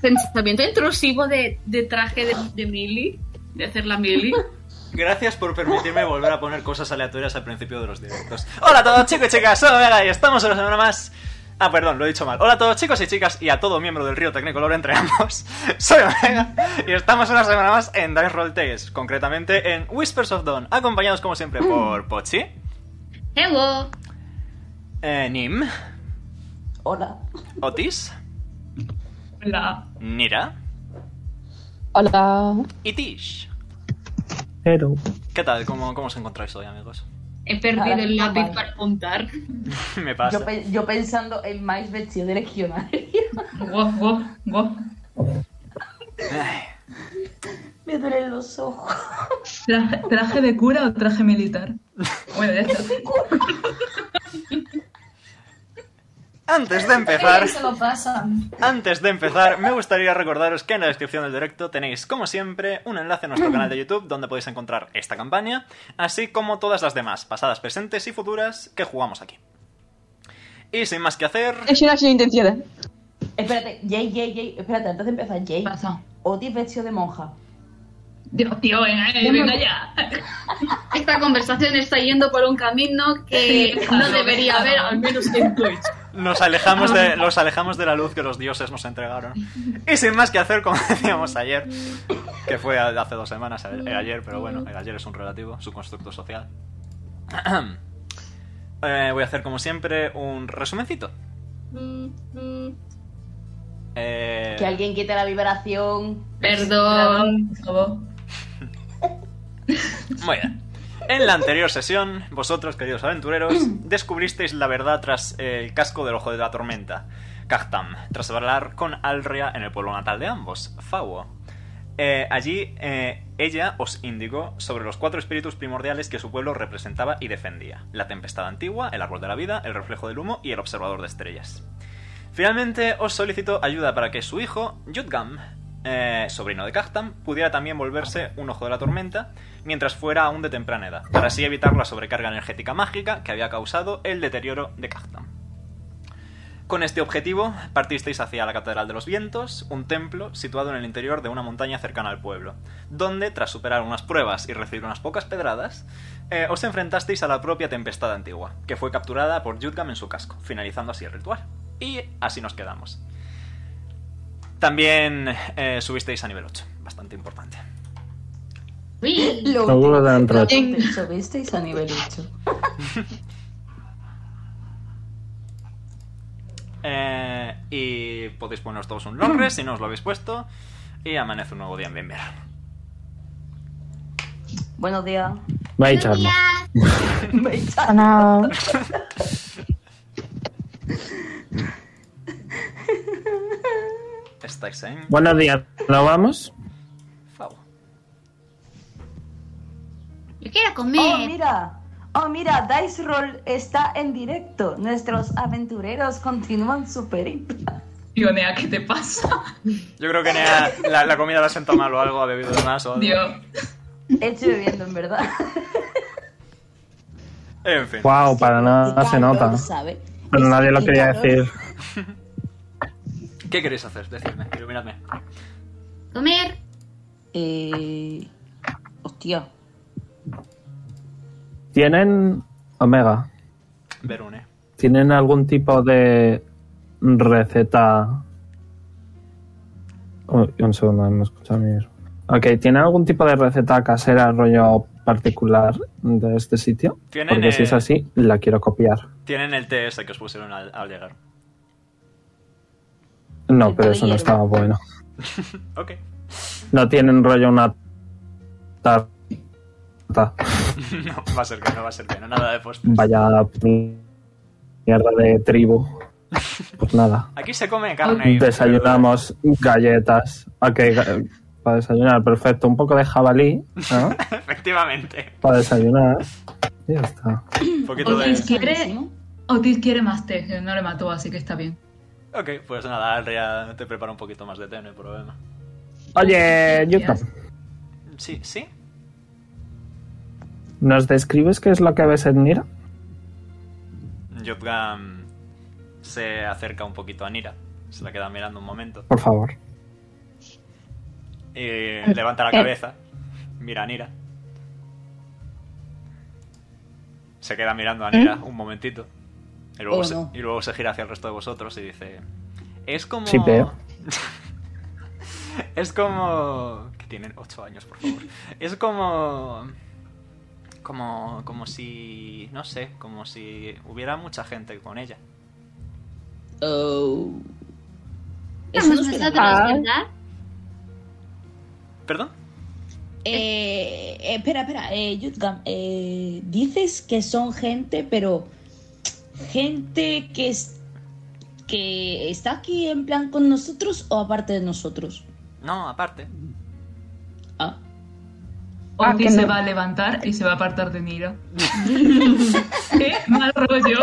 pensamiento intrusivo de, de traje de, de mili, de hacer la mili. Gracias por permitirme volver a poner cosas aleatorias al principio de los directos. Hola a todos chicos y chicas, soy Vega y estamos en una semana más. Ah, perdón, lo he dicho mal. Hola a todos chicos y chicas y a todo miembro del río Tecnicolor entre ambos. Soy Vega y estamos una semana más en Dice Roll Tales, concretamente en Whispers of Dawn, acompañados como siempre Mm. por Pochi, Hello. eh, Nim, Hola. Otis, Hola. Nira Hola. y Tish. Hello. ¿Qué tal? ¿Cómo, cómo os encontráis hoy, amigos? He perdido Ahora el mismo lápiz vale. para apuntar. Me pasa. Yo, pe- yo pensando en más vestido direccional. Guau, guau, guau. Ay, Me duelen los ojos. ¿Traje, traje de cura o traje militar? Bueno, ya está. Antes de empezar... se lo pasa? Antes de empezar, me gustaría recordaros que en la descripción del directo tenéis, como siempre, un enlace a nuestro canal de YouTube donde podéis encontrar esta campaña, así como todas las demás, pasadas, presentes y futuras, que jugamos aquí. Y sin más que hacer, Es una acción intencionada. Espérate, Jay, Jay, Jay. Espérate, antes de empezar, Jay. Pasa. Otis vestido de monja. Dios, tío, venga, eh, venga ya. Esta conversación está yendo por un camino que Sí, no claro, debería claro. haber, al menos en Twitch. nos alejamos, de, los alejamos de la luz que los dioses nos entregaron. Y sin más que hacer, como decíamos ayer, que fue hace dos semanas, el- el ayer, pero bueno, el ayer es un relativo, su constructo social. Eh, voy a hacer, como siempre, un resumencito. Eh, Que alguien quite la vibración. Perdón. Por favor. Muy bien. En la anterior sesión, vosotros, queridos aventureros, descubristeis la verdad tras el casco del Ojo de la Tormenta, Cactam, tras hablar con Alria en el pueblo natal de ambos, Fawo. Eh, allí, eh, ella os indicó sobre los cuatro espíritus primordiales que su pueblo representaba y defendía. La tempestad antigua, el árbol de la vida, el reflejo del humo y el observador de estrellas. Finalmente, os solicitó ayuda para que su hijo, Yudgam, eh, sobrino de Cactam, pudiera también volverse un ojo de la tormenta mientras fuera aún de temprana edad, para así evitar la sobrecarga energética mágica que había causado el deterioro de Cactam. Con este objetivo, partisteis hacia la Catedral de los Vientos, un templo situado en el interior de una montaña cercana al pueblo, donde, tras superar unas pruebas y recibir unas pocas pedradas, eh, os enfrentasteis a la propia tempestad antigua, que fue capturada por Yudgam en su casco, finalizando así el ritual. Y así nos quedamos. También eh, subisteis a nivel 8, bastante importante. Uy. Lo No último vuelvas a que entrar. te conté, Subisteis a nivel 8. Eh, y podéis poneros todos un long rest si no os lo habéis puesto. Y amanece un nuevo día en Benver. Buenos días. Va a echarlo. No. Estáis en Buenos días. ¿Nos vamos? Fau. Yo quiero Oh, comer. mira. Oh, mira, Dice Roll está en directo. Nuestros aventureros continúan su periplo. Tío, Nea, ¿qué te pasa? Yo creo que Nea, la, la comida la ha sentado mal o algo, ha bebido de más o algo. Dios. Estoy bebiendo, en verdad. En fin. Wow, para nada se nota. ¿sabe? Pero nadie lo Y quería calor. decir. ¿Qué queréis hacer? Decidme, iluminadme. Comer. Eh... Hostia. ¿Tienen. Omega? Verune. ¿Tienen algún tipo de receta? Uy, un segundo, no he escuchado ni eso. Ok, ¿tienen algún tipo de receta casera, rollo particular de este sitio? Tienen, Porque si eh, es así, la quiero copiar. Tienen el TS que os pusieron al, al llegar. No, El pero eso no hierba. estaba bueno. Ok. No tienen rollo una tarta. No, va a ser que no, va a ser que no. Nada de postres. Vaya mierda de tribu. Pues nada. Aquí se come carne y... Desayunamos galletas. Ok, ga- para desayunar, perfecto. Un poco de jabalí, ¿no? Efectivamente. Para desayunar. Y ya está. Un poquito de... Otis Eh. quiere, Otis quiere más té, que no le mató, así que está bien. Ok, pues nada, Alria te prepara un poquito más de té, no hay problema. Oye, YouTube, Sí, sí. ¿nos describes qué es lo que ves en Nira? Jotgam se acerca un poquito a Nira. Se la queda mirando un momento. Por favor. Y Eh, levanta la cabeza. Mira a Nira. Se queda mirando a Nira un momentito. Y luego, ¿Eh? Oh, se, no. y luego se gira hacia el resto de vosotros y dice... Es como... Sí, veo. es como... Que tienen ocho años, por favor. Es como... Como, como si... No sé, como si hubiera mucha gente con ella. Oh. Eso Estamos no suena nosotros, bien. ¿verdad? ¿Perdón? Eh, eh, espera, espera, eh, Yutgam, eh, dices que son gente, pero gente que es que está aquí en plan con nosotros o aparte de nosotros. No, aparte. Ah, Ah, Oti que se no. va a levantar y se va a apartar de Nira. ¡Qué mal rollo!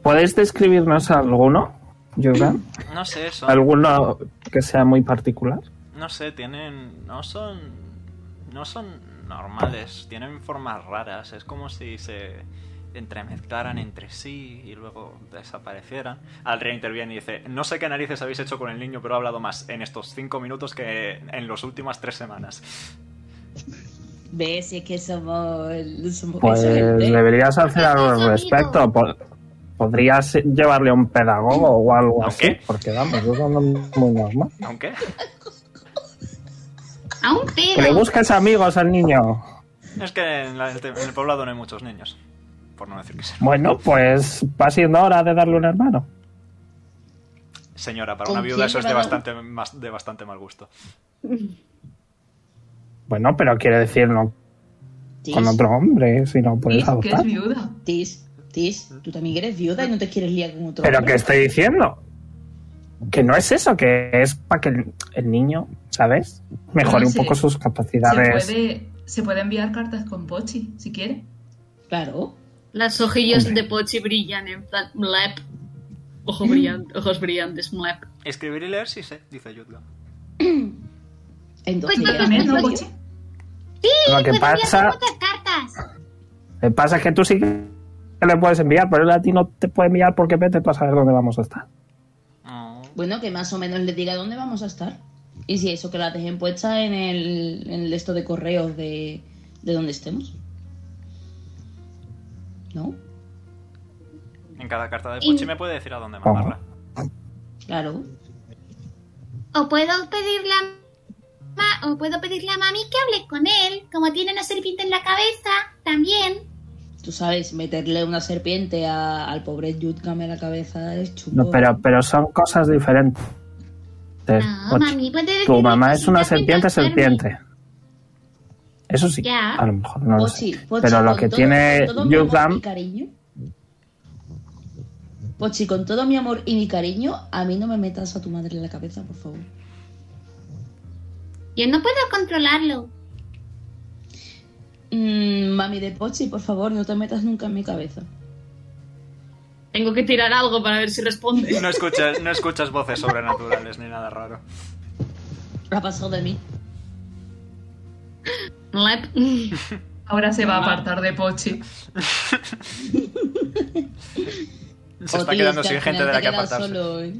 ¿Podéis describirnos alguno, Jordan? No sé, son... ¿Alguno que sea muy particular? No sé, tienen. No son. No son normales, tienen formas raras. Es como si se entremezclaran entre sí y luego desaparecieran. Alria interviene y dice: No sé qué narices habéis hecho con el niño, pero ha hablado más en estos cinco minutos que en las últimas tres semanas. ves, si es que somos, somos Pues gente. deberías hacer algo al respecto. Po- Podrías llevarle a un pedagogo o algo ¿A un así, qué? porque vamos, yo no muy normal. Aunque. A Ah, un Que le pedo. busques amigos al niño. Es que en, la- en el poblado no hay muchos niños. Por no decir que sea. Bueno, pues va siendo hora de darle un hermano. Señora, para ¿Con una viuda quién eso es le de va a bastante, más, de bastante mal gusto. Bueno, pero quiere decir no Tis, con otro hombre, si no puedes Tis, que es adoptar. viuda. tis, tis, tú también eres viuda y no te quieres liar con otro. Pero hombre. ¿qué estoy diciendo? Que no es eso, que es para que el, el niño, ¿sabes? Mejore No un sé. poco sus Se capacidades. puede, se puede enviar cartas con Pochi, si quiere. Claro. Las ojillos Hombre. de Pochi brillan en plan mlep. Ojo brillan- ojos brillantes, mlep. Escribir y leer sí sé, dice Yudga. Entonces, Pues, ya pues, También, ¿no, no Pochi? yo- Lo que pasa, cartas. lo que Eh, pasa es que tú sí que le puedes enviar, pero él a ti no te puede enviar porque vete tú a saber dónde vamos a estar. Oh. Bueno, que más o menos le diga dónde vamos a estar. Y si eso, que la dejen puesta en el, en el esto de correos de, de donde estemos. ¿No? En cada carta de Puchi me puede decir a dónde mandarla. Claro. O puedo pedirle a ma- o puedo pedirle a mami que hable con él, como tiene una serpiente en la cabeza, también. Tú sabes, meterle una serpiente a- al pobre Yutgam en la cabeza es chungo. No, pero, pero son cosas diferentes. Ah, No, Ocho. mami, puede Eh, Tu decirme mamá cositas es una serpiente, mientras duerme. serpiente. Eso sí, Ya. a lo mejor no lo Pochi, sé. Pochi, Pero lo con que todo- tiene con todo mi amor y mi Yugam, cariño. Pochi, con todo mi amor y mi cariño, a mí no me metas a tu madre en la cabeza, por favor. Yo no puedo controlarlo. Mm, mami de Pochi, por favor, no te metas nunca en mi cabeza. Tengo que tirar algo para ver si responde. No escuchas, no escuchas voces sobrenaturales ni nada raro. Ha pasado de mí. Mlep. Ahora se va a apartar de Pochi. Se está Otis, quedando que sin al gente de final la te que quedas apartarse. solo, ¿eh?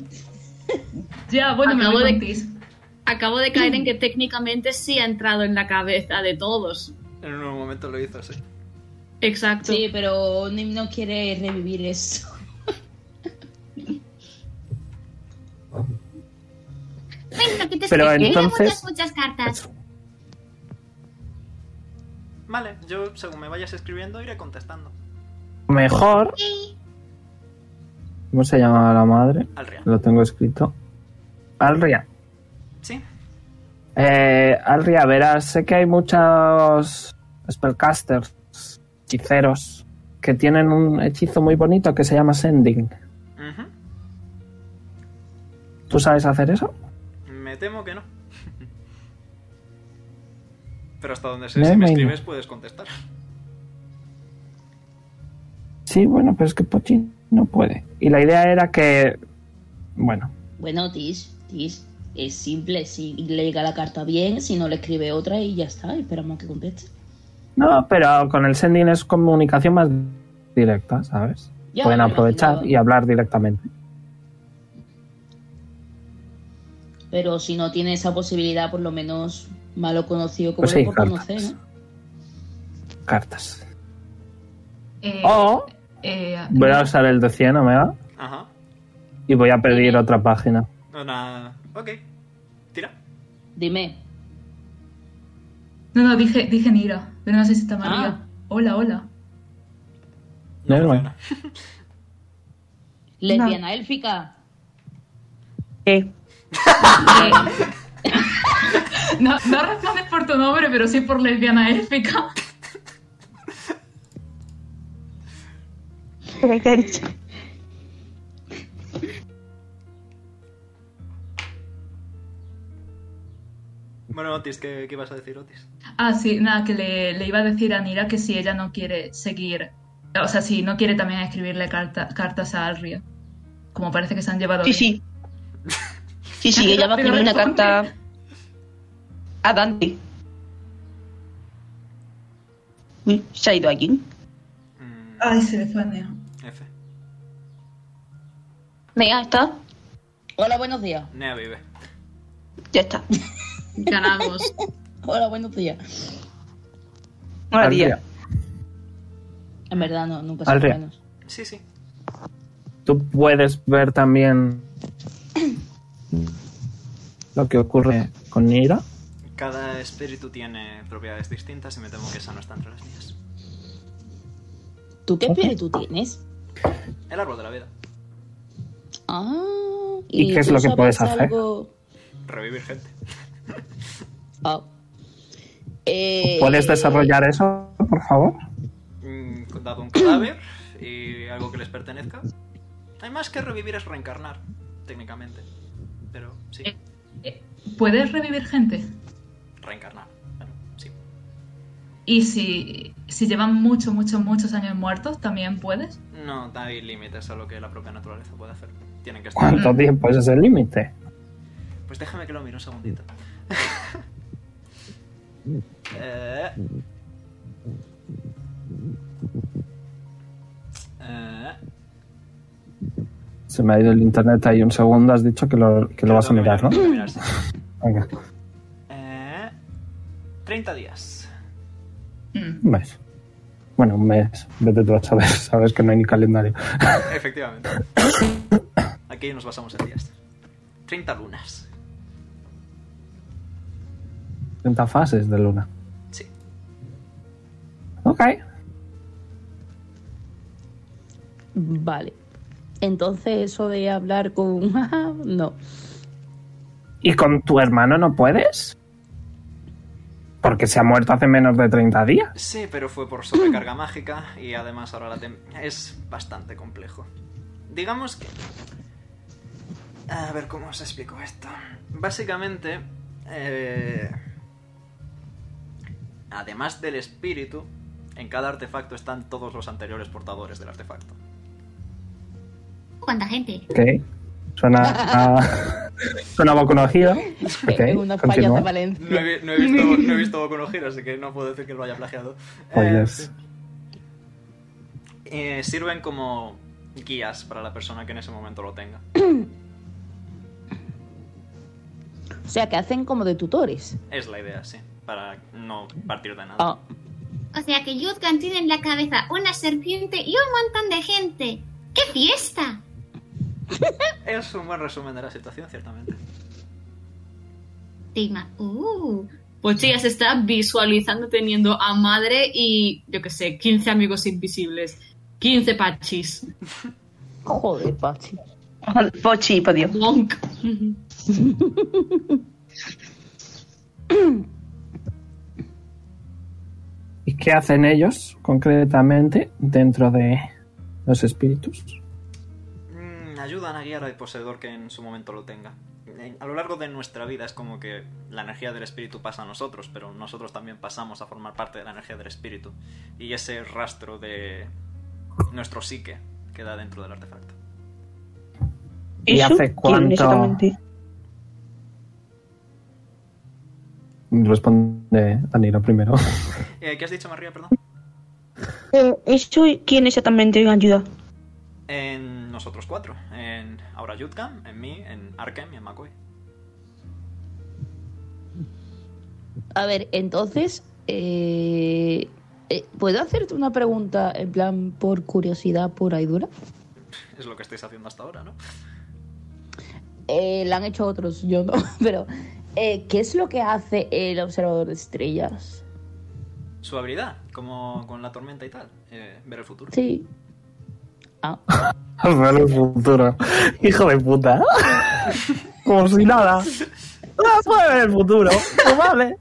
Ya, bueno, me Acabo voy de- con Tis. Acabo de caer en que técnicamente sí ha entrado en la cabeza de todos. En un momento lo hizo, sí. Exacto. Sí, pero Nim no quiere revivir eso. Venga, que te Pero explico. Tengo entonces- muchas, muchas cartas. Vale, yo según me vayas escribiendo iré contestando. mejor. Sí. ¿Cómo se llamaba la madre? Al real. Lo tengo escrito. Alria. Sí. Eh, Alria, verás, sé que hay muchos spellcasters, hechiceros, que tienen un hechizo muy bonito que se llama Sending. Ujú. ¿Tú sabes hacer eso? Me temo que no. Pero hasta donde sé, Me si me imagino. escribes puedes contestar. Sí, bueno, pero es que Pochi no puede. Y la idea era que... Bueno, Bueno, Tish, Tish, es simple. Si le llega la carta bien, si no le escribe otra y ya está. Esperamos que conteste. No, pero con el sending es comunicación más directa, ¿sabes? Ya Pueden me lo aprovechar imaginaba. y hablar directamente. Pero si no tiene esa posibilidad, por lo menos malo conocido como Pues sí, por cartas. conocer, ¿no? Cartas. Eh, O eh, voy a usar el de 100, Omega, Ajá. y voy a pedir otra página. Una... Ok. Tira. Dime. No, no, dije, dije Nira, pero no sé si está María. Ah. Hola, hola. No, no. funciona. Lesbiana élfica. ¿Qué? No, no respondes por tu nombre, pero sí por lesbiana élfica. Espera, ¿qué ha dicho? Bueno, Otis, ¿qué, ¿qué vas a decir, Otis? Ah, sí, nada, que le, le iba a decir a Nira que si ella no quiere seguir, o sea, si no quiere también escribirle carta- cartas a Alria, como parece que se han llevado. Sí, bien. sí. Sí, sí, ella va a Pero escribir una responde. carta a Dante. Uy, se ha ido alguien. Mm, Ay, se le fue a Nea. F. Venga, está. Hola, buenos días. Nea vive. Ya está. Ganamos. Hola, buenos días. Buenos días. En verdad, no, nunca Alria. sabemos. menos. Sí, sí. Tú puedes ver también lo que ocurre con Nira. Cada espíritu tiene propiedades distintas y me temo que esa no está entre las mías. ¿Tú qué espíritu tienes? El árbol de la vida. Ah, ¿Y qué es tú lo que sabes puedes hacer? algo- Revivir gente. Ah. Eh, ¿Puedes desarrollar eso, por favor? Mm, Dado un cadáver y algo que les pertenezca. Hay más que revivir es reencarnar, técnicamente. Pero sí, Eh. Eh, ¿Puedes revivir gente? reencarnar. Claro, sí. Y si, si llevan muchos, muchos, muchos años muertos, también puedes. No hay límites a lo que la propia naturaleza puede hacer. Tienen que estar. ¿Cuánto tiempo es ese límite? Pues déjame que lo mire un segundito. Eh. Eh. Se me ha ido el internet ahí un segundo. Has dicho que lo, que lo vas a Tengo que mirar, ¿no? tengo que mirar, sí. Venga, Eh, 30 días. Mm. un mes. Bueno, un mes. Vete tú a saber. Sabes que no hay ni calendario. Efectivamente. Aquí nos basamos en días. 30 lunas. 30 fases de luna. Sí. Ok. Vale. Entonces, eso de hablar con. no. ¿Y con tu hermano no puedes? Porque se ha muerto hace menos de 30 días. Sí, pero fue por sobrecarga mágica y además ahora la tem- es bastante complejo. Digamos que... A ver cómo os explico esto. Básicamente... eh, Además del espíritu, en cada artefacto están todos los anteriores portadores del artefacto. ¿Cuánta gente? Ok. Suena a... Suena poco conocido. Ok, Es una falla continúa. de Valencia. No he, vi- no he visto, no he visto Boku no Hero, así que no puedo decir que lo haya plagiado. Oh, Eh, yes. eh, sirven como guías para la persona que en ese momento lo tenga. O sea, que hacen como de tutores. Es la idea, sí. Para no partir de nada. Ah, O sea que Yuzgan tiene en la cabeza una serpiente y un montón de gente. ¡Qué fiesta! Es un buen resumen de la situación, ciertamente. Tima. Uh. Pues ella se está visualizando teniendo a madre y, yo qué sé, 15 amigos invisibles. 15 pachis. joder, Pachi. Pochi, por Dios. Wonk. ¿Y qué hacen ellos concretamente dentro de los espíritus? Mm, ayudan a guiar al poseedor que en su momento lo tenga. En- A lo largo de nuestra vida es como que la energía del espíritu pasa a nosotros, pero nosotros también pasamos a formar parte de la energía del espíritu. Y ese rastro de nuestro psique queda dentro del artefacto. ¿Y ¿Eso? hace ¿Quién cuánto? exactamente? Responde Danilo primero. Eh, ¿Qué has dicho, María? Perdón. Eh, ¿Eso quién exactamente ayuda? En nosotros cuatro. En Aura Yutgam, en mí, en Arkem y en McCoy. A ver, entonces, eh, eh, ¿puedo hacerte una pregunta en plan por curiosidad pura y dura? Es lo que estáis haciendo hasta ahora, ¿no? Eh, la han hecho otros, yo no, pero eh, ¿qué es lo que hace el observador de estrellas? Su habilidad, como con la tormenta y tal. eh, ver el futuro. Sí. Ah, Ver el futuro. Hijo de puta. Como si nada. Ah, puede ver el futuro. Pues vale.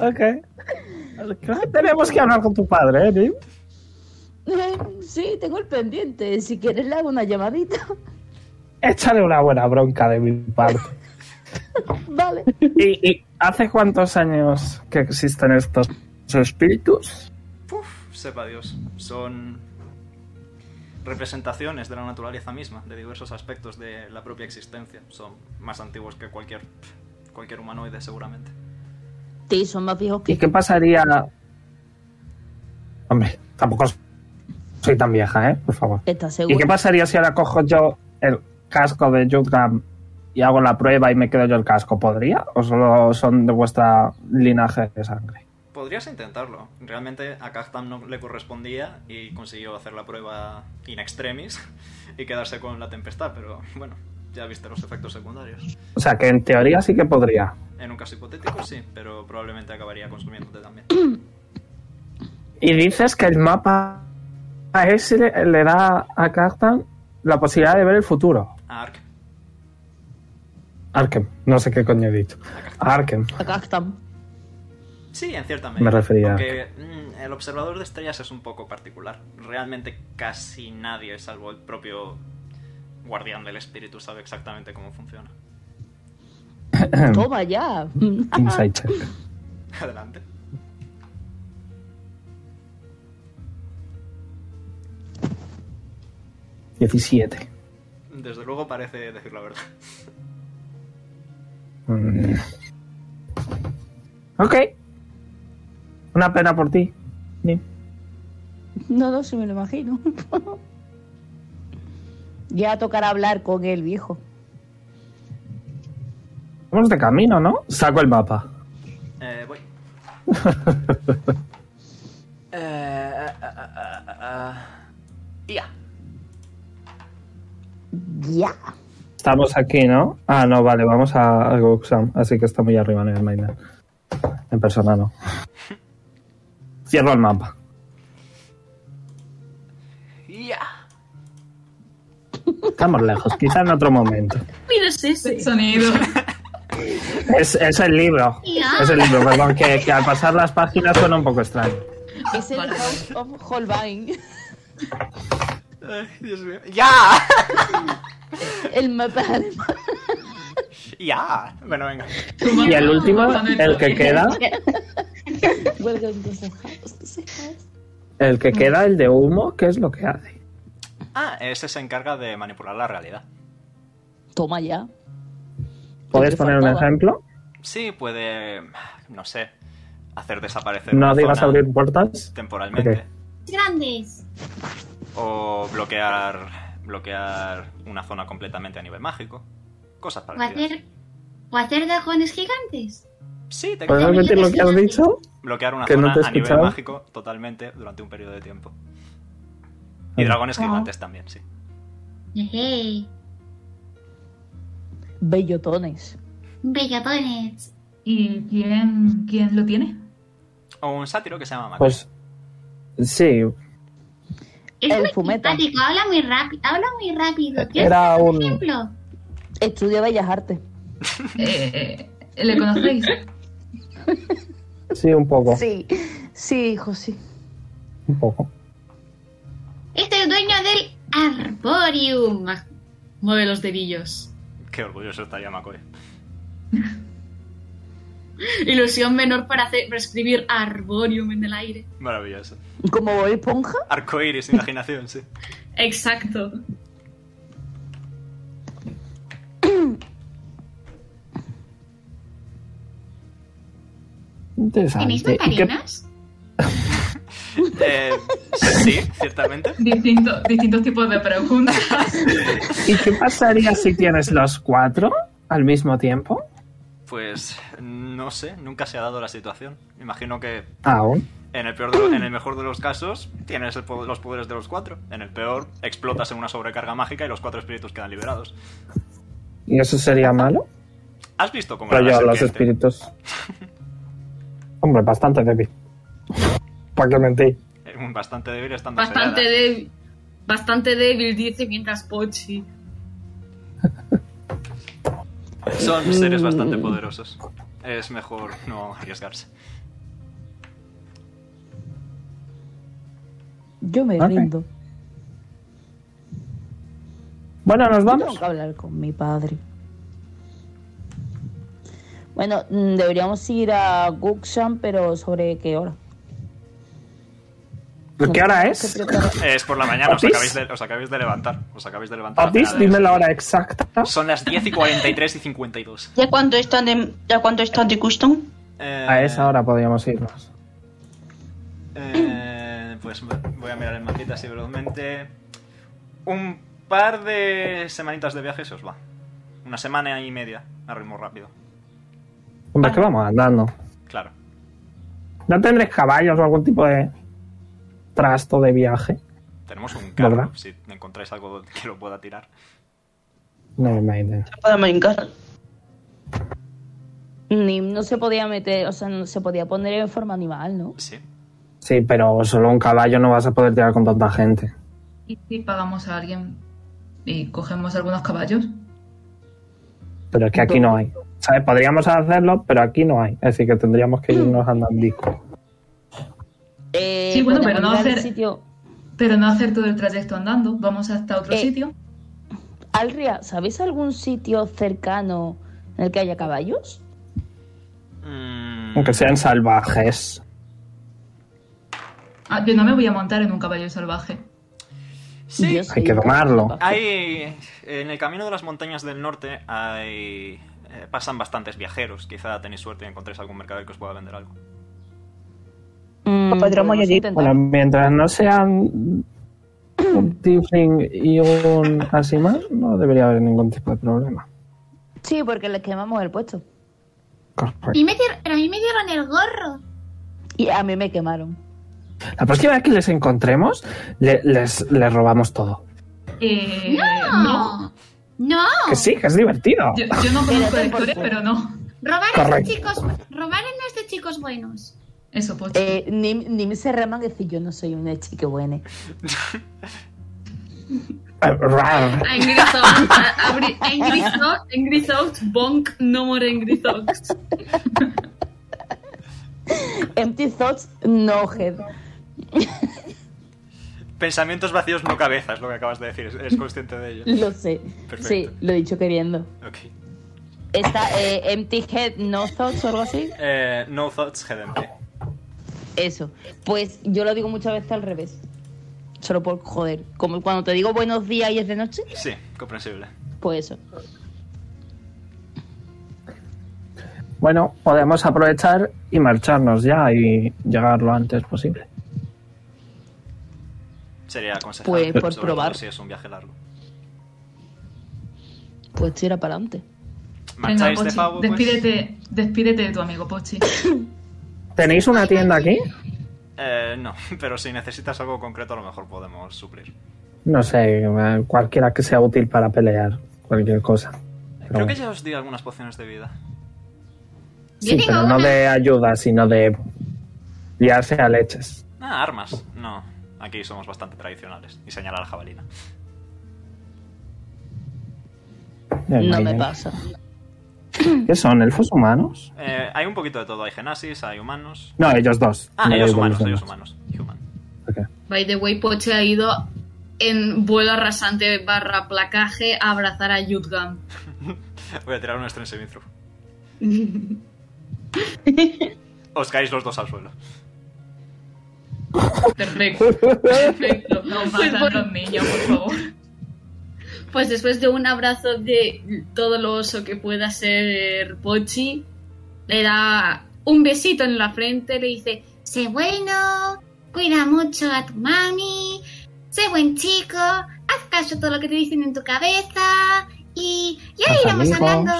Ok. Tenemos que hablar con tu padre, ¿eh, Nim? eh, sí, tengo el pendiente. Si quieres le hago una llamadita. Échale una buena bronca de mi parte. vale. ¿Y, y hace cuántos años que existen estos espíritus? Puf, sepa Dios. Son representaciones de la naturaleza misma, de diversos aspectos de la propia existencia. Son más antiguos que cualquier, cualquier humanoide, seguramente. Sí, son más viejos ¿Y que... qué pasaría? Hombre, tampoco soy tan vieja, ¿eh? Por favor. ¿Estás seguro? ¿Y qué pasaría si ahora cojo yo el casco de Jutgam y hago la prueba y me quedo yo el casco? ¿Podría? ¿O solo son de vuestra linaje de sangre? Podrías intentarlo. Realmente a Kaztam no le correspondía y consiguió hacer la prueba in extremis y quedarse con la tempestad, pero bueno, ya viste los efectos secundarios. O sea, que en teoría sí que podría. En un caso hipotético sí, pero probablemente acabaría consumiéndote también. Y dices que el mapa a ese le, le da a Kaztan la posibilidad de ver el futuro. Ark, Arkham, no sé qué coño he dicho. Arkham. Acá están. Sí, en cierta medida. Me refería a- Aunque, mm, el observador de estrellas es un poco particular. Realmente casi nadie, salvo el propio guardián del espíritu, sabe exactamente cómo funciona. Toma ya. Inside check. Adelante. Diecisiete. Desde luego parece decir la verdad. Mm. Ok. Una pena por ti. Nim. No, no, se me lo imagino. ya tocará hablar con el viejo. Vamos de camino, ¿no? Saco el mapa. Eh, voy. eh, ah, ah, ah, ah, ah. Ia. Ya. Estamos aquí, ¿no? Ah, no, vale, vamos a, a Goxam, así que está muy arriba en el mainnet. En persona no. Cierro el mapa. Ia. Estamos lejos, quizá en otro momento. Mira, es ese. El sonido. Es, es el libro. Es el libro, perdón, que, que al pasar las páginas suena un poco extraño. Es el Vale. House of Holbein. Ay, Dios mío. ¡Ya! El mapa alemán. ¡Ya! Bueno, venga. Y el último, el que queda, Welcome to the house, to the house. el que queda, el de humo, ¿qué es lo que hace? Ah, ese se encarga de manipular la realidad. Toma ya. ¿Podéis poner un Faltaba. ejemplo? Sí, puede, no sé, hacer desaparecer No una digas zona abrir puertas. temporalmente Ok. Grandes. o bloquear bloquear una zona completamente a nivel mágico, cosas O parecidas. hacer, o hacer dragones gigantes. Sí, te ¿Puedes repetir lo que has dicho? bloquear una que no zona te he a nivel escuchado. mágico totalmente durante un periodo de tiempo. Y dragones gigantes también, sí. Jeje. Bellotones. Bellotones. ¿Y quién, quién lo tiene? O un sátiro que se llama Mac. Pues sí, Es El muy fumeto. simpático, habla muy rápido. Habla muy rápido. ¿Quieres era hacer un... ejemplo? Estudia Bellas Artes. Eh, eh, ¿Le conocéis? Sí, un poco, Sí. Sí, hijo, sí. un poco. Este es el dueño del Arborium. Ma- Mueve los dedillos. Pues- Qué orgulloso estaría Macoy. Ilusión menor para, hacer, para escribir Arborium en el aire. Maravilloso. Como voy esponja, Arcoiris, imaginación, sí. Exacto. ¿Tenéis Interesante. ¿Y qué- mandarinas? Eh, sí, ciertamente. Distinto- distintos tipos de preguntas. ¿Y qué pasaría si tienes los cuatro al mismo tiempo? Pues no sé, nunca se ha dado la situación. Imagino que Ah, bueno. en el, peor de lo- en el mejor de los casos tienes el po- los poderes de los cuatro. En el peor explotas en una sobrecarga mágica y los cuatro espíritus quedan liberados. ¿Y eso sería malo? ¿Has visto cómo Para era la llevar los serpiente? espíritus. Hombre, bastante débil. ¿Para qué mentir? Eh, Bastante débil estando Bastante sellada. débil. Bastante débil, dice mientras Pochi. Son seres bastante poderosos. Es mejor no arriesgarse. Yo me Ok. rindo. Bueno, nos Tengo vamos. que hablar con mi padre. Bueno, mm, deberíamos ir a Gukshan, pero ¿sobre qué hora? ¿Qué hora Se es? prepara- Es por la mañana, os ¿Otis? acabáis de, os acabáis de levantar. Os acabáis de levantar. Otis, Nada, dime la hora exacta. Son las 10 y 43 y 52. ¿Ya cuánto están de, ya cuánto están de custom? Eh, A esa hora podríamos irnos. Eh, pues voy a mirar el mapita así brevemente. Un par de semanitas de viaje se os va. Una semana y media, a ritmo rápido. Hombre, ¿qué vamos andando? Claro. ¿No tendréis caballos o algún tipo de trasto de viaje? Tenemos un carro, ¿Verdad? si encontráis algo que lo pueda tirar. No me idea. Podemos ir en casa. Ni, no se podía meter, o sea, no se podía poner en forma animal, ¿no? Sí. Sí, pero solo un caballo no vas a poder tirar con tanta gente. ¿Y si pagamos a alguien y cogemos algunos caballos? Pero es que aquí no hay. ¿Sabes? Podríamos hacerlo, pero aquí no hay. Es decir, que tendríamos que irnos andando. Eh, Sí, bueno, podemos pero no ir al hacer- Sitio... Pero no hacer todo el trayecto andando, vamos hasta otro Eh. sitio. Alria, ¿sabéis algún sitio cercano en el que haya caballos? Mm, Aunque sean salvajes. Ah, yo no me voy a montar en un caballo salvaje. Sí. Yo soy Hay que un caballo domarlo. salvaje. Hay. En el camino de las montañas del norte hay. eh, pasan bastantes viajeros. Quizá tenéis suerte y encontréis algún mercader que os pueda vender algo. Mm, Podríamos añadir- intentar. Bueno, mientras no sean un tiefling y un Asima, no debería haber ningún tipo de problema. Sí, porque les quemamos el puesto. Correcto. A mí me dieron- pero a mí me dieron el gorro. Y a mí me quemaron. La próxima vez que les encontremos, le- les, les robamos todo. Eh, No. No. Que sí, que es divertido. Yo, yo no conozco la Espérate, por historia, favor. pero no. Robar es Correcto. de chicos, robar no es de chicos buenos. Eso, pues. Eh, Nim, Nim se reman y dice, yo no soy una chica buena. Eh, rar. A Ingrisoft, a- abri- a Ingrisoft, Ingrisoft, bonk, no more Ingrisoft. Empty thoughts, no head. Pensamientos vacíos, no cabezas, lo que acabas de decir. Es, es consciente de ello. Lo sé. Perfecto. Sí, lo he dicho queriendo. Ok. Está eh, empty head, no thoughts o algo así. Eh, no thoughts, GDMP. Eso. Pues yo lo digo muchas veces al revés. Solo por joder. Como cuando te digo buenos días y es de noche, Sí, comprensible. pues eso. Bueno, podemos aprovechar y marcharnos ya y llegar lo antes posible. Sería aconsejable. Pues, por sobre todo probar. Si es un viaje largo. Pues tira para adelante. Venga, Marcháis de Pochi, pavo, pues? despídete, despídete de tu amigo Pochi. ¿Tenéis una tienda aquí? Eh, no, pero si necesitas algo concreto, a lo mejor podemos suplir. No sé, eh, cualquiera que sea útil para pelear, cualquier cosa. Pero Creo que bueno. ya os di algunas pociones de vida. Yo Sí, tengo pero una. no de ayuda, sino de liarse a leches. Ah, armas. No, aquí somos bastante tradicionales. Y señalar jabalina. Ya No imagino. me pasa. ¿Qué son? ¿Elfos humanos? Eh, hay un poquito de todo. Hay genasis, hay humanos. No, ellos dos. Ah, Me da ellos igual humanos, los ellos demás. humanos. Human. By the way, Pochi ha ido en vuelo arrasante barra placaje a abrazar a Yudgam. Voy a tirar un strength saving throw. Os caéis los dos al suelo. Perfecto. Perfecto. No matan los niños, por favor. Pues después de un abrazo de todo lo oso que pueda ser Pochi, le da un besito en la frente, le dice, Sé bueno, cuida mucho a tu mami, sé buen chico, haz caso a todo lo que te dicen en tu cabeza y ya Los iremos amigos. hablando.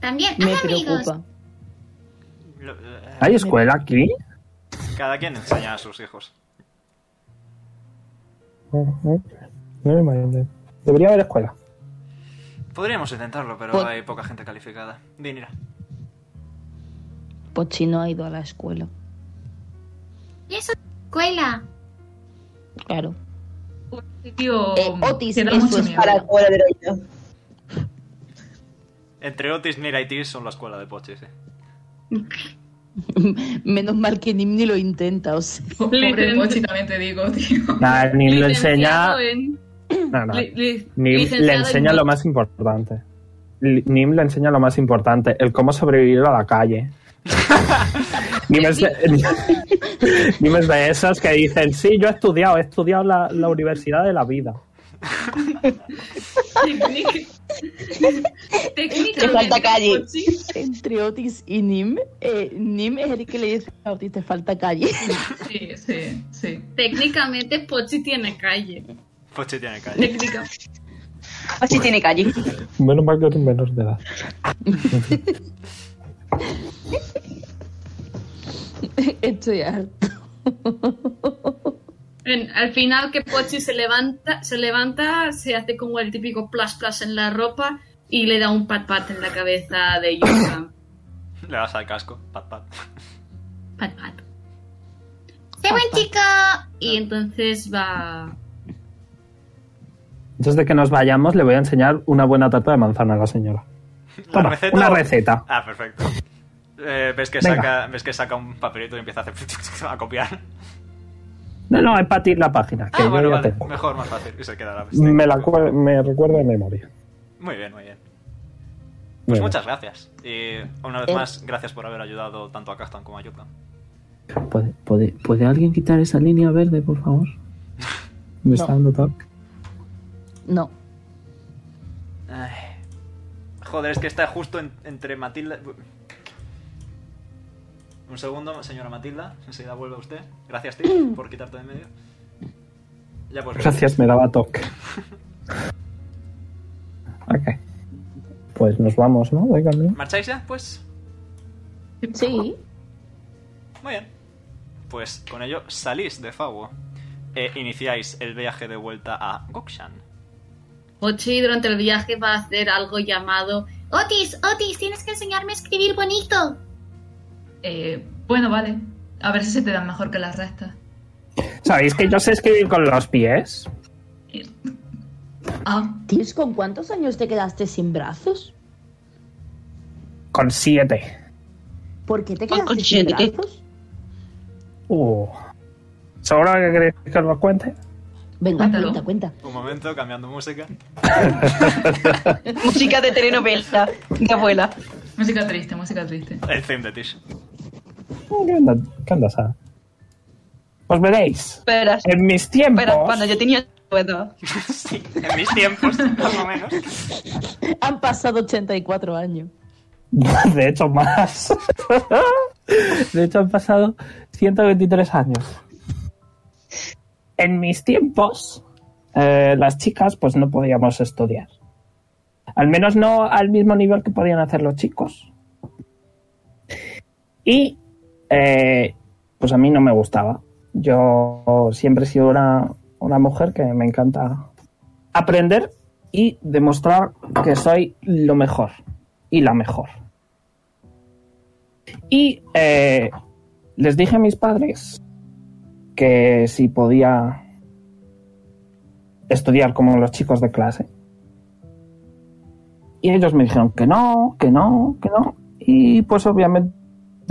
También, Me haz amigos. preocupa. Lo- eh, ¿Hay escuela aquí? Cada quien enseña a sus hijos. Ujú. eh, No me imagino. Debería haber escuela. Podríamos intentarlo, pero Pod- hay poca gente calificada. Dinira. Pochi Pues no ha ido a la escuela. Y eso, escuela. Claro. Un sitio Eh, Otis, que da eso mucho es miedo. para- Para cobrar heroína. Entre Otis, Nira y Tis son la escuela de Pochi, sí. Menos mal que Nim ni lo intenta, o sea. Po- Pobre Literalmente. Pochi, también te digo, tío. Nah, ni le enseña. Licenciado en- No, no. li- li- Nim le licenciado en enseña lo más importante. Li- Nim le enseña lo más importante, el cómo sobrevivir a la calle. Nim, es de, Nim es de esas que dicen, sí, yo he estudiado, he estudiado la, la universidad de la vida. Técnica. Te falta calle. Entre Otis y Nim, eh, Nim es el que le dice a Otis, te falta calle. Sí, sí, sí. Técnicamente Pochi tiene calle. Pochi tiene calle. Técnica. Así tiene calle. Menos mal que eres menor de edad. Estoy harto. En- al final que Pochi se levanta, se levanta, se hace como el típico plas plas en la ropa y le da un pat pat en la cabeza de Yuka. Le das al casco. Pat, pat. pat pat. Sé buen chico. Y entonces va. Antes de que nos vayamos, le voy a enseñar una buena tarta de manzana a la señora. ¿La Toma, receta una o- receta. Ah, perfecto. Eh, ves, que Venga. saca, ves que saca un papelito y empieza a, hacer a copiar. No, no, es para ti la página, que Ah, yo bueno, ya vale. tengo. Mejor, más fácil. Y se queda la bestia. Me, la cue- me recuerda de memoria. Muy bien, muy bien. Pues Bueno. muchas gracias. Y una vez Eh. más, gracias por haber ayudado tanto a Castan como a Yuka. ¿Puede, puede, puede alguien quitar esa línea verde, por favor? Me está No. dando toque. No. Ay. Joder, es que está justo en- entre Matilda. Un segundo, señora Matilda. Enseguida vuelve usted. Gracias, Tim, por quitarte de en medio. Ya pues. Gracias, me daba toque. ok. Pues nos vamos, ¿no? De camino. ¿Marcháis ya? Pues. Sí. Muy bien. Pues con ello salís de Fawo. E iniciáis el viaje de vuelta a Gokshan. Pochi durante el viaje va a hacer algo llamado. Otis, Otis, tienes que enseñarme a escribir bonito. Eh, bueno, vale. A ver si se te dan mejor que las restas. ¿Sabéis que yo sé escribir con los pies? Ah, Tis, ¿con cuántos años te quedaste sin brazos? Con siete. ¿Por qué te Con quedaste sin siete. brazos? Uh. ¿Seguro que queréis que os lo cuente? Venga, Cuéntalo. cuenta, cuenta. Un momento, cambiando música. Música de telenovela, de abuela. música triste, música triste. El theme de Tish. ¿Qué onda? ¿Qué onda, Sara? Os veréis. Verás, En mis tiempos. verás, cuando yo tenía bueno, sí, en mis tiempos, más o menos. Han pasado 84 años. De hecho, más. De hecho, han pasado 123 años. En mis tiempos, eh, las chicas pues no podíamos estudiar. Al menos no al mismo nivel que podían hacer los chicos. Y eh, pues a mí no me gustaba. Yo siempre he sido una, una mujer que me encanta aprender y demostrar que soy lo mejor y la mejor. Y eh, les dije a mis padres que si podía estudiar como los chicos de clase. Y ellos me dijeron que no, que no, que no. Y pues obviamente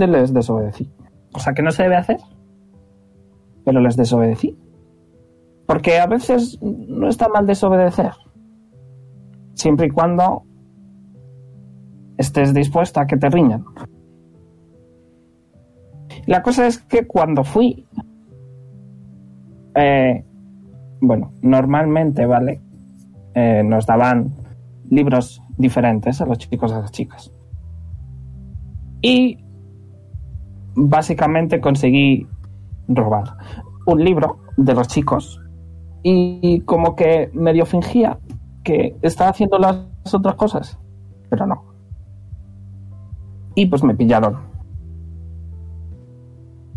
les desobedecí. Cosa que no se debe hacer. Pero les desobedecí. Porque a veces no está mal desobedecer. Siempre y cuando estés dispuesta a que te riñan. La cosa es que cuando fui, eh, bueno, normalmente, ¿vale? Eh, nos daban libros diferentes a los chicos y a las chicas. Y básicamente conseguí robar un libro de los chicos y como que medio fingía que estaba haciendo las otras cosas, pero no y pues me pillaron.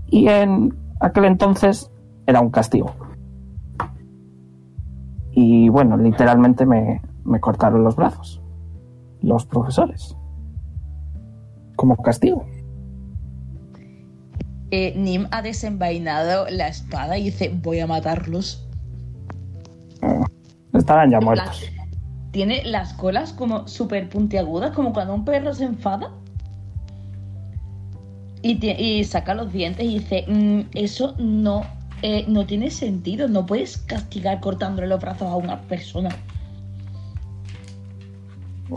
Y en aquel entonces era un castigo. Y bueno, literalmente me, me cortaron los brazos. Los profesores. Como castigo. Eh, Nim ha desenvainado la espada y dice, voy a matarlos. Estaban ya En plan, muertos. Tiene las colas como súper puntiagudas, como cuando un perro se enfada. Y, tie- y saca los dientes y dice, "Mm, eso no, eh, no tiene sentido, no puedes castigar cortándole los brazos a una persona.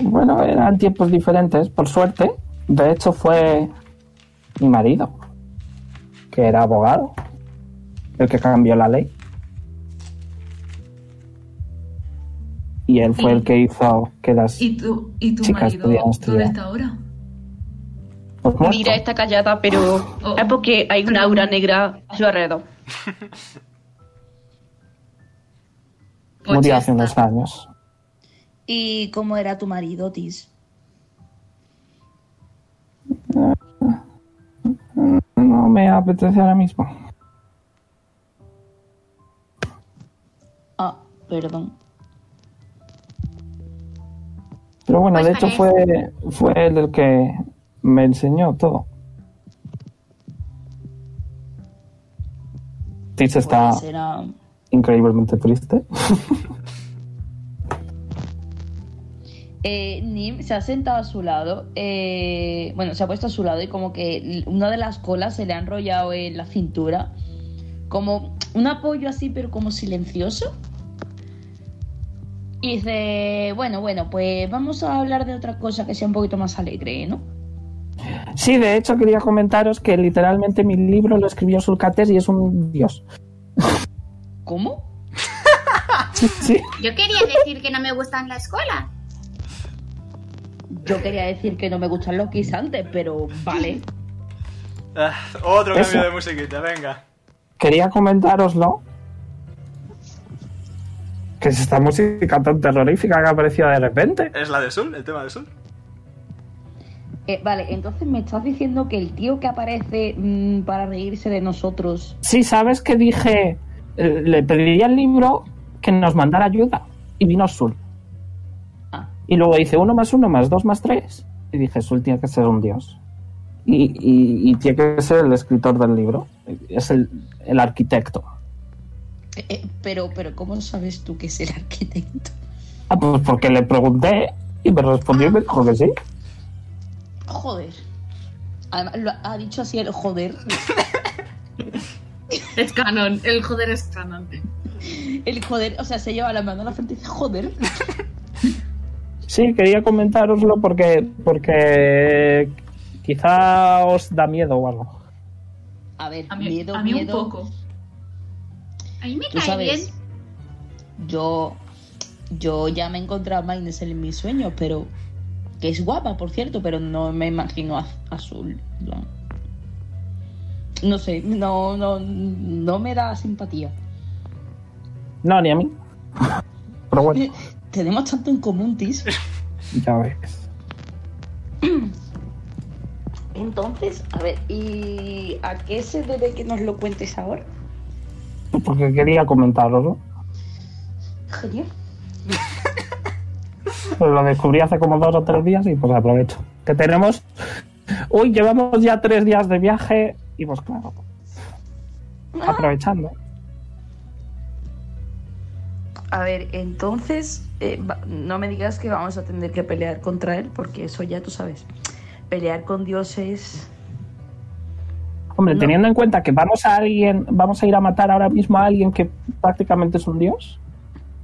Bueno, eran tiempos diferentes, por suerte. De hecho, fue mi marido, que era abogado, el que cambió la ley. Y él fue el que hizo que las... ¿Y tu, y tu Chicas, marido podríamos dónde estudiar. está ahora? Pues muerto. Mira, está callada, pero es porque hay una aura negra a su alrededor. murió hace unos años. ¿Y cómo era tu marido, Tis? No me apetece ahora mismo. Ah, perdón. Pero bueno, Pues de hecho fue, fue él el que me enseñó todo. Tis está Pues era... increíblemente triste. Eh, Nim se ha sentado a su lado, eh, bueno, se ha puesto a su lado y como que l- una de las colas se le ha enrollado en la cintura, como un apoyo así, pero como silencioso. Y dice, bueno, bueno, pues vamos a hablar de otra cosa que sea un poquito más alegre, ¿no? Sí, de hecho quería comentaros que literalmente mi libro lo escribió Sulcates y es un dios. ¿Cómo? Sí, Yo quería decir que no me gustan la escuela. Yo quería decir que no me gustan los guisantes, pero vale. Ah, otro Eso. cambio de musiquita, venga. quería comentároslo. Que es esta música tan terrorífica que ha aparecido de repente. ¿Es la de Sul? ¿El tema de Sul? Eh, vale, entonces me estás diciendo que el tío que aparece mm, para reírse de nosotros Sí, sabes que dije, eh, le pediría al libro que nos mandara ayuda y vino Sul. Ah. Y luego dice uno más uno más dos más tres. Y dije, Sul tiene que ser un dios. Y, y- y tiene que ser el escritor del libro. Es el, el arquitecto. Eh, eh, pero, pero, ¿cómo sabes tú que es el arquitecto? Ah, pues porque le pregunté y me respondió y me dijo que sí. Joder. Además, lo ha dicho así el joder. Es canon, el joder es canon. El joder, o sea, se lleva la mano a la frente y dice joder. Sí, quería comentároslo porque, porque quizá os da miedo o algo. A ver, A mí, miedo, a mí un miedo. poco. A mí me Tú cae sabes. bien. Yo, yo ya me he encontrado a Maines en mis sueños, pero. Que es guapa, por cierto, pero no me imagino az- azul. No, No sé, no, no, no me da simpatía. No, ni a mí. Pero bueno, Tenemos tanto en común, Tis. ya ves. Entonces, a ver, ¿y a qué se debe que nos lo cuentes ahora? Porque quería comentároslo. Genial. Pues lo descubrí hace como dos o tres días y pues aprovecho. Que tenemos. Uy, llevamos ya tres días de viaje y pues claro. Aprovechando. A ver, entonces, eh, va- no me digas que vamos a tener que pelear contra él, porque eso ya tú sabes. Pelear con dioses. Hombre, No. teniendo en cuenta que vamos a alguien, vamos a ir a matar ahora mismo a alguien que prácticamente es un dios.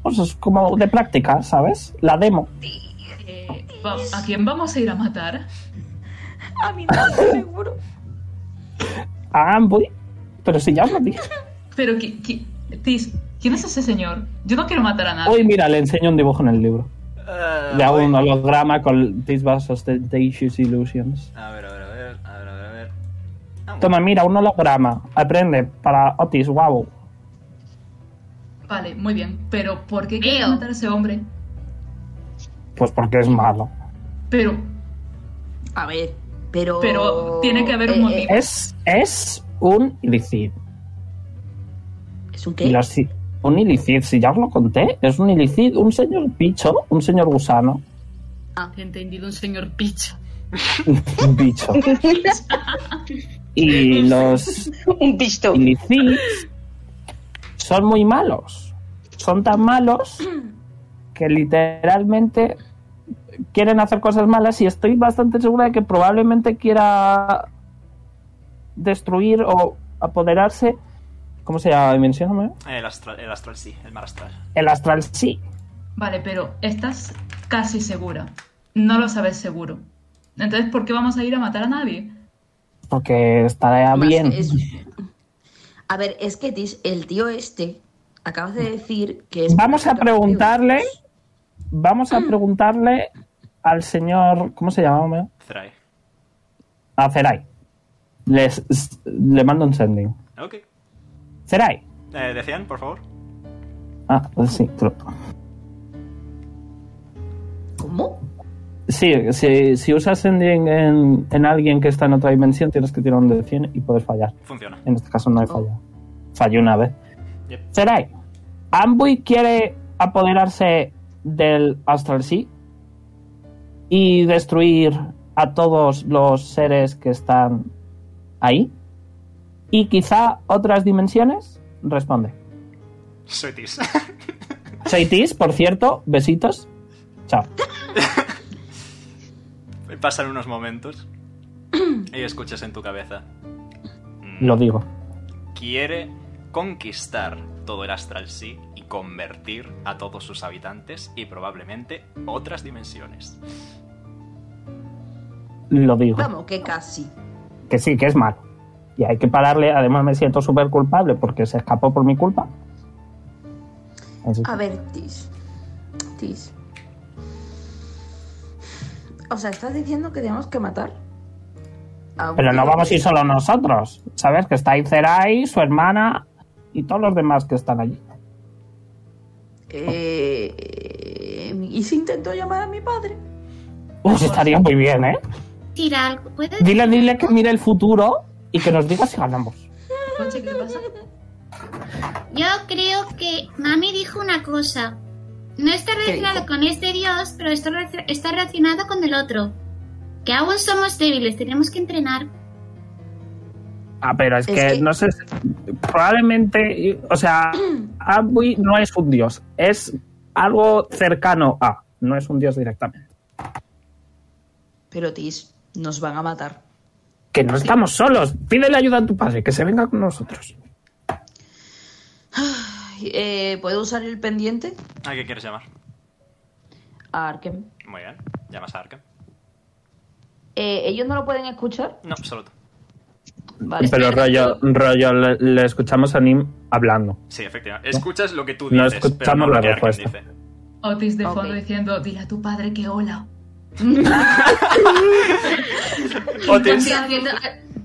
Pues es como de práctica, ¿sabes? La demo. Eh, va- ¿A quién vamos a ir a matar? A mí no, seguro. A Ambuy. Pero si ya os lo dije. Pero, qui- qui- Tis, ¿quién es ese señor? Yo no quiero matar a nadie. Hoy, mira, le enseño un dibujo en el libro. Eh, Le hago voy. un holograma con These Vast Ostentatious Illusions. A ver, a ver, a ver, a ver, a ver, a ver. Ah, Toma, mira, un holograma. Aprende para Otis, wow. Vale, muy bien. Pero, ¿por qué quieres Veo. matar a ese hombre? Pues porque es malo. Pero, A ver, Pero, Pero tiene que haber un eh, motivo. eh, Es, es un ilicid. ¿Es un Y qué? los si- un ilicid, si ya os lo conté, es un ilicid, un señor bicho, un señor gusano. He entendido un señor picho. un bicho. Y los Un pisto. ilicids son muy malos. Son tan malos que literalmente quieren hacer cosas malas y estoy bastante segura de que probablemente quiera destruir o apoderarse. ¿Cómo se llama? Mencióname. El astral, el astral sí, el mar astral. El astral sí. Vale, pero estás casi segura. No lo sabes seguro. Entonces, ¿por qué vamos a ir a matar a nadie? Porque estará bien. es- A ver, es que dis- el tío este, acabas de decir que es... Mm. Vamos a preguntarle. Vamos a preguntarle al señor. ¿Cómo se llama? hombre? Thrai. A Zerai. Les, s- le mando un sending. Ok. Zerai. Eh, Decían, por favor. Ah, pues sí, pero- ¿Cómo? sí, si, si usas sending en, en alguien que está en otra dimensión, tienes que tirar un de 100 y poder fallar. Funciona. En este caso no he fallado. Fallé una vez. Yep. Zerai, Ambuy quiere apoderarse del Astral Sea y destruir a todos los seres que están ahí. Y quizá otras dimensiones. Responde. Soy Tis. Soy Tis, por cierto. Besitos. Chao. Pasan unos momentos y escuchas en tu cabeza. Mm, Lo digo. Quiere conquistar todo el Astral Sea y convertir a todos sus habitantes y probablemente otras dimensiones. Lo digo. Vamos, que casi. Que sí, que es malo. Y hay que pararle. Además me siento súper culpable porque se escapó por mi culpa. Así A que- ver, Tis. Tis. O sea, ¿estás diciendo que tenemos que matar? Ah, a un Pero no tío? vamos a ir solo nosotros. ¿Sabes? Que está ahí Zerai, su hermana y todos los demás que están allí. Eh, ¿Y si intento llamar a mi padre? Pues estaría muy bien, ¿eh? Tira algo. ¿Puedes? Dile, dile que mire el futuro y que nos diga si ganamos. Conchi, ¿qué pasa? Yo creo que mami dijo una cosa. No está relacionado con este dios, pero esto re- está relacionado con el otro. Que aún somos débiles, tenemos que entrenar. Ah, pero es, Es que, que- no sé. Probablemente. O sea, Abui no es un dios. Es algo cercano a. No es un dios directamente. Pero Tis, nos van a matar. Que no estamos solos. Pídele ayuda a tu padre, que se venga con nosotros. Ay, eh, ¿Puedo usar el pendiente? ¿A qué quieres llamar? A Arkham. Muy bien. ¿Llamas a Arkham? Eh, ¿Ellos no lo pueden escuchar? No, solo tú. Vale. Pero rollo, rollo le, le escuchamos a Nim hablando. Sí, efectivamente. Escuchas lo que tú No dices, pero no escuchamos lo la que Arkham respuesta. dice. Otis de fondo diciendo, dile a tu padre que hola. Otis, Ponte haciendo-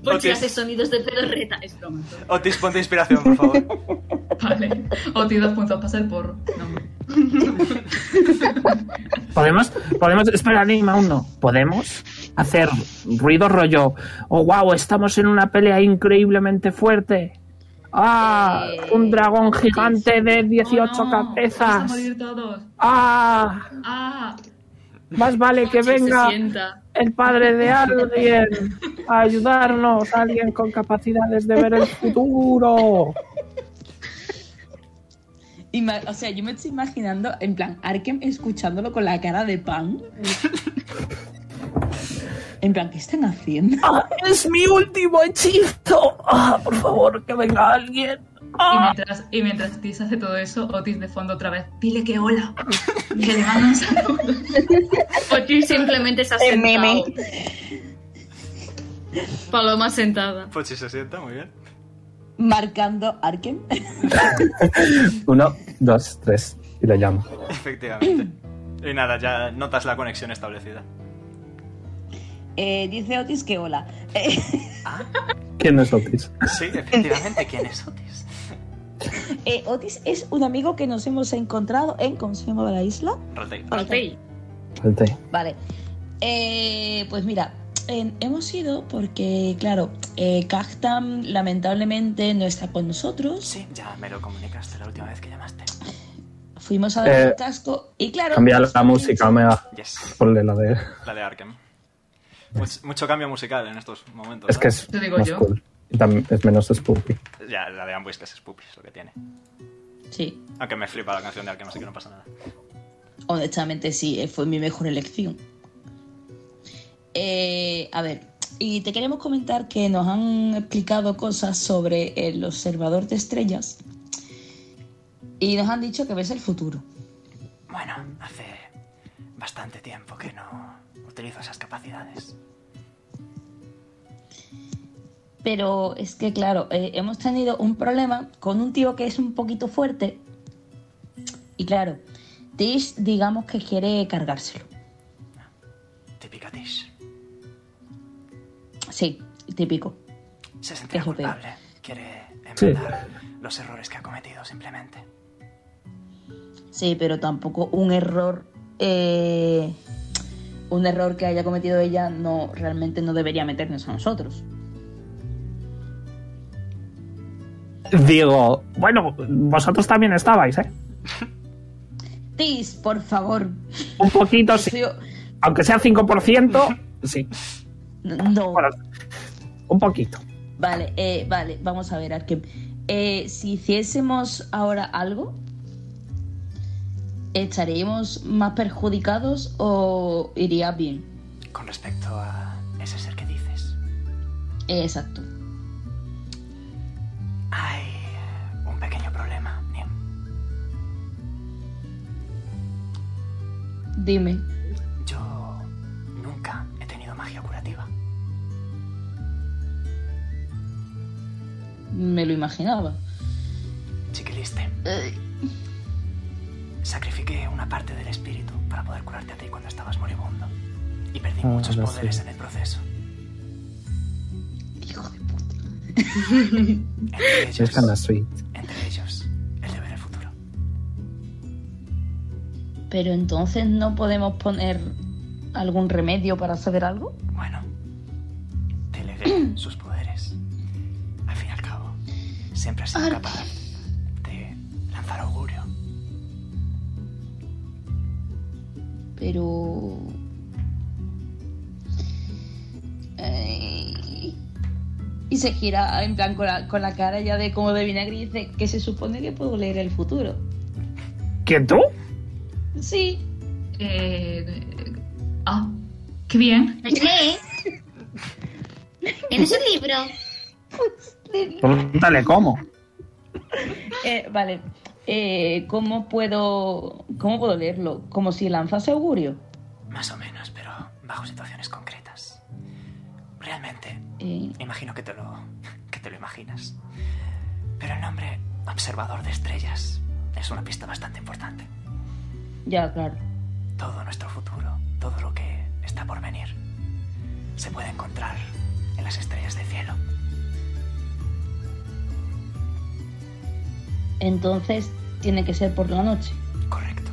Ponte Otis. hace sonidos de pedorreta. Es broma. Otis, ponte inspiración, por favor. Vale. Otis dos puntos, pasa el porro. No, hombre. Podemos, podemos, espera, Nima, aún no. Podemos hacer ruido rollo. Oh, wow, estamos en una pelea increíblemente fuerte. Ah, Eh, un dragón gigante de 18 Oh, No, Vamos a cabezas. morir todos. Ah, Ah, más vale que venga el padre de alguien a ayudarnos, alguien con capacidades de ver el futuro. Ima- o sea, yo me estoy imaginando, en plan, Arkham escuchándolo con la cara de pan. en plan, ¿qué están haciendo? Ah, es mi último hechizo. Ah, por favor, que venga alguien. Y Ah. mientras, y mientras Tis hace todo eso, Otis de fondo otra vez, dile que hola. Que le mando un saludo. Otis simplemente está El sentado. meme. Paloma sentada. Pochi Pues se sienta, muy bien. Marcando Arkham. Uno, dos, tres. Y le llamo. Efectivamente. Y nada, ya notas la conexión establecida. Eh, dice Otis que hola. Eh, ¿Quién es Otis? Sí, efectivamente, ¿quién es Otis? eh, Otis es un amigo que nos hemos encontrado en ¿Cómo se llama la isla? Rotei. Vale. Eh, pues mira, eh, hemos ido porque, claro, eh, Cactam lamentablemente no está con nosotros. Sí, ya me lo comunicaste la última vez que llamaste. Fuimos a ver Eh, el casco y, claro. Cambiar la justamente- música, Omega. Yes. Ponle la de... La de Arkham. Much- mucho cambio musical en estos momentos. Es que ¿sabes? es más cool. Y también es menos spooky. Ya, la de Ambush que es Spoopy, es lo que tiene. Sí, Aunque me flipa la canción de Arkham, así que no pasa nada. honestamente sí, eh, fue mi mejor elección. Eh, a ver, y te queremos comentar que nos han explicado cosas sobre el observador de estrellas y nos han dicho que ves el futuro. Bueno, hace bastante tiempo que no utilizo esas capacidades. Pero es que, claro, eh, hemos tenido un problema con un tío que es un poquito fuerte. Y claro, Tish, digamos que quiere cargárselo. Típica Tish. Sí, típico. Se sentirá Es lo peor. culpable. Quiere Sí. enmendar los errores que ha cometido, simplemente. Sí, pero tampoco un error. eh, un error que haya cometido ella no realmente no debería meternos a nosotros. Digo, bueno, vosotros también estabais, ¿eh? Tish, por favor. Un poquito, sí. Aunque sea 5%, sí. No. un poquito. Vale, eh, vale, vamos a ver, Arkem. Eh, si hiciésemos ahora algo, ¿estaríamos más perjudicados o iría bien? Con respecto a ese ser que dices, Eh, exacto. hay eh, un pequeño problema. Nim. Dime. Yo nunca he tenido magia curativa. Me lo imaginaba. Chiquiliste. Sacrifiqué una parte del espíritu para poder curarte a ti cuando estabas moribundo. Y perdí Ah, muchos ahora poderes sí. en el proceso. Es tan sweet. Entre ellos, el de ver el futuro. Pero entonces no podemos poner algún remedio para saber algo. Bueno, delegué sus poderes. Al fin y al cabo, siempre has sido Ar- capaz de lanzar augurio. Pero. Ay. Y se gira en plan con la, con la cara ya de como de vinagre y dice que se supone que puedo leer el futuro. ¿Quién tú? Sí. ah, qué bien. ¿Tienes un libro? Pregúntale cómo. Eh, vale. Eh, ¿Cómo puedo cómo puedo leerlo? Como si lanzase augurio. Más o menos, pero bajo situaciones concretas. Realmente, Eh, imagino que te lo, que te lo imaginas. Pero el nombre Observador de Estrellas es una pista bastante importante. ya, claro. Todo nuestro futuro, todo lo que está por venir, se puede encontrar en las estrellas del cielo. Entonces tiene que ser por la noche. Correcto.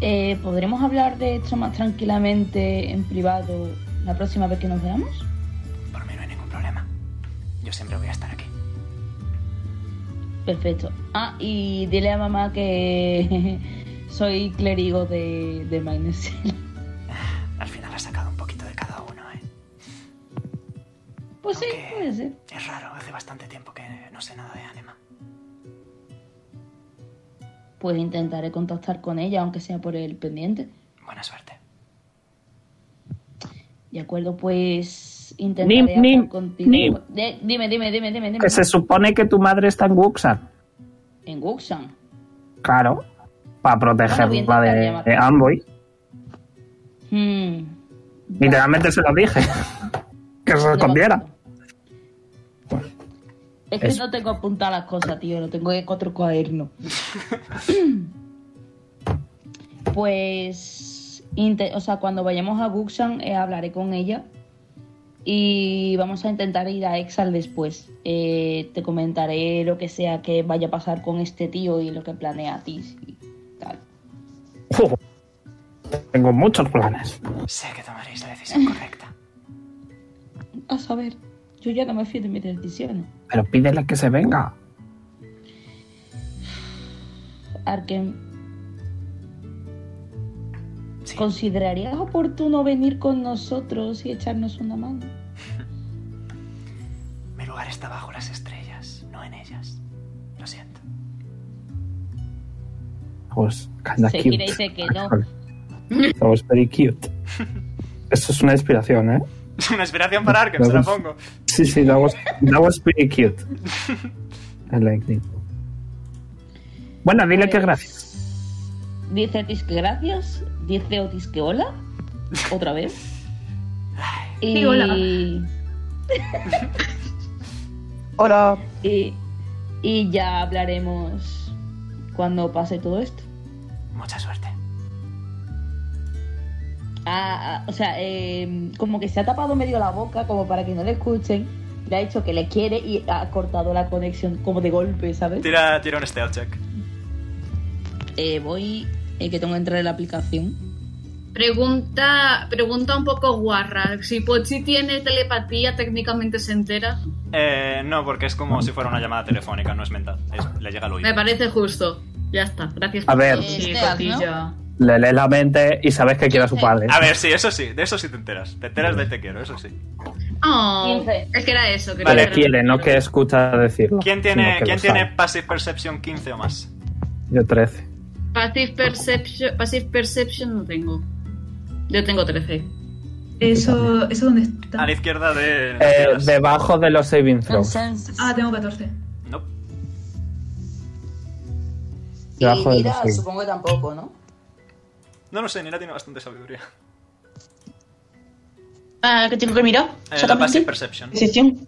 Eh, ¿Podremos hablar de esto más tranquilamente en privado la próxima vez que nos veamos? Por mí no hay ningún problema. Yo siempre voy a estar aquí. Perfecto. Ah, y dile a mamá que soy clérigo de, de Mindset. Al final has sacado un poquito de cada uno, ¿eh? Pues sí, Aunque puede ser. Es raro, hace bastante tiempo que no sé nada de Anima. Pues intentaré contactar con ella, aunque sea por el pendiente. Buena suerte. De acuerdo, pues intentaré hablar nim, contigo. nim. De- dime, dime, dime, dime, dime. Que se supone que tu madre está en Wuxan. En Guxan. Claro. Para protegerla Bueno, bien, de, también, de Amboy. Hmm, Literalmente se lo dije. que se Pues escondiera. Es que Es- no tengo apuntadas las cosas, tío. Lo tengo en otro cuaderno. pues. inte- O sea, cuando vayamos a Buxan, eh, hablaré con ella. Y vamos a intentar ir a Exal después. Eh, te comentaré lo que sea que vaya a pasar con este tío y lo que planea a ti. y tal. Ujú. Tengo muchos planes. Sé que tomaréis la decisión correcta. A saber, yo ya no me fío de mis decisiones. Pero pídele que se venga. Arkem. ¿Considerarías oportuno venir con nosotros y echarnos una mano? Mi lugar está bajo las estrellas, no en ellas. Lo siento. Pues, kinda Se cute. gira y dice que no. That was very cute. Eso es una inspiración, ¿eh? Es una inspiración para Arkham, se la pongo. Sí, sí, that was, that was pretty cute. I like it. Bueno, dile que gracias. Dice Otis que gracias. Dice Otis que hola. Otra vez. Sí, hola. hola. Y, y ya hablaremos cuando pase todo esto. Mucha suerte. Ah, ah, o sea, eh, como que se ha tapado medio la boca, como para que no le escuchen. Le ha dicho que le quiere y ha cortado la conexión como de golpe, ¿sabes? Tira, tira un stealth check. Eh, voy, eh, que tengo que entrar en la aplicación. Pregunta, pregunta un poco guarra. Si Pochi tiene telepatía, técnicamente se entera. Eh, no, porque es como si fuera una llamada telefónica, no es mental. Es- le llega al oído. Me parece justo. Ya está. Gracias. A ver. Sí, Le lees la mente y sabes que quiere a su padre. A ver, sí, eso sí, de eso sí te enteras. Te enteras del te quiero, eso sí. Oh, es que era eso. Que Que le era- quiere, no que escucha decirlo. ¿Quién tiene, sino que ¿quién lo tiene sabe. Passive Perception 15 o más? Yo 13. Passive Perception, passive perception no tengo. Yo tengo 13. Eso, ¿Eso dónde está? A la izquierda de. Eh, debajo de los saving throws. Ah, tengo 14. Debajo de los saving supongo que tampoco, ¿no? No lo sé, Nira tiene bastante sabiduría. Ah, que tengo que mirar. Eh, la Passive Perception. Sesión.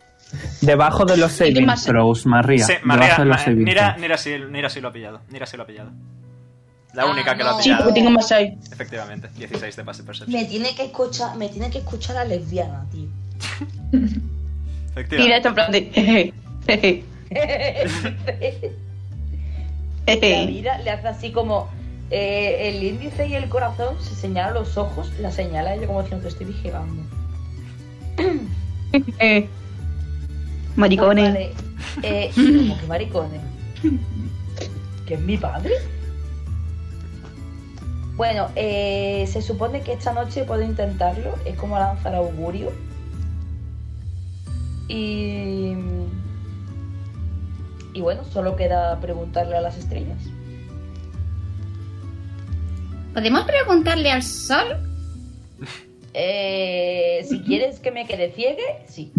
Debajo de los saving más? throws, María. Sí, María, Debajo de los Ma- saving Nira, throws. Nira sí, Nira sí lo ha pillado. Nira sí lo ha pillado. La única que lo Ah, no. ha Sí, pillado. porque tengo más ahí. Efectivamente, 16 de Passive Perception. Me tiene que escuchar, me tiene que escuchar la lesbiana, tío. Mira, Efectivamente. está en plan de. jeje, jeje, La jeje. vida le hace así como eh, el índice y el corazón se señalan los ojos, la señala ella como diciendo te estoy vigilando. Eh, Maricones. Vale, eh, como que maricones. ¿Que es mi padre? Bueno, eh, se supone que esta noche puedo intentarlo. Es como lanzar augurio. Y. Y bueno, solo queda preguntarle a las estrellas. ¿Podemos preguntarle al sol? Eh, si quieres que me quede ciegue, sí.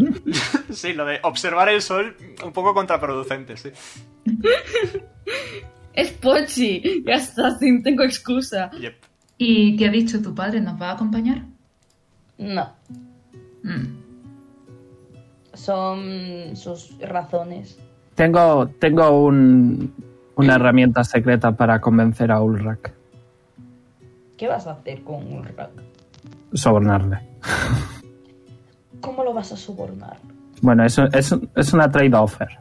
Sí, lo de observar el sol, un poco contraproducente, sí. Es Pochi. Ya está, sin- tengo excusa. Yep. ¿Y qué ha dicho tu padre? ¿Nos va a acompañar? No. Mm. Son sus razones. Tengo, tengo un, una herramienta secreta para convencer a Ulrak. ¿Qué vas a hacer con un rack? Sobornarle. ¿Cómo lo vas a sobornar? Bueno, eso es, es una trade offer.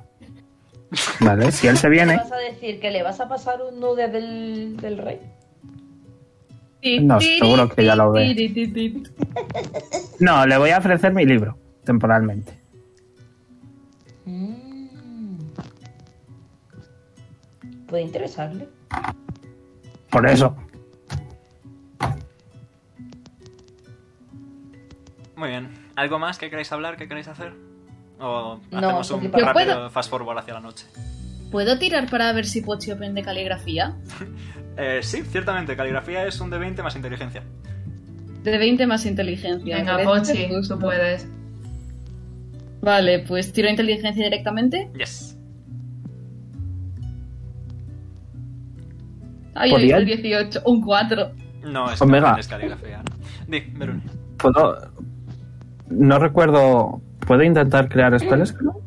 Vale, si él se ¿Le viene. vas a decir que le vas a pasar un nude del, del rey? No, seguro que ya lo ve. ve. No, le voy a ofrecer mi libro, temporalmente. Mm. Puede interesarle. Por eso. Muy bien. ¿Algo más que queráis hablar, que queráis hacer? ¿O No, hacemos porque un para- rápido Yo puedo- fast forward hacia la noche? ¿Puedo tirar para ver si Pochi aprende caligrafía? Eh, sí, ciertamente, caligrafía es un de 20 más inteligencia. De 20 más inteligencia. Venga, me parece Pochi, justo. tú puedes. Vale, pues tiro inteligencia directamente. Yes. Ay, ¿Podía? ahí el 18, un 4. No, es, Omega. es caligrafía. Di, Veruni. Puedo. No recuerdo. ¿Puedo intentar crear spells? creo?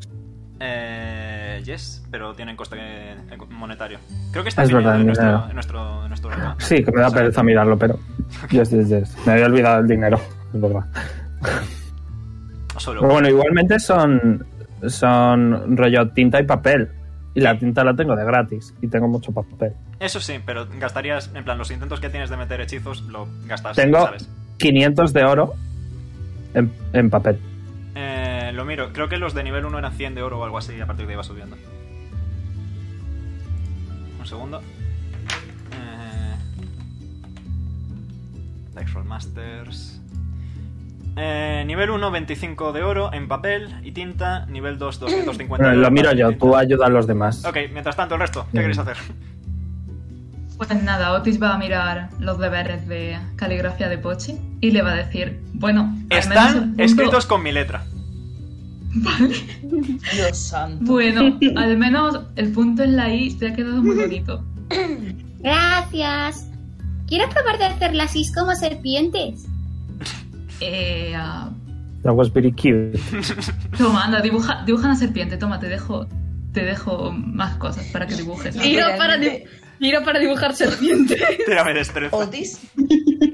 Eh, yes, pero tienen coste eh, monetario. Creo que está Es definido verdad, en, ni nuestro, idea. en nuestro en nuestro programa. Sí, que me da pereza mirarlo, pero. Yes, yes, yes. Me había olvidado el dinero, es verdad. Solo. Pero bueno, igualmente son. Son rollo tinta y papel. Y la tinta la tengo de gratis. Y tengo mucho papel. Eso sí, pero gastarías, en plan, los intentos que tienes de meter hechizos, lo gastas, tengo ¿sabes? 500 de oro en, en papel. Eh, lo miro, creo que los de nivel 1 eran 100 de oro o algo así, y a partir de ahí va subiendo. Un segundo. Eh, Dice Roll Masters. Eh, nivel 1, 25 de oro en papel y tinta. Nivel 2, 250 Bueno, de lo oro. miro yo, tú ayuda a los demás. Ok, mientras tanto, el resto, ¿qué queréis hacer? Pues nada, Otis va a mirar los deberes de caligrafía de Pochi y le va a decir, bueno, al menos el Están punto- escritos con mi letra. Dios santo. Bueno, al menos el punto en la I te ha quedado muy bonito. Gracias. Quiero probar de hacer las is como serpientes. Eh, ah, That was very cute. toma, anda, dibuja, dibuja una serpiente, toma, te dejo, te dejo más cosas para que dibujes. Tiro para, di- tiro para dibujar serpiente. Tírame destreza. Otis.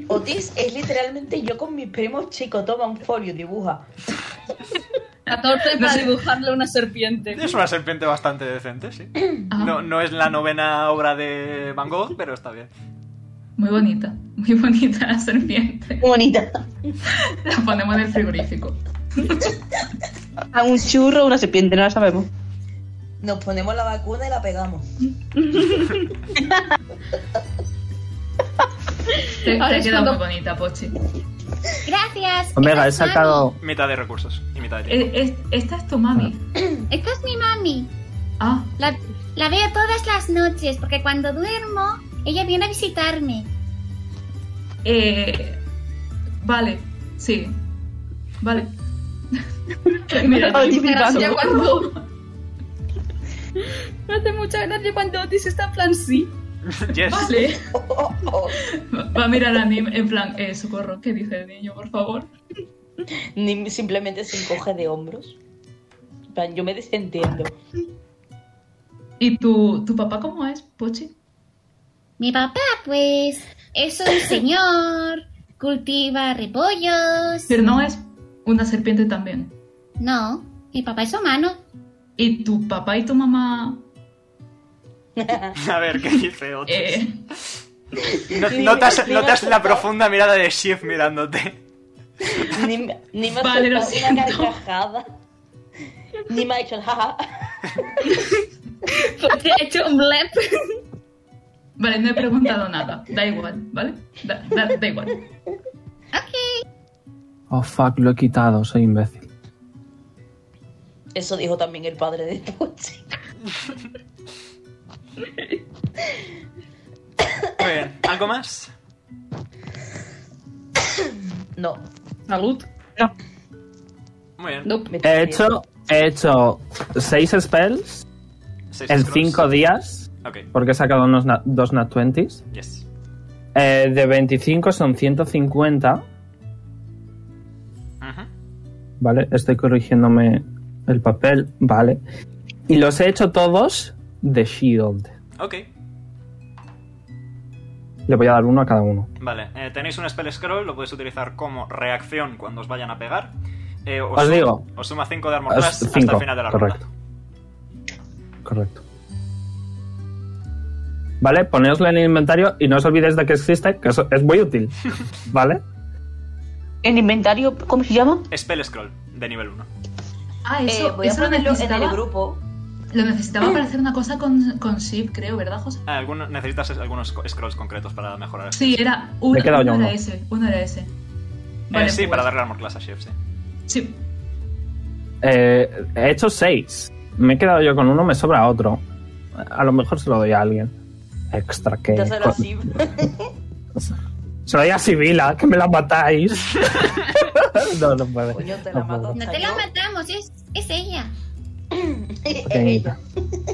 Otis es literalmente yo con mis primos chicos. Toma un folio, dibuja. 14 No para sé. dibujarle una serpiente. Es una serpiente bastante decente, sí. No, no es la novena obra de Van Gogh, pero está bien. Muy bonita, muy bonita la serpiente. Bonita. La ponemos en el frigorífico. A un churro o una serpiente, no lo sabemos. Nos ponemos la vacuna y la pegamos. Te, te Ahora ha es quedado cuando- muy bonita, Pochi. Gracias. Omega, he Esta es sacado. Mitad de recursos y mitad de tiempo. Eh, es- esta es tu mami. mami. Esta es mi mami. Ah, La, la veo todas las noches porque cuando duermo, ella viene a visitarme. eh, vale, sí, vale. Mira, Otis me flipando. da Ya su- cuando. Me hace mucha gracia cuando Otis está en plan sí. Yes. Vale. Va a mirar a Nim en plan, eh, socorro, ¿qué dice el niño, por favor? Ni simplemente se encoge de hombros. En plan, Yo me desentiendo. ¿Y tu, tu papá cómo es, Pochi? Mi papá, pues, es un señor, cultiva repollos. Pero no es una serpiente también. No, mi papá es humano. ¿Y tu papá y tu mamá? A ver, ¿qué dice Otis? Eh, No- notas, notas la profunda mirada de Shiv mirándote. Ni, me- ni me ha Vale, lo soltado una siento. carcajada. Ni me ha hecho el jaja. Porque ha hecho un blep. vale, no he preguntado nada. Da igual, ¿vale? Da, da- da igual. Oh, fuck, lo he quitado, soy imbécil. Eso dijo también el padre de Pochi. Muy bien, ¿algo más? No. Salud. Muy bien. Nope. me He estoy hecho, he hecho 6 spells Seis en scrolls. 5 días, Ok, porque he sacado unos na- dos Nat 20s. yes. Eh, de 25 son 150. Ujú. Vale, estoy corrigiéndome el papel. Vale. Y los he hecho todos de Shield. Ok, Le voy a dar uno a cada uno. vale. Eh, tenéis un spell scroll, lo podéis utilizar como reacción cuando os vayan a pegar. Eh, Os su- digo. Os suma 5 de armor Es class hasta cinco, el final de la correcto. ronda. Correcto. Vale, poneoslo en el inventario y no os olvidéis de que existe, que eso es muy útil. ¿Vale? El inventario, ¿cómo se llama? Spell scroll de nivel 1. Ah, Eh, eso, voy a eso lo ponerlo en necesitaba. el grupo. Lo necesitaba para hacer una cosa con, con Shiv, creo, ¿verdad, José? Ah, necesitas algunos co- scrolls concretos para mejorar. Sí, era uno, Me he quedado uno yo era uno. ese, uno era ese. Eh, Vale, sí, pues, para darle armor class a Shiv, sí. Sí, Eh, he hecho seis. Me he quedado yo con uno, me sobra otro. A lo mejor se lo doy a alguien. Extra que. Entonces co- ahora sí. Se lo doy a Sibila, que me la matáis. no, no puede. Coño, te la No mato. puedo. No te la matamos, es, es ella. Pequeñita.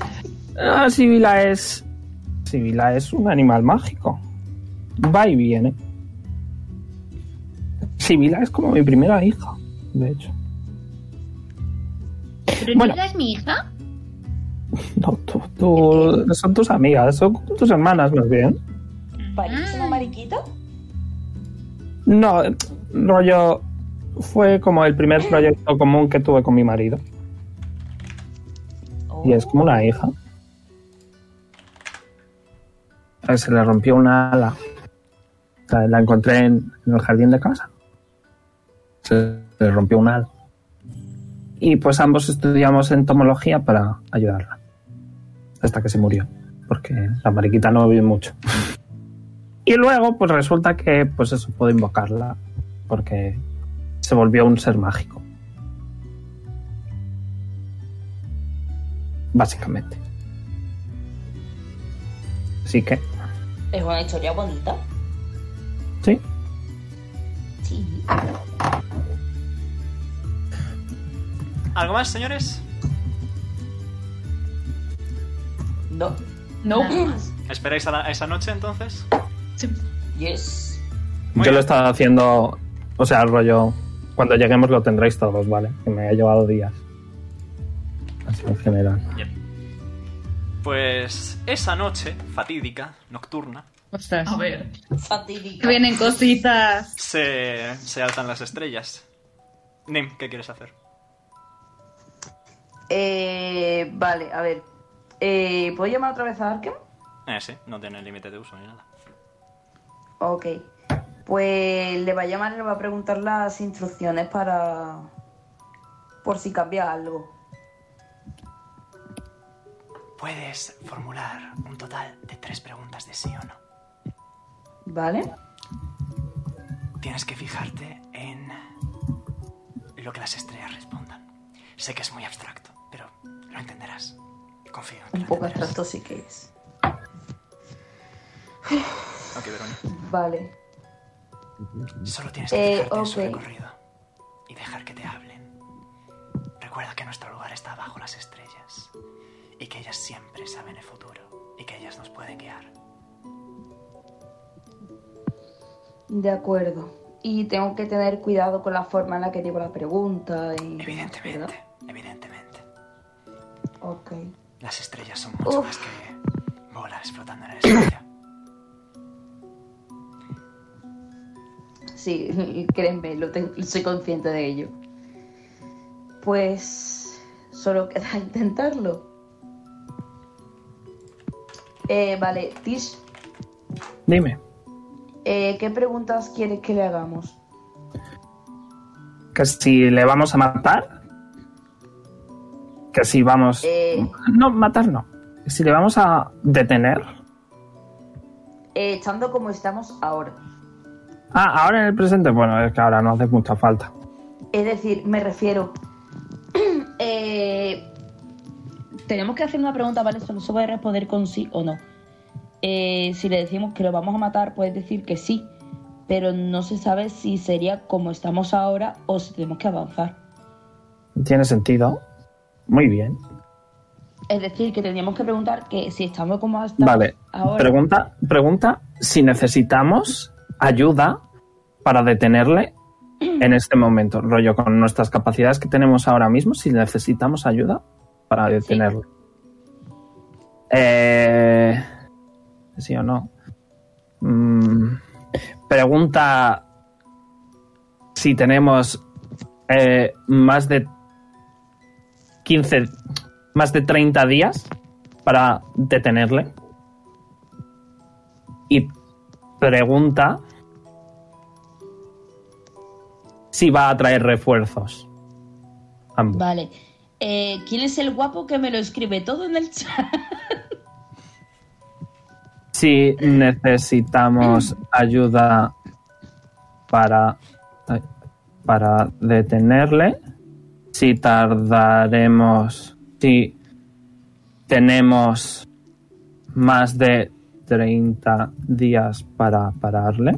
Ah, Sibila es. Sibila es un animal mágico. Va y viene. Sibila es como mi primera hija, de hecho. ¿Pero Bueno. no es mi hija? No, tú, tú- son tus amigas, son tus hermanas más bien. ¿París Ah. una mariquita? No, rollo. Fue como el primer proyecto común que tuve con mi marido. Y es como una hija. eh, se le rompió una ala. O sea, la encontré en, en el jardín de casa. Se le rompió una ala. Y pues ambos estudiamos entomología para ayudarla. Hasta que se murió. Porque la mariquita no vive mucho. y luego, pues resulta que, pues eso, puedo invocarla. Porque se volvió un ser mágico. Básicamente. Así que, Es una historia bonita. sí. Sí. ¿Algo más, señores? No. No. ¿Esperáis a, la- a esa noche entonces? Yes. Yo lo he estado haciendo, o sea, rollo, cuando lleguemos lo tendréis todos, ¿vale? Que me ha llevado días. Así en general. Pues esa noche fatídica, nocturna, Ostras. A ver. Ah, Que Vienen cositas. se, se alzan las estrellas. Nim, ¿qué quieres hacer? Eh, vale, a ver. Eh, ¿Puedo llamar otra vez a Arkham? Eh, sí, no tiene límite de uso ni nada. Ok. Pues le va a llamar y le va a preguntar las instrucciones para. Por si cambia algo. Puedes formular un total de tres preguntas de sí o no. ¿Vale? Tienes que fijarte en lo que las estrellas respondan. Sé que es muy abstracto, pero lo entenderás. Confío. Un poco abstracto sí que es. Ok, Verónica. Vale. Solo tienes que Eh, fijarte en su ok. recorrido y dejar que te hablen. Recuerda que nuestro lugar está bajo las estrellas y que ellas siempre saben el futuro y que ellas nos pueden guiar. De acuerdo. Y tengo que tener cuidado con la forma en la que digo la pregunta. Y Evidentemente. Evidentemente, Ok. las estrellas son mucho Uf. más que bolas flotando en el espacio. Sí, créeme, lo ten- soy consciente de ello. Pues solo queda intentarlo. Eh, vale, Tish, Dime, eh, ¿qué preguntas quieres que le hagamos? que si le vamos a matar, que si vamos... Eh, No, matar no. Que si le vamos a detener. eh, estando como estamos ahora. Ah, ahora en el presente, bueno, es que ahora no hace mucha falta. Es decir, me refiero. eh, Tenemos que hacer una pregunta, ¿vale? Solo se puede responder con sí o no. Eh, si le decimos que lo vamos a matar, puedes decir que sí. Pero no se sabe si sería como estamos ahora o si tenemos que avanzar. Tiene sentido. Muy bien. Es decir, que tendríamos que preguntar que si estamos como estamos Vale. ahora. Pregunta, pregunta si necesitamos ayuda para detenerle en este momento. Rollo con nuestras capacidades que tenemos ahora mismo, si necesitamos ayuda para detenerle. Eh, sí o no. Mm, pregunta si tenemos eh, más de 15, más de 30 días para detenerle. Y pregunta si va a traer refuerzos. Ambos. Vale. Eh, ¿Quién es el guapo que me lo escribe todo en el chat? Si necesitamos ayuda para, ay, para detenerle, si tardaremos, si tenemos más de 30 días para pararle,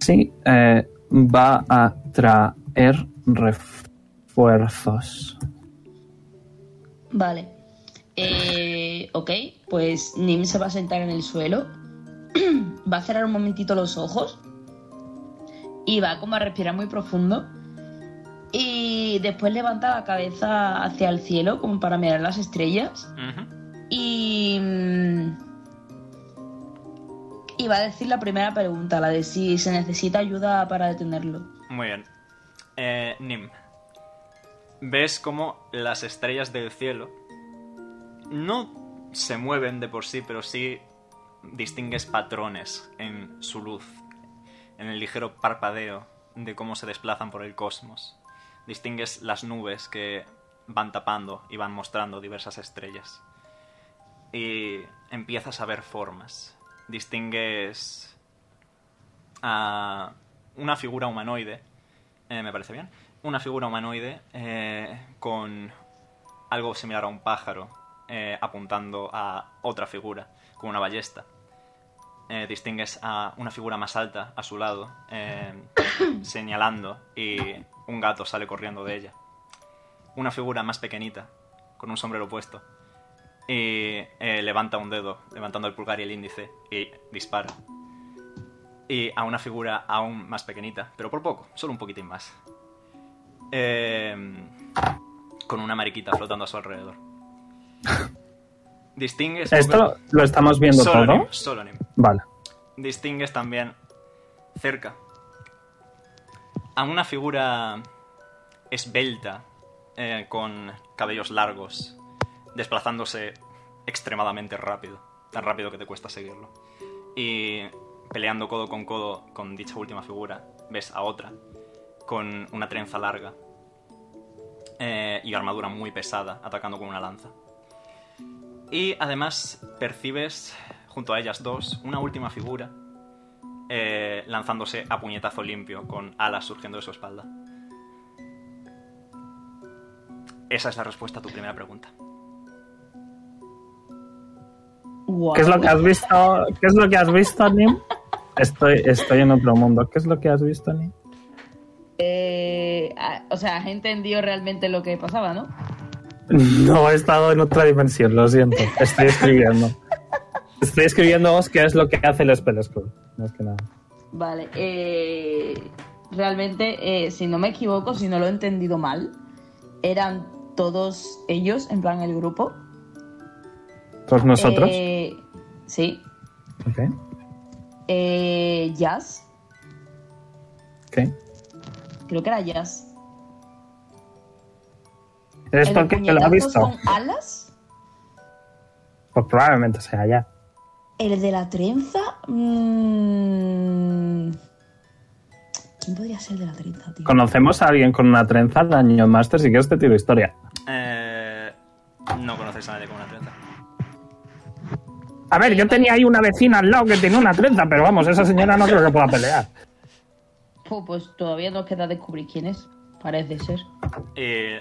si eh, va a traer refuerzos. Vale. Eh, ok, pues Nim se va a sentar en el suelo. va a cerrar un momentito los ojos. Y va como a respirar muy profundo. Y después levanta la cabeza hacia el cielo como para mirar las estrellas. Y... mm, Y va a decir la primera pregunta, la de si se necesita ayuda para detenerlo. Muy bien. Eh, Nim, ves cómo las estrellas del cielo no se mueven de por sí, pero sí distingues patrones en su luz, en el ligero parpadeo de cómo se desplazan por el cosmos. Distingues las nubes que van tapando y van mostrando diversas estrellas. Y empiezas a ver formas. Distingues a una figura humanoide, eh, me parece bien, una figura humanoide eh, con algo similar a un pájaro eh, apuntando a otra figura con una ballesta. Eh, distingues a una figura más alta a su lado eh, señalando y un gato sale corriendo de ella. Una figura más pequeñita con un sombrero puesto y eh, levanta un dedo, levantando el pulgar y el índice y dispara. Y a una figura aún más pequeñita, pero por poco, solo un poquitín más. Eh, con una mariquita flotando a su alrededor. Distingues. Esto lo estamos viendo Solo todo. Nim, solo Nim. Vale. Distingues también cerca a una figura esbelta eh, con cabellos largos, desplazándose extremadamente rápido, tan rápido que te cuesta seguirlo. Y peleando codo con codo con dicha última figura, ves a otra con una trenza larga eh, y armadura muy pesada, atacando con una lanza. Y además percibes, junto a ellas dos, una última figura eh, lanzándose a puñetazo limpio, con alas surgiendo de su espalda. Esa es la respuesta a tu primera pregunta. ¿Qué es lo que has visto? ¿Qué es lo que has visto, Nim? Estoy, estoy en otro mundo. ¿Qué es lo que has visto, Nim? Eh, ah, o sea, has entendido realmente lo que pasaba, ¿no? No he estado en otra dimensión, lo siento. Estoy escribiendo. Estoy escribiéndoos qué es lo que hace el Spell Scroll, más que nada. Vale, eh, realmente, eh, si no me equivoco, si no lo he entendido mal, eran todos ellos, en plan el grupo. ¿Todos Pues nosotros? Eh, sí. Ok. Eh, Jazz, ok. creo que era Jazz. ¿Es El porque lo ha puñetazo visto? con alas? Pues probablemente sea ya. ¿El de la trenza? Mm. ¿Quién podría ser el de la trenza, tío? ¿Conocemos a alguien con una trenza, Daño Master? Si quieres te tiro historia. Eh, no conoces a nadie con una trenza. A ver, yo tenía ahí una vecina al lado que tiene una trenza, pero vamos, esa señora no creo que pueda pelear. Jo, pues todavía nos queda descubrir quién es, parece ser. Eh,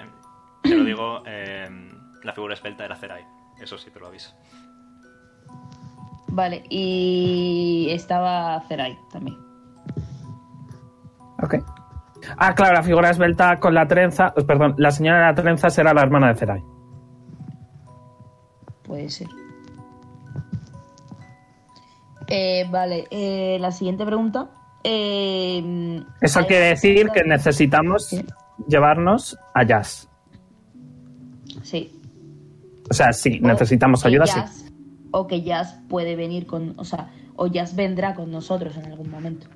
te lo digo, eh, la figura esbelta era Zerai. Eso sí, te lo aviso. Vale, y estaba Zerai también. Ok. Ah, claro, la figura esbelta con la trenza. eh, Perdón, la señora de la trenza será la hermana de Zerai. Puede ser. Eh, vale, eh, la siguiente pregunta. Eh, mm, Eso ¿hay quiere decir que alguna- necesitamos llevarnos a Jazz. Sí. O sea, sí, necesitamos que ayuda, sí. Jazz- O que Jazz puede venir con... O sea, o Jazz vendrá con nosotros en algún momento.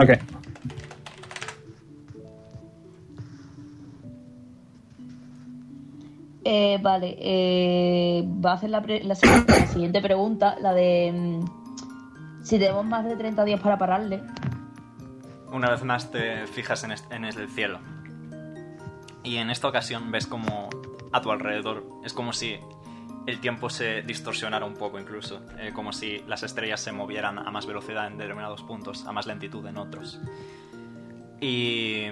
Ok. Eh, vale, eh, va a hacer la, pre- la si- la siguiente pregunta, la de... mm, Si tenemos más de 30 días para pararle, Una vez más te fijas en, est- en el cielo. Y en esta ocasión ves como a tu alrededor es como si el tiempo se distorsionara un poco incluso. eh, como si las estrellas se movieran a más velocidad en determinados puntos, a más lentitud en otros. Y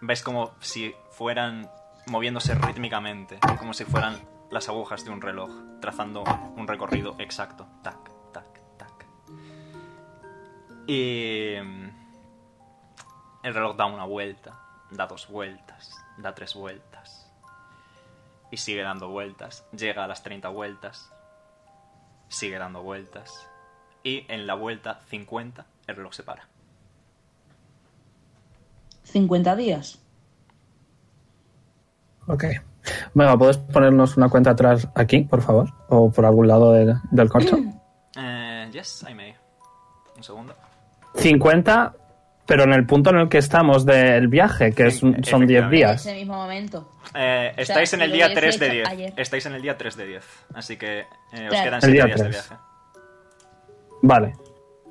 ves como si fueran moviéndose rítmicamente, como si fueran las agujas de un reloj, trazando un recorrido exacto. Tac, tac, tac. Y mm, el reloj da una vuelta, da dos vueltas, da tres vueltas. Y sigue dando vueltas. Llega a las 30 vueltas. Sigue dando vueltas. Y en la vuelta 50 el reloj se para. 50 días. Ok. Venga, ¿puedes ponernos una cuenta atrás aquí, por favor? O por algún lado del, del corcho. Eh, yes, I may. Un segundo. 50 pero en el punto en el que estamos del viaje, que es un- son 10 días. Ese mismo momento. Eh, O sea, estáis en si el lo día hubiese 3 de hecho 10. ayer. Estáis en el día 3 de 10. Así que eh, os Claro. quedan El 7 día días de tres. viaje. Vale.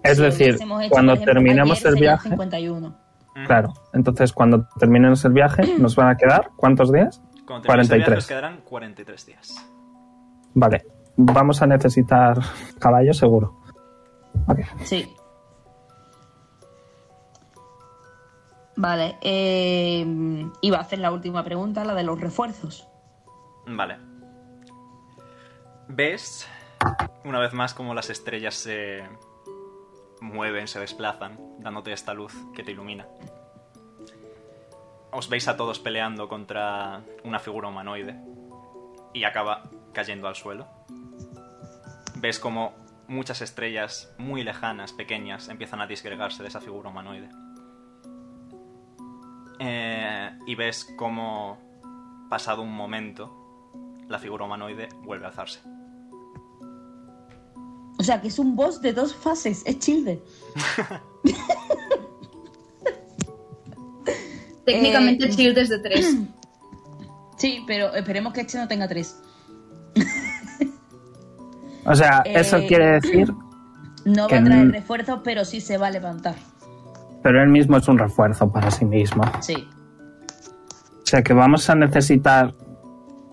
Es Si decir, hubiésemos hecho, cuando por ejemplo, terminemos ayer el sería viaje. 51. Claro. Entonces, cuando terminemos el viaje, nos van a quedar ¿cuántos días? Cuando terminéis el viaje, os 43. quedarán 43 días. Vale. Vamos a necesitar caballos seguro. Ok. Sí. Vale. Eh, iba a hacer la última pregunta, la de los refuerzos. Vale. ¿Ves? Una vez más como las estrellas se mueven, se desplazan, dándote esta luz que te ilumina. Os veis a todos peleando contra una figura humanoide y acaba cayendo al suelo. Ves como muchas estrellas muy lejanas, pequeñas, empiezan a disgregarse de esa figura humanoide. Eh, y ves como, pasado un momento, la figura humanoide vuelve a alzarse. O sea, que es un boss de dos fases. Es Childe. Técnicamente Eh, Shield es de 3. Sí, pero esperemos que este no tenga tres. O sea, eso Eh, quiere decir, No Que va a traer n- refuerzos, pero sí se va a levantar. pero él mismo es un refuerzo para sí mismo. Sí. O sea que vamos a necesitar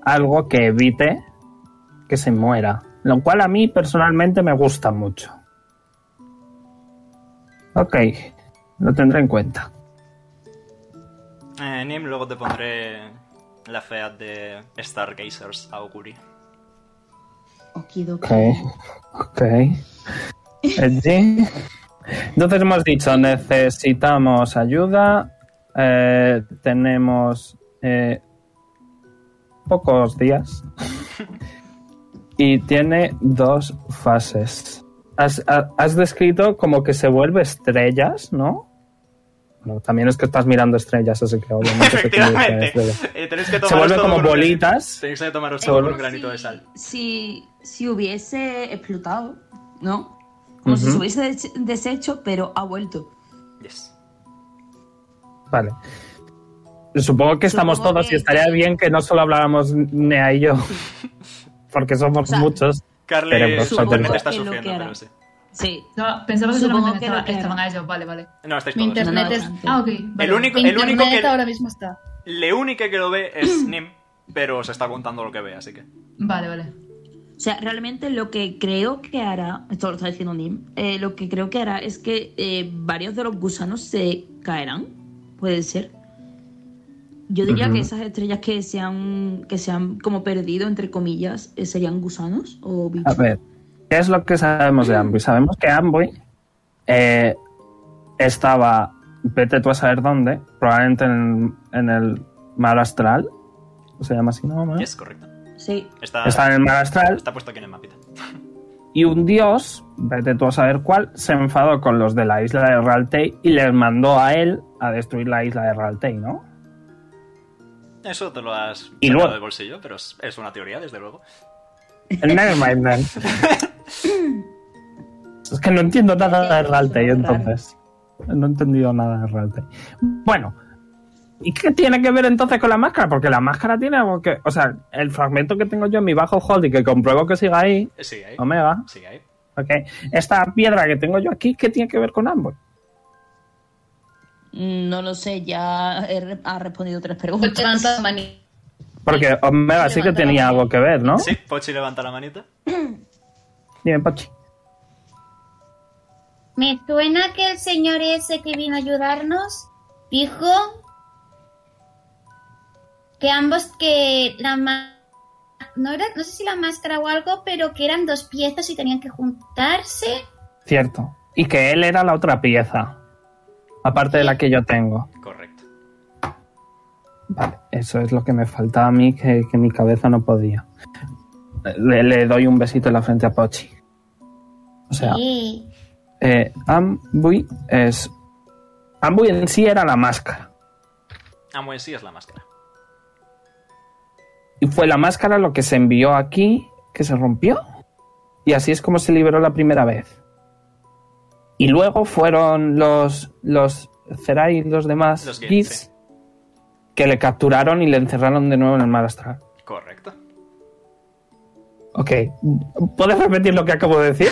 algo que evite que se muera. Lo cual a mí personalmente me gusta mucho. Ok, lo tendré en cuenta. Eh, Nim, luego te pondré la fea de Stargazers Auguri. Ok, ok. Edgy. Entonces hemos dicho, necesitamos ayuda. eh, tenemos eh, pocos días. Y tiene dos fases. Has, ha- has descrito como que se vuelve estrellas, ¿no? Bueno, también es que estás mirando estrellas, así que obviamente... se convierte en Efectivamente. estrellas. Eh, tenéis que Se tomaros vuelve todo como con un granito- bolitas. Tenéis que tomaros Se todo con vuelve- un granito de sal. Si, si hubiese explotado, ¿no? Como si Ujú. se hubiese des- deshecho, pero ha vuelto. Vale. Supongo que estamos Supongo todos que- y estaría bien que no solo habláramos Nea y yo, porque somos muchos. Carly, pero vosotros- supongo está que lo que sufriendo, hará. pero sí. Sí. No, pensaba que Supongo solamente que estaba- lo que hará. estaban a ellos. Vale, vale. No, estáis Mi todos. internet es. Ah, ok. vale. El único, el único Internet que, ahora mismo está. le único que lo ve es Nim, pero se está contando lo que ve, así que. Vale, vale. O sea, realmente lo que creo que hará, esto lo está diciendo Nim, eh, lo que creo que hará es que eh, varios de los gusanos se caerán, puede ser. Yo diría Ujú. que esas estrellas que se han, que se han como perdido, entre comillas, eh, serían gusanos o A bichos. ver, ¿qué es lo que sabemos de Amboy? Sabemos que Amboy eh, estaba, vete tú a saber dónde, probablemente en, en el mar astral. ¿Se llama así? No, ¿no? Es correcto. Sí. Está, ¿Ah? Está en el mar astral está puesto aquí en el mapita. y un dios, vete tú a saber cuál, se enfadó con los de la isla de Raltei y les mandó a él a destruir la isla de Raltei, ¿no? Eso te lo has Y sacado luego- del bolsillo, pero es, es una teoría, desde luego. Nevermind then. es que no entiendo nada de Raltei, entonces. No he entendido nada de Raltei. Bueno. ¿Y qué tiene que ver entonces con la máscara? Porque la máscara tiene algo que... O sea, el fragmento que tengo yo en mi bajo hold y que compruebo que siga ahí, Eh, Sigue ahí. Omega, Sigue ahí. ¿ok? Esta piedra que tengo yo aquí, ¿qué tiene que ver con ambos? Mm, No lo sé, ya he re- ha respondido tres preguntas. Levanta la mani- Porque Omega sí que tenía algo que ver, ¿no? Sí, Pochi levanta la manita. Dime, Pachi. Me suena que el señor ese que vino a ayudarnos dijo que ambos, que la ma- no, era, no sé si la máscara o algo, pero que eran dos piezas y tenían que juntarse. Cierto. Y que él era la otra pieza. Aparte de la que yo tengo. Correcto. Vale, eso es lo que me faltaba a mí, que, que mi cabeza no podía. Le, le doy un besito en la frente a Pochi. O sea, Sí. eh, Ambui es... Ambui en sí era la máscara. Amo en sí es la máscara. Y fue la máscara lo que se envió aquí, que se rompió. Y así es como se liberó la primera vez. Y luego fueron los, los Zerai y los demás Los Gates, Gits que le capturaron y le encerraron de nuevo en el mar astral. Correcto. Ok, ¿puedes repetir lo que acabo de decir?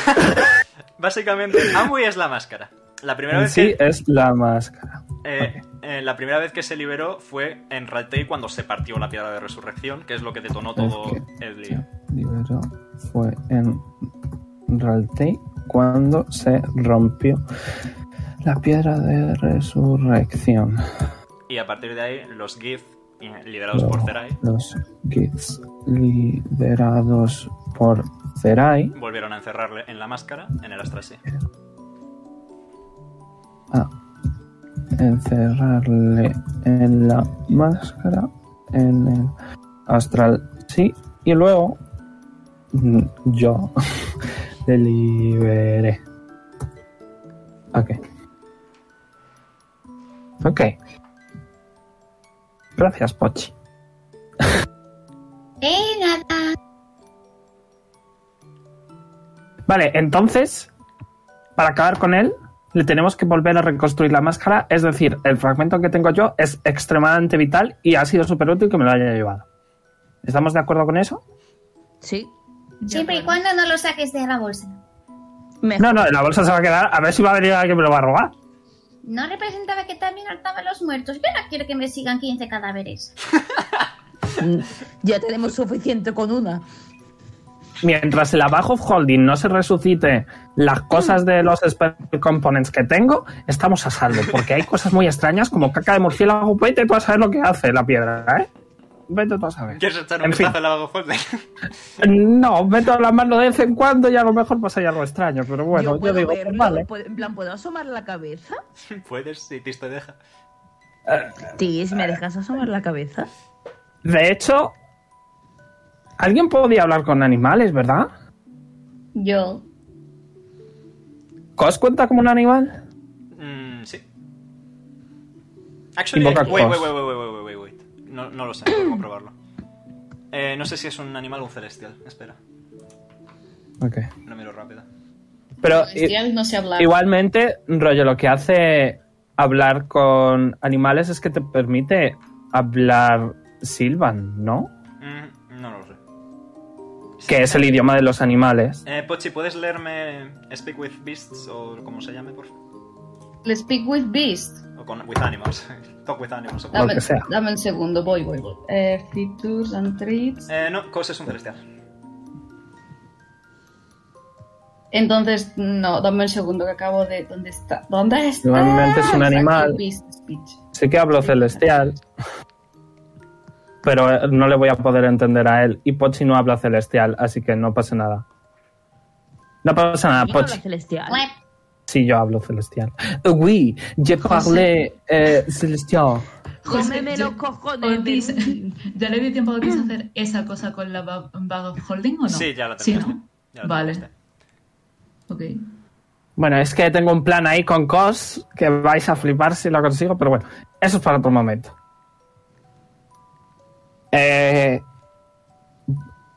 Básicamente, Amway es la máscara. La primera En vez sí que, es la máscara. eh, eh, la primera vez que se liberó fue en Raltei cuando se partió la piedra de resurrección, que es lo que detonó todo el lío. Liberó fue en Raltei cuando se rompió la piedra de resurrección. Y a partir de ahí, los Gith, eh, liderados por Zerai, Los Gits liderados por Zerai volvieron a encerrarle en la máscara en el Astra sí. a encerrarle en la máscara en el astral sí y luego mm, yo le liberé ok ok gracias Pochi ¡Eh, nada! Vale, entonces, para acabar con él, le tenemos que volver a reconstruir la máscara. Es decir, el fragmento que tengo yo es extremadamente vital y ha sido súper útil que me lo haya llevado. ¿Estamos de acuerdo con eso? Sí. Siempre y cuando no lo saques de la bolsa. No, no, la bolsa se va a quedar. A ver si va a venir alguien que me lo va a robar. No representaba que también hartaban los muertos. Yo no quiero que me sigan 15 cadáveres. Ya tenemos suficiente con una. Mientras el abajo holding no se resucite las cosas de los spell components que tengo, estamos a salvo. Porque hay cosas muy extrañas como caca de murciélago. Vete tú a saber lo que hace la piedra, ¿eh? Vete tú a saber. ¿Quieres echar un En fin. vistazo al lavago folder? No, meto la mano de vez en cuando y a lo mejor pasa ya algo extraño, pero bueno, yo, puedo digo, verlo, pues vale. puedo- en plan, ¿puedo asomar la cabeza? Puedes, si Tis te deja. Tis, ¿me dejas asomar la cabeza? De hecho, alguien podía hablar con animales, ¿verdad? Yo. ¿Cos cuenta como un animal? Mm, sí. Actually, wait, Invoca wait, wait, cos. wait, wait, wait, wait, wait. No, no lo sé, voy a comprobarlo. Eh, no sé si es un animal o un celestial. Espera, Ok. lo miro rápido. Pero Este i- ya no se habla. igualmente, rollo, lo que hace hablar con animales es que te permite hablar Silvan, ¿no? Mm, no lo sé. Que es el idioma de los animales. Eh, Pochi, ¿puedes leerme Speak with Beasts o como se llame, por favor? Let's speak with Beast. O con, with Animals. Talk with Animals. o como- Dame, que sea. dame un segundo, voy, voy, voy. Eh, features and treats. Eh, no, Cos es un celestial. Entonces, no, dame un segundo que acabo de. ¿Dónde está? ¿Dónde está? Normalmente es un Exacto, animal. beast speech. Sí que hablo celestial. Pero eh, no le voy a poder entender a él. Y Pochi no habla celestial, así que no pasa nada. No pasa nada, Pues Yo hablo Pochi. celestial. Sí, yo hablo celestial. Eh, Oui, je parle eh, celestial. Cómeme los cojones. Otis, ¿ya le dio tiempo a Otis a hacer esa cosa con la ba- bag of holding o no? Sí, ya la Sí, terminaste. ¿no? Ya la Vale. terminaste. Ok. Bueno, es que tengo un plan ahí con Cos que vais a flipar si lo consigo, pero bueno, eso es para otro momento. Eh,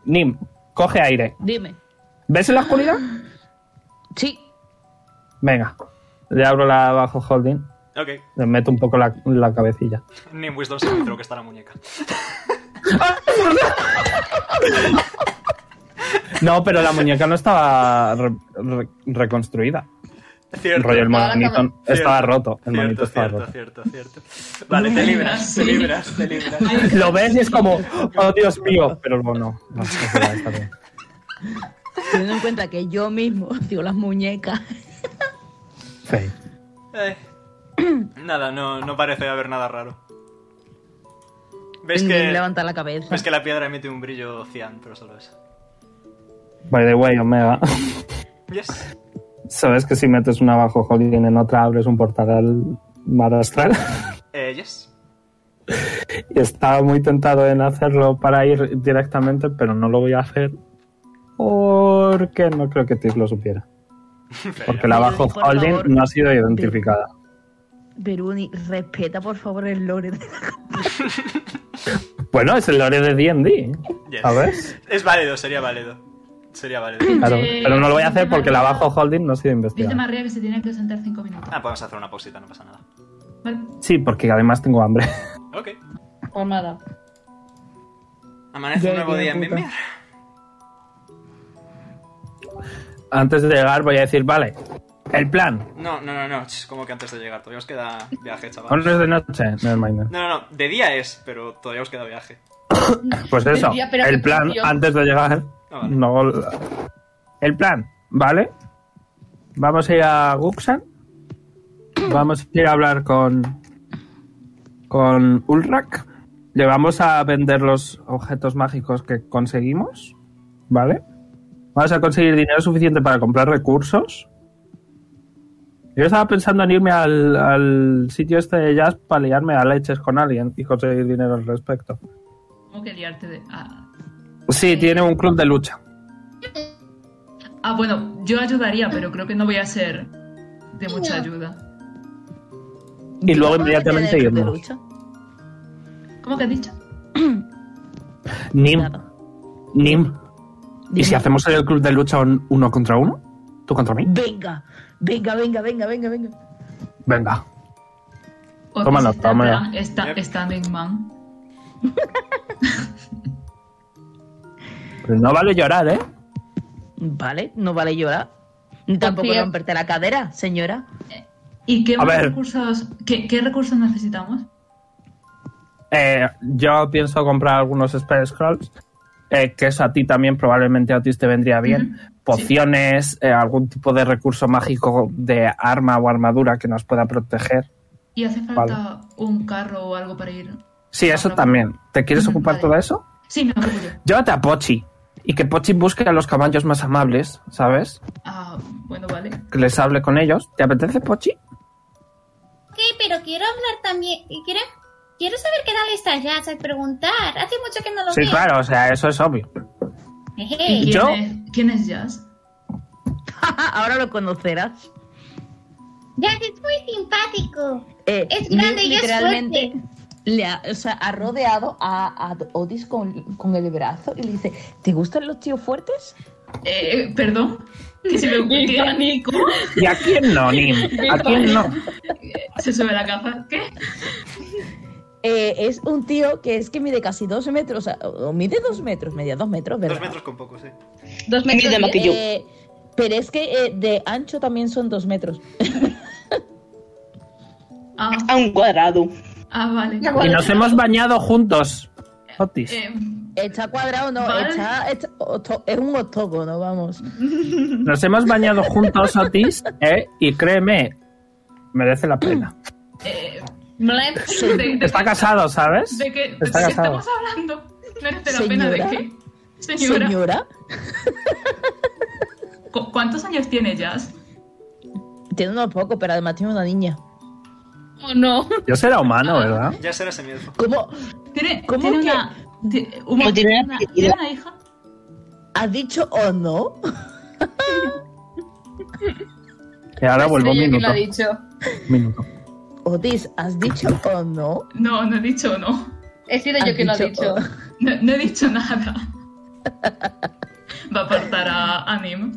Nim, coge aire. Dime. ¿Ves en la oscuridad? Sí. Venga, le abro la bajo holding, Ok, le meto un poco la, la cabecilla. ni en Wisdom se creo que está la muñeca. No, pero la muñeca no estaba re- re- reconstruida. El Cierto. rollo, el manito Cierto, estaba roto. El manito Cierto, estaba cierto, roto. cierto, cierto. Vale, te libras, te Sí. libras, te libras. Lo ves y es como, oh Dios mío, pero luego no. no, es verdad, está bien. Teniendo en cuenta que yo mismo, digo, las muñecas. Fake. Eh, nada, no, no parece haber nada raro. ¿Ves que, Mm, pues Levanta la cabeza. ves que la piedra emite un brillo cian, pero solo eso. By the way, Omega, Yes. ¿sabes que si metes una bajo holding en otra abres un portal al mar astral? Eh, yes. Y estaba muy tentado en hacerlo para ir directamente, pero no lo voy a hacer porque no creo que Tis lo supiera. Porque la bajo Por holding favor. no ha sido identificada. Beruni, respeta por favor el lore. de- Bueno, es el lore de D&D, Yes. ¿sabes? Mm. Es válido, sería válido. Sería válido. Claro, Sí. pero no lo voy a hacer porque la bajo holding no ha sido Dice investigada. María que se tiene que sentar cinco minutos. Ah, podemos hacer una pausita, no pasa nada. Sí, porque además tengo hambre. Ok. Pues nada. Amanece Ya, un nuevo ya, día en puta. Bimbiar. Antes de llegar voy a decir, vale, el plan. No, no, no, no. ch, Como que antes de llegar. Todavía os queda viaje, Aún chaval. no es de noche, nevermind. No, no, no. De día es, pero todavía os queda viaje. Pues Pero eso, ya, pero el que plan principio. antes de llegar. Ah, vale. No, el plan, ¿vale? Vamos a ir a Guxan. Vamos a ir a hablar con. con Ulrak. Le vamos a vender los objetos mágicos que conseguimos. ¿Vale? Vamos a conseguir dinero suficiente para comprar recursos. Yo estaba pensando en irme al, al sitio este de jazz para liarme a leches con alguien y conseguir dinero al respecto. Tengo que liarte de. Ah, Sí, tiene un club de lucha. Ah, bueno, yo ayudaría, pero creo que no voy a ser de mucha ayuda. Y luego inmediatamente irnos. ¿Cómo que has dicho? Nim. Nim. ¿Y si hacemos el club de lucha un- uno contra uno? ¿Tú contra mí? Venga, venga, venga, venga, venga, venga. Venga. O Toma que se nota, trata hombre. esta- Standing Man. Pero no vale llorar, ¿eh? Vale, no vale llorar. Tampoco bien. romperte la cadera, señora. ¿Y qué A más ver. recursos, qué, qué recursos necesitamos? Eh, yo pienso comprar algunos spell scrolls, eh, que eso a ti también probablemente a ti te vendría bien. Pociones, eh, algún tipo de recurso mágico de arma o armadura que nos pueda proteger. ¿Y hace falta un carro o algo para ir? Sí, eso también. ¿Te quieres ocupar todo eso? Sí, me ocupo yo. Llévate a Pochi. Y que Pochi busque a los caballos más amables, ¿sabes? Ah, bueno, vale. Que les hable con ellos. ¿Te apetece, Pochi? Ok, pero quiero hablar también. y Quiero, quiero saber qué tal está Jazz al preguntar. Hace mucho que no lo Sí, veo. claro, o sea, eso es obvio. Ejé. ¿Yo? ¿Quién es Jazz? Ahora lo conocerás. Jazz es muy simpático. Eh, Es grande y es literalmente fuerte. le ha, o sea, ha rodeado a, a Otis con, con el brazo y le dice, ¿te gustan los tíos fuertes? Eh, perdón. Que se me que- ¿Y a quién no, Nim? ¿A quién no? Se sube la capa. ¿Qué? Eh, es un tío que es que mide casi dos metros, o sea, o mide dos metros, media dos metros, ¿verdad? Dos metros con poco, sí. Dos metros Mide más que yo. Eh, pero es que eh, de ancho también son dos metros. Ah, A un cuadrado. ah, vale. Eh, Y nos hemos bañado juntos. Otis. Está cuadrado, no, Vale. está, está- octo- es un octógono, vamos. Nos hemos bañado juntos, Otis, ¿eh? Y créeme, merece la pena. Eh, Sí. de, de- Está casado, ¿sabes? de que Está si casado. estamos hablando. Merece la pena de Señora. que. Señora. Señora. ¿Cu- ¿Cuántos años tiene Jazz? Tiene unos pocos, pero además tiene una niña. no. Yo será humano, ¿verdad? Ya será semielfo. ¿Cómo? Tiene, ¿Cómo tiene que- una. ti- un- tiene una, tiene una hija. ¿Has dicho o no? Y ahora vuelvo un estrella que lo minuto. ha Minuto. Otis, ¿has dicho o no? No, no he dicho no. He sido yo Has quien lo ha dicho- dicho. No, no he dicho nada. Va a apartar a Anim.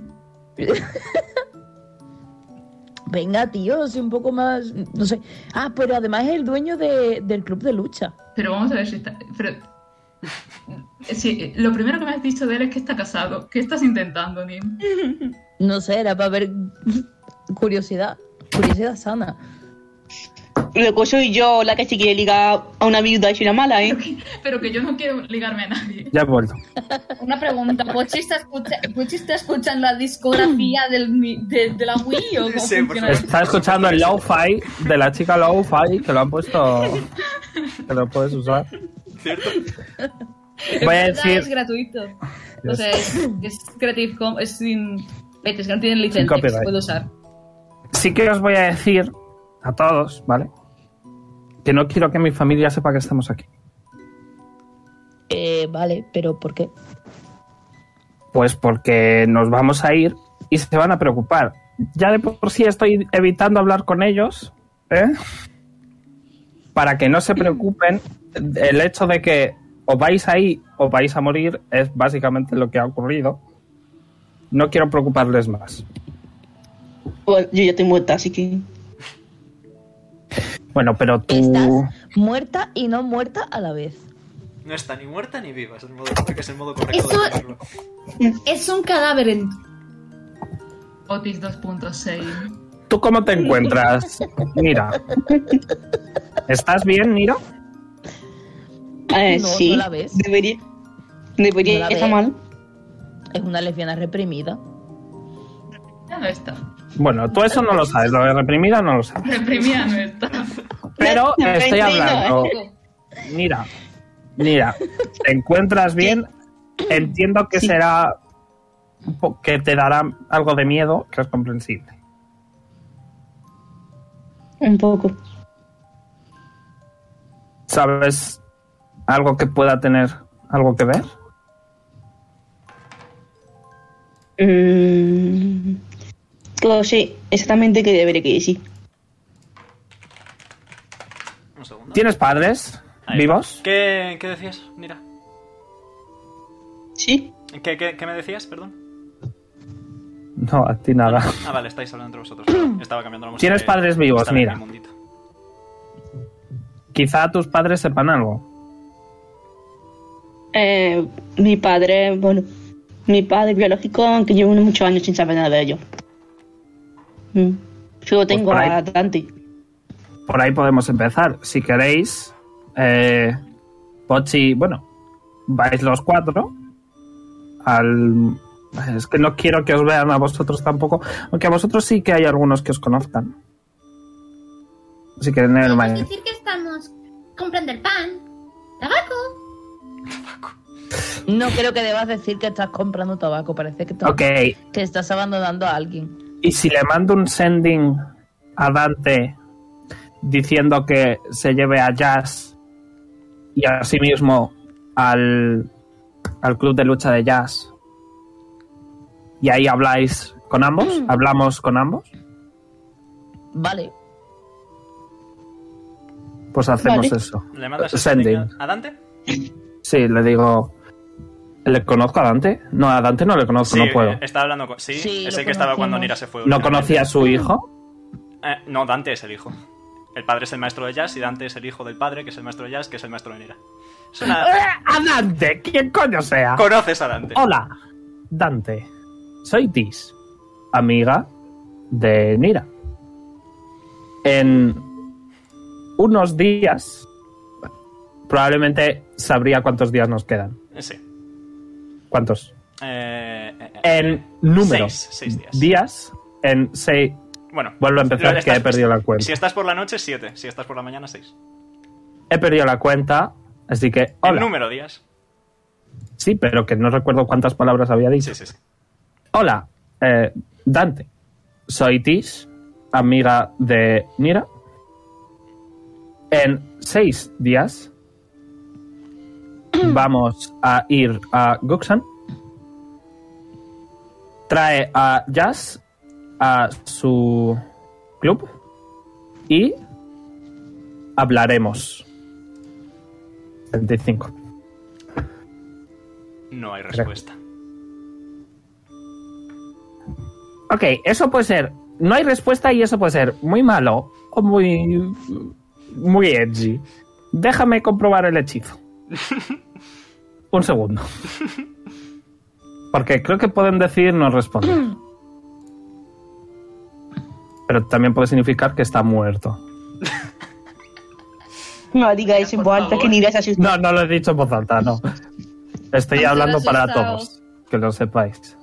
Venga, tío, soy un poco más. No sé. Ah, pero además es el dueño de- del club de lucha. Pero vamos a ver si está. Pero... Sí, lo primero que me has dicho de él es que está casado. ¿Qué estás intentando, Nim? No sé, era para ver curiosidad. Curiosidad sana. Luego soy yo la que se quiere ligar a una viuda y una mala, ¿eh? Pero que yo no quiero ligarme a nadie. Ya he vuelto. Una pregunta, ¿Pochi está, escucha- Pochi está escuchando la discografía del, mi- de, de la Wii o cómo funciona? Está escuchando el low-fi de la chica low-fi que lo han puesto. que lo puedes usar. En Voy a verdad decir- Es gratuito. O sea, es, es Creative Commons, es sin... Es que no tienen Sin licencia, que copyright. se puede usar. sí que os voy a decir a todos, ¿vale? Que no quiero que mi familia sepa que estamos aquí. Eh, vale, pero ¿por qué? Pues porque nos vamos a ir y se van a preocupar. Ya de por sí estoy evitando hablar con ellos, ¿eh? Para que no se preocupen, el hecho de que o vais ahí o vais a morir es básicamente lo que ha ocurrido. No quiero preocuparles más. Pues yo ya estoy muerta, así que. Bueno, pero tú. Muerta y no muerta a la vez. No está ni muerta ni viva, es el modo, creo que es el modo correcto Eso- de ponerlo. Es un cadáver. en- Otis 2.6. ¿Tú cómo te encuentras, Nira? ¿Estás bien, Nira? Eh, No, sí. no la ves. Debería. Debería. No la está ves. mal. Es una lesbiana reprimida. Ya no está. Bueno, tú eso no lo sabes, lo de reprimida no lo sabes. Reprimida no está. Pero Me estoy intriga, hablando. ¿eh? Mira, mira, ¿te encuentras bien? Entiendo que será un po- que te dará algo de miedo, que es comprensible. Un poco. ¿Sabes algo que pueda tener algo que ver? Mm, no sé exactamente qué debería que decir. Un segundo. ¿Tienes padres Ahí va. vivos? ¿Qué, qué decías? Mira. Sí. ¿Qué, qué, qué me decías? Perdón. No, a ti nada. Ah, vale, estáis hablando entre vosotros. Estaba cambiando la música. Tienes que padres vivos, estaba en mira. mi mundito. Quizá tus padres sepan algo. Eh, mi padre, bueno, mi padre biológico, aunque llevo unos muchos años sin saber nada de ello. Mm. Yo tengo por ahí. a Dante. Por ahí podemos empezar. Si queréis, eh, Pochi, bueno, vais los cuatro al... Es que no quiero que os vean a vosotros tampoco, aunque a vosotros sí que hay algunos que os conozcan. Si queréis, Podemos Nevermind. decir que estamos comprando el pan, tabaco. No creo que debas decir que estás comprando tabaco. Parece que, estás- Ok, que estás abandonando a alguien. y si le mando un sending a Dante diciendo que se lleve a Jazz y a sí mismo al, al club de lucha de Jazz, y ahí habláis con ambos, hablamos con ambos, Vale. pues hacemos Vale. eso. ¿Le mandas Eh, el sending. sending a Dante? Sí, le digo. ¿Le conozco a Dante? No, a Dante no le conozco, Sí, no puedo. eh, estaba hablando con... Sí, Sí, es lo el que estaba cuando conocimos. Nira se fue. ¿No obviamente. conocía a su hijo? Eh, no, Dante es el hijo. El padre es el maestro de jazz y Dante es el hijo del padre, que es el maestro de jazz, que es el maestro de Nira. Es una- ¡Eh, ¡A Dante! ¿Quién coño sea? Conoces a Dante. Hola, Dante. Soy Tis, amiga de Nira. En unos días, probablemente sabría cuántos días nos quedan. Eh, Sí. ¿Cuántos? Eh, eh, eh. En números. Seis, seis días. Días en seis. Bueno. Vuelvo a empezar, lo- que he perdido la cuenta. Si estás por la noche, siete. Si estás por la mañana, seis. He perdido la cuenta, así que. El Hola. número de días. Sí, pero que no recuerdo cuántas palabras había dicho. Sí, sí, sí. Hola, eh, Dante. Soy Tish, amiga de Nira. En seis días vamos a ir a Guxan. Trae a Jazz a su club y hablaremos. 25. No hay respuesta. Ok, eso puede ser. No hay respuesta y eso puede ser muy malo o muy. muy edgy. Déjame comprobar el hechizo. Un segundo. Porque creo que pueden decir no responder. Pero también puede significar que está muerto. No diga eso en Por voz alta favor. que ni se asusta. No, no lo he dicho en voz alta, no. Estoy Te lo hablando has para usado. todos, que lo sepáis.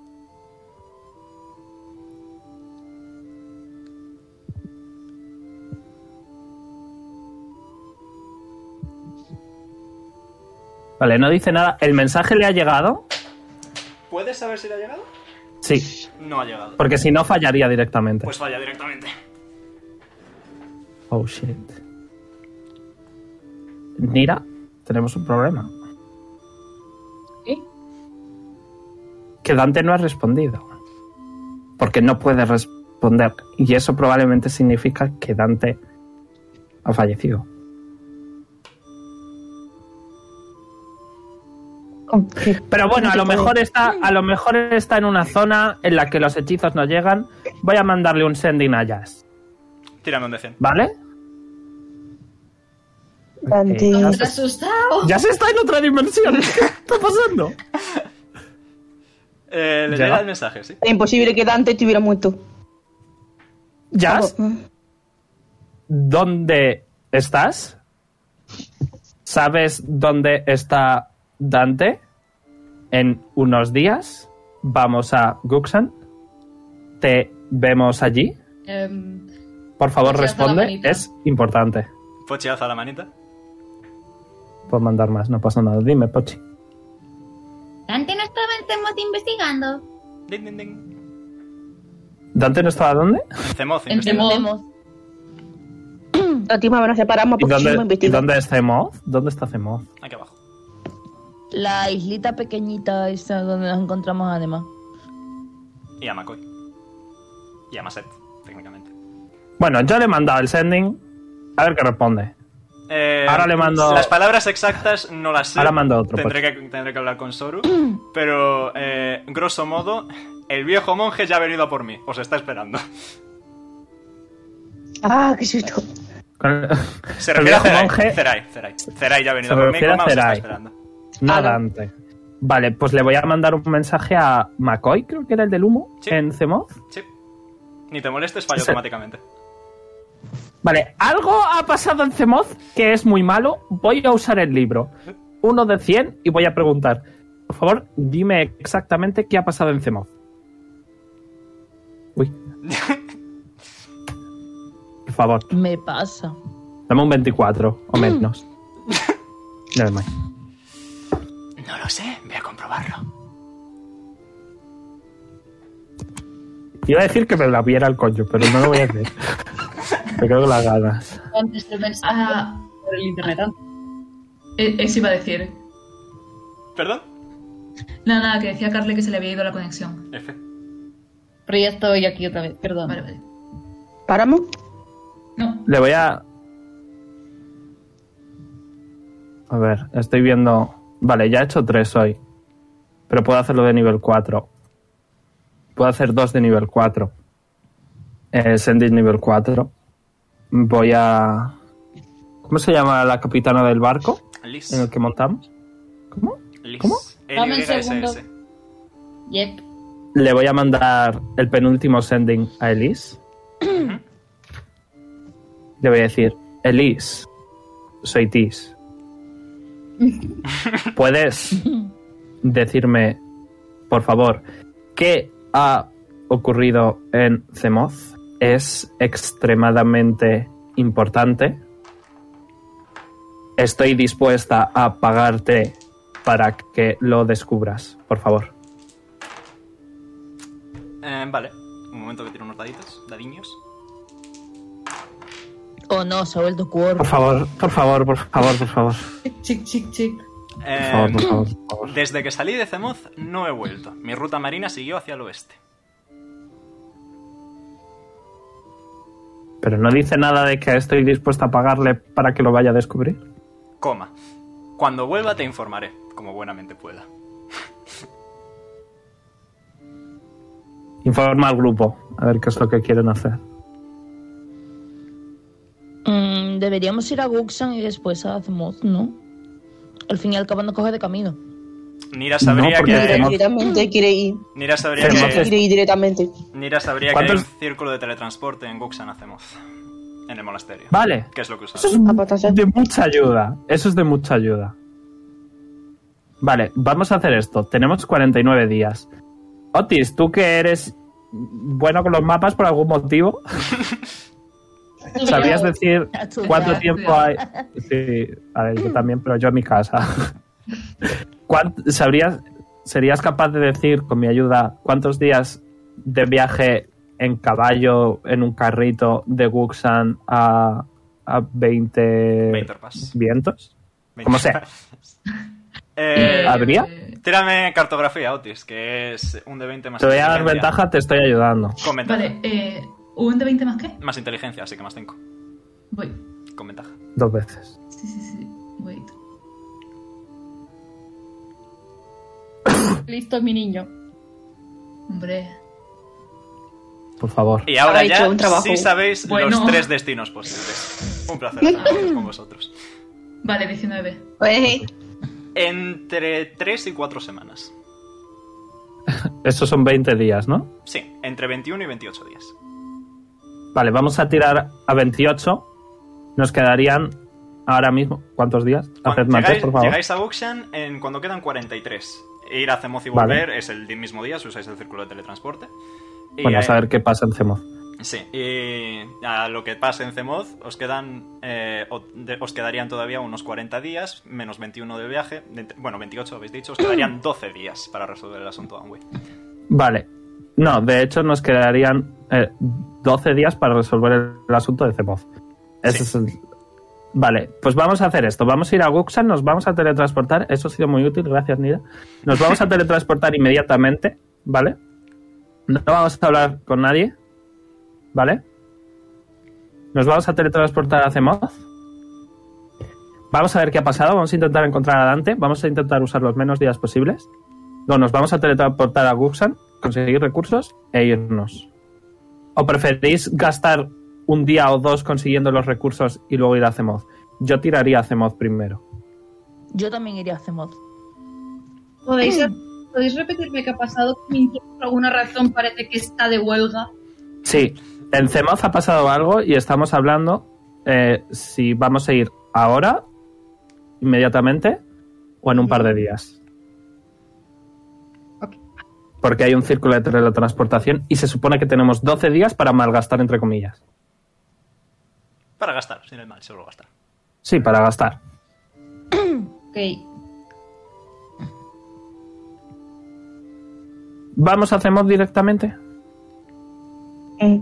Vale, no dice nada. ¿El mensaje le ha llegado? ¿Puedes saber si le ha llegado? Sí, No ha llegado. porque si no fallaría directamente. Pues falla directamente. Oh shit. Nira, tenemos un problema. ¿Qué? Que Dante no ha respondido. Porque no puede responder. Y eso probablemente significa que Dante ha fallecido. Pero bueno, a lo mejor está, a lo mejor está en una zona en la que los hechizos no llegan. Voy a mandarle un sending a Jazz, Tírame un de 100. ¿vale? Ya ¿Te has se- asustado? ya se está en otra dimensión. ¿Qué está pasando? Eh, le Ya. llega el mensaje, ¿sí? Es imposible que Dante estuviera muerto. ¿Jazz? Mm. ¿Dónde estás? ¿Sabes dónde está Dante? En unos días vamos a Guxan. Te vemos allí. Em, Por favor, Pues ya está la responde. manita. Es importante. Pochi alza la manita. Puedo mandar más, no pasa nada. Dime, Pochi. Dante no estaba estamos investigando. Ding, ding, ding. ¿Dante no estaba dónde? Zemoz, en investiga. Temoz. La última vez nos separamos ¿Y porque hicimos dónde, y investigar. dónde está Emoz? ¿Dónde está Emoz? Aquí abajo. La islita pequeñita esa donde nos encontramos además. Y a Macoy. Y a Maset, técnicamente. Bueno, yo le he mandado el sending. A ver qué responde. Eh, Ahora le mando- Las palabras exactas no las sé. Ahora mando otro, pues. Tendré que, tendré que hablar con Soru. Pero, eh, grosso modo, el viejo monje ya ha venido a por mí. Os está esperando. Ah, qué susto. Con- Se El refiere a viejo Zerai. monje- Zerai, Zerai. Zerai ya ha venido Se a por mí. refiere a Coma, os está Zerai. esperando. No, Ahora. Dante. Vale, pues le voy a mandar un mensaje a McCoy, creo que era el del humo, Sí. en Zemoz. Sí. Ni te molestes, fallo Sí. automáticamente. Vale, algo ha pasado en Zemoz que es muy malo. Voy a usar el libro. Uno de 100 y voy a preguntar. Por favor, dime exactamente qué ha pasado en Zemoz. Uy. Por favor, Me pasa. dame un 24 Mm. o menos. Nevermind. No lo sé, voy a comprobarlo. Iba a decir que me la viera el coño, pero no lo voy a hacer. me quedo con las ganas. Antes del mensaje Ah, por el internet. e- eso iba a decir. ¿Perdón? Nada, nada, que decía Carly que se le había ido la conexión. F. Pero ya estoy aquí otra vez, perdón. Vale, vale. ¿Paramos? Eh, No, Le voy a. A ver, estoy viendo. Vale, ya he hecho tres hoy. Pero puedo hacerlo de nivel 4. Puedo hacer dos de nivel 4. Eh, Sendit nivel 4. Voy a. ¿Cómo se llama la capitana del barco Liz. en el que montamos? ¿Cómo? Liz. ¿Cómo? Dame un LYSS. segundo. Yep. Le voy a mandar el penúltimo sending a Elise. Le voy a decir, Elise, soy Tis. ¿Puedes decirme, por favor, qué ha ocurrido en Zemoz? Es extremadamente importante. Estoy dispuesta a pagarte para que lo descubras, por favor. Eh, vale. Un momento que tiro unos daditos. Dadiños. O no, se ha vuelto cuervo. Por favor, por favor, por favor, por favor. Chic, chic, chic. Por Eh, favor, por favor, por favor. Desde que salí de Zemoz no he vuelto. Mi ruta marina siguió hacia el oeste. Pero no dice nada de que estoy dispuesta a pagarle para que lo vaya a descubrir. Coma. Cuando vuelva te informaré, como buenamente pueda. Informa al grupo, a ver qué es lo que quieren hacer. Mm, deberíamos ir a Guxan y después a Zmoth, ¿no? Al fin y al cabo nos coge de camino. Nira sabría No, porque que... Zemoz- Directamente quiere ir. Nira sabría Zemoz que... es- Quiere ir directamente. Nira sabría que hay un ¿Cuántos- círculo de teletransporte en Guxan a Zemoz. En el monasterio. Vale. ¿Qué es lo que usas? Eso es de mucha ayuda. Eso es de mucha ayuda. Vale, vamos a hacer esto. Tenemos 49 días. Otis, tú que eres bueno con los mapas por algún motivo, ¿sabrías decir cuánto Estudiar, tiempo hay? Sí, a ver, yo también, pero yo en mi casa. ¿Cuánt- ¿Sabrías, serías capaz de decir con mi ayuda cuántos días de viaje en caballo, en un carrito de Guxan a, a 20 Veitor Pass. vientos? Como sea. Eh, Eh, ¿habría? tírame cartografía, Otis, que es un de 20 más Te voy a dar inteligencia. ventaja, te estoy ayudando. Con ventaja. Vale, eh, ¿un de 20 más qué? Más inteligencia, así que más 5. Voy. Con ventaja. Dos veces. Sí, sí, sí. Wait. Listo, mi niño. Hombre. Por favor. Y ahora Habéis ya hecho un trabajo sí sabéis bueno. los tres destinos posibles. Un placer estar con vosotros. Vale, 19. Pues, eh. Entre 3 y 4 semanas. Estos son 20 días, ¿no? Sí, entre 21 y 28 días. Vale, vamos a tirar a 28. Nos quedarían ahora mismo. ¿Cuántos días? Cuando Haced mate, llegáis, por favor. llegáis a Buxan en cuando quedan 43. Ir a Zemoz y Vale. volver es el di- mismo día, si usáis el círculo de teletransporte. Y eh, Bueno, a ahí- saber qué pasa en Zemoz. Sí, y a lo que pase en Zemoz os quedan eh, o- de- os quedarían todavía unos 40 días, menos 21 de viaje, de- bueno, 28 habéis dicho, os quedarían 12 días para resolver el asunto Amway. Vale. No, de hecho nos quedarían eh, 12 días para resolver el, el asunto de Zemoz. Ese es el- Vale, pues vamos a hacer esto. Vamos a ir a Guxan, nos vamos a teletransportar. Eso ha sido muy útil, gracias Nida. Nos vamos a teletransportar inmediatamente, ¿vale? No vamos a hablar con nadie, ¿vale? Nos vamos a teletransportar a Zemoz. Vamos a ver qué ha pasado. Vamos a intentar encontrar a Dante. Vamos a intentar usar los menos días posibles. No, nos vamos a teletransportar a Guxan, conseguir recursos e irnos. ¿O preferís gastar un día o dos consiguiendo los recursos y luego ir a Zemoz? Yo tiraría a Zemoz primero. Yo también iría a Zemod. ¿Podéis, ¿Podéis repetirme qué ha pasado? Mi tío, Por alguna razón parece que está de huelga. Sí, en Zemoz ha pasado algo y estamos hablando eh, si vamos a ir ahora, inmediatamente, o en un par de días. Porque hay un círculo de teletransportación y se supone que tenemos 12 días para malgastar, entre comillas. Para gastar, sin el mal, solo gastar. Sí, para gastar. Ok. ¿Vamos a Zemoz directamente? Mm.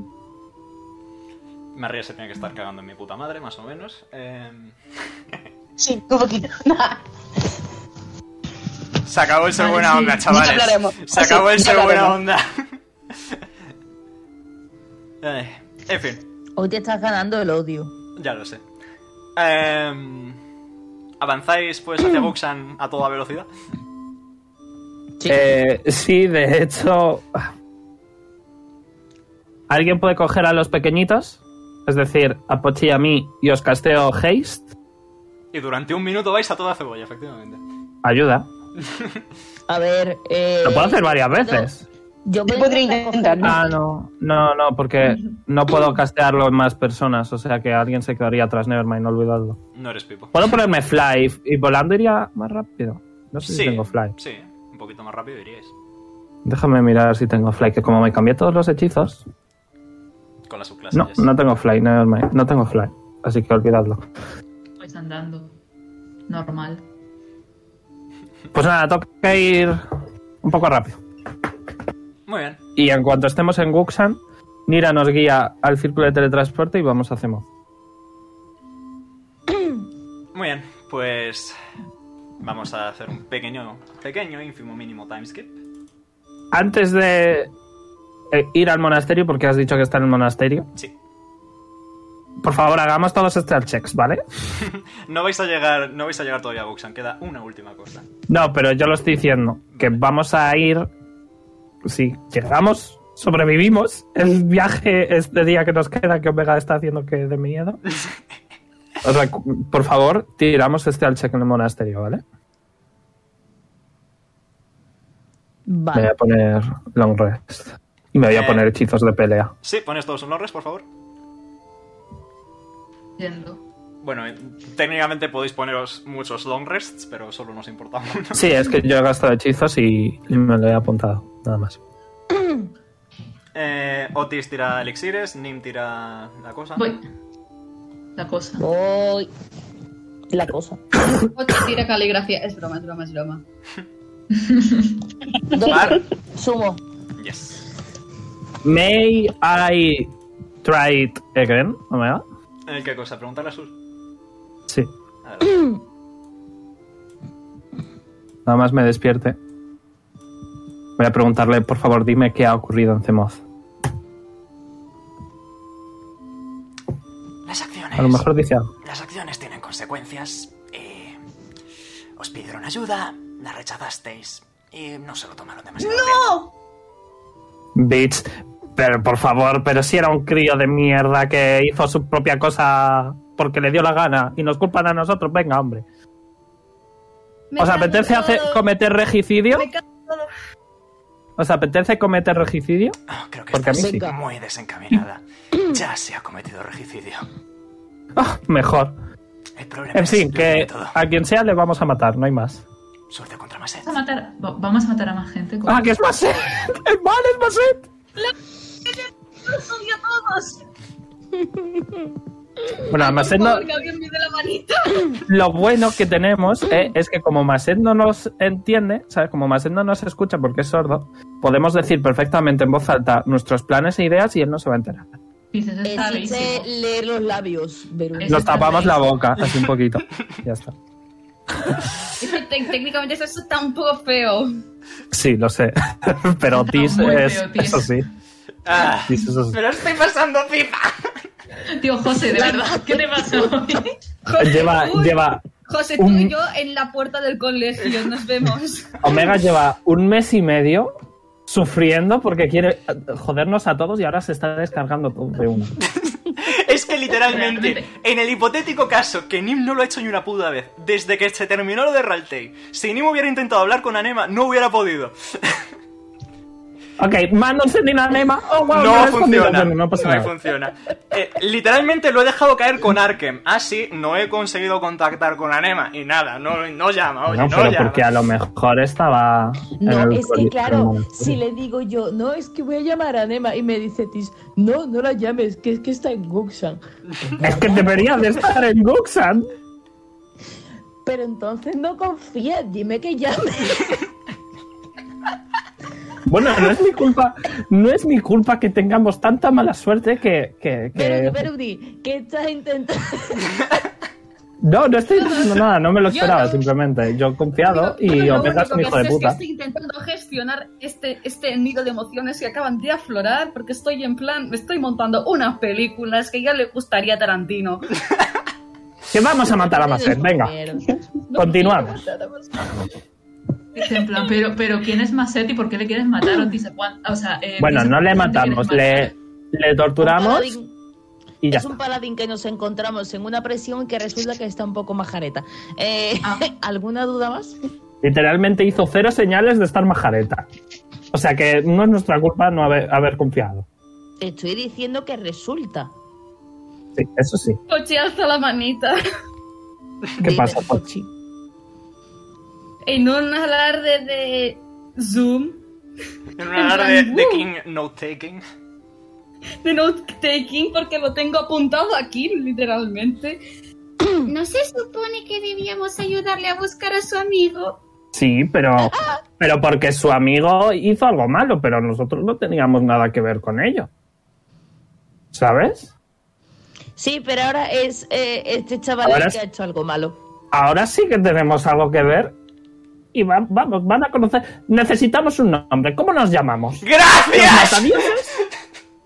María se tiene que estar cagando en mi puta madre, más o menos. Eh, Sí, un poquito. se acabó el ser Vale, buena sí. onda, Ya hablaremos. chavales. Se Sí, acabó el ya ser buena hablaremos. onda. Ay, Eh, en fin, Hoy te estás ganando el odio. ya lo sé. Eh, avanzáis pues hacia Buxan a toda velocidad. Eh, sí, de hecho. ¿Alguien puede coger a los pequeñitos? Es decir, a Pochi y a mí y os casteo haste. Y durante un minuto vais a toda cebolla, efectivamente. Ayuda. A ver, eh, Lo puedo hacer varias veces. yo podría intentar. Ah, no. No, no, porque no puedo castearlo en más personas. O sea que alguien se quedaría atrás, Nevermind, olvidadlo. No eres pipo. Puedo ponerme fly y volando iría Ah, más rápido. No sé si tengo fly. Sí, un poquito más rápido iríais. Déjame mirar si tengo fly, que como me cambié todos los hechizos. Con la subclase. No, ya sé. no tengo fly, Nevermind. No tengo fly. Así que olvidadlo. Pues andando. Normal. Pues nada, toca ir un poco rápido. Muy bien. Y en cuanto estemos en Guxan, Nira nos guía al círculo de teletransporte y vamos a Zemoz. Muy bien, pues vamos a hacer un pequeño, pequeño, ínfimo mínimo timeskip. Antes de eh, ir al monasterio, porque has dicho que está en el monasterio. Sí. Por favor, hagamos todos stealth checks, ¿vale? No vais a llegar, no vais a llegar todavía a Buxan, queda una última cosa. No, pero yo lo estoy diciendo. Que vamos a ir. Si llegamos, sobrevivimos el viaje este día que nos queda, que Omega está haciendo que de miedo. O sea, cu- por favor, tiramos este al check en el monasterio, ¿vale? Me voy Vale. a poner long rest. Y me voy Eh. a poner hechizos de pelea. Sí, pones todos un lorres, por favor. Yendo. Bueno, eh, técnicamente podéis poneros muchos long rests, pero solo nos importa uno. Sí, es que yo he gastado hechizos y y me lo he apuntado, nada más. Eh, Otis tira elixires, Nim tira la cosa. Voy. La cosa. Voy. La cosa. Ocho tira caligrafía. Es broma, es broma, es broma. Par. Sumo. Yes. May I try it again, Omega? Eh, ¿Qué cosa? Preguntarle a sus. Sí. Nada más me despierte. Voy a preguntarle, por favor, dime qué ha ocurrido en Zemoz. Las acciones. A lo mejor dice algo. Las acciones tienen consecuencias. eh, os pidieron ayuda, la rechazasteis y no se lo tomaron demasiado Bitch, pero por favor, pero si era un crío de mierda que hizo su propia cosa porque le dio la gana y nos culpan a nosotros, venga, hombre. Me ¿Os cago en apetece hacer, todo. cometer regicidio? Me cago en todo. ¿Os apetece cometer regicidio? Ah, Creo que porque a mí estás sí. muy desencaminada. ya se ha cometido regicidio. Mejor. El problema En es fin, lo que Ah. tiene todo. a quien sea le vamos a matar, no hay más. Suerte contra más Vamos a matar, va- vamos a, matar a más gente. ¡Ah, que es Maset! ¡El mal es Maset! ¡Los odio a todos! Bueno, Maset no, Porque alguien me dé la manita. lo bueno que tenemos eh, es que como Maset no nos entiende, ¿sabes? Como Maset no nos escucha porque es sordo, podemos decir perfectamente en voz alta nuestros planes e ideas y él no se va a enterar. Dices, está Existe rarísimo. leer los labios, Verú. Nos tapamos la boca, así un poquito. Ya está. Tec- Técnicamente eso está un poco feo. Sí, lo sé. Pero Otis muy es... feo, Otis. Eso sí. Otis, eso sí. Pero Ah. estoy pasando pipa. Tío, José, de verdad, ¿qué te pasa hoy? Lleva, lleva... José, tú Un- y yo en la puerta del colegio nos vemos. Omega lleva un mes y medio sufriendo porque quiere eh, jodernos a todos y ahora se está descargando todo de uno. Es que literalmente, en el hipotético caso que Nim no lo ha hecho ni una puta vez, desde que se terminó lo de Raltei, si Nim hubiera intentado hablar con Anema, no hubiera podido. Ok, manda un sendinanema. Oh, wow, no he respondido. funciona. Bueno, no pasa nada. funciona. Eh, literalmente lo he dejado caer con Arkem. Ah, sí, no he conseguido contactar con Anema. Y nada, no, no llama, oye, No, no, pero llama. porque a lo mejor estaba. en No, el es que colegio, claro, hermano. si le digo yo, no, es que voy a llamar a Nema y me dice Tis, no, no la llames, que es que está en Guxan. Es que debería de estar en Guxan. Pero entonces no confías, dime que llame. Bueno, no es mi culpa. No es mi culpa que tengamos tanta mala suerte que. que- que- Verudi, Verudi, ¿qué estás intentando? No, no estoy diciendo nada, no me lo Yo esperaba, no. simplemente. Yo confiado y Lo Omega es único que sé un hijo de es que puta. estoy intentando gestionar este, este nido de emociones que acaban de aflorar porque estoy en plan, me estoy montando unas películas que ya le gustaría a Tarantino. Que vamos a matar a Maset, venga. Continuamos. Dice en plan, pero, pero ¿quién es Masetti? ¿Por qué le quieres matar? O, dice, Juan- o sea, eh, Bueno, dice, no le ¿por qué matamos, quieres matar? le, le torturamos y ya. es un paladín que nos encontramos en una presión que resulta que está un poco majareta. Eh, ¿Alguna duda más? Literalmente hizo cero señales de estar majareta. O sea que no es nuestra culpa no haber, Eh, haber confiado. Te estoy diciendo que resulta. Sí, eso sí. Pochi alza la manita. ¿Qué pasa, Pues Pochi? En un alarde de Zoom, En una alarde de, de King uh. No Taking. de note taking, porque lo tengo apuntado aquí, literalmente. ¿No se supone que debíamos ayudarle a buscar a su amigo? Sí, pero, pero porque su amigo hizo algo malo, pero nosotros no teníamos nada que ver con ello. ¿Sabes? Sí, pero ahora es eh, este chaval Ahora el es- que ha hecho algo malo. Ahora sí que tenemos algo que ver. Y va- vamos, van a conocer. Necesitamos un nombre. ¿Cómo nos llamamos? ¡Gracias! ¿Los matadioses?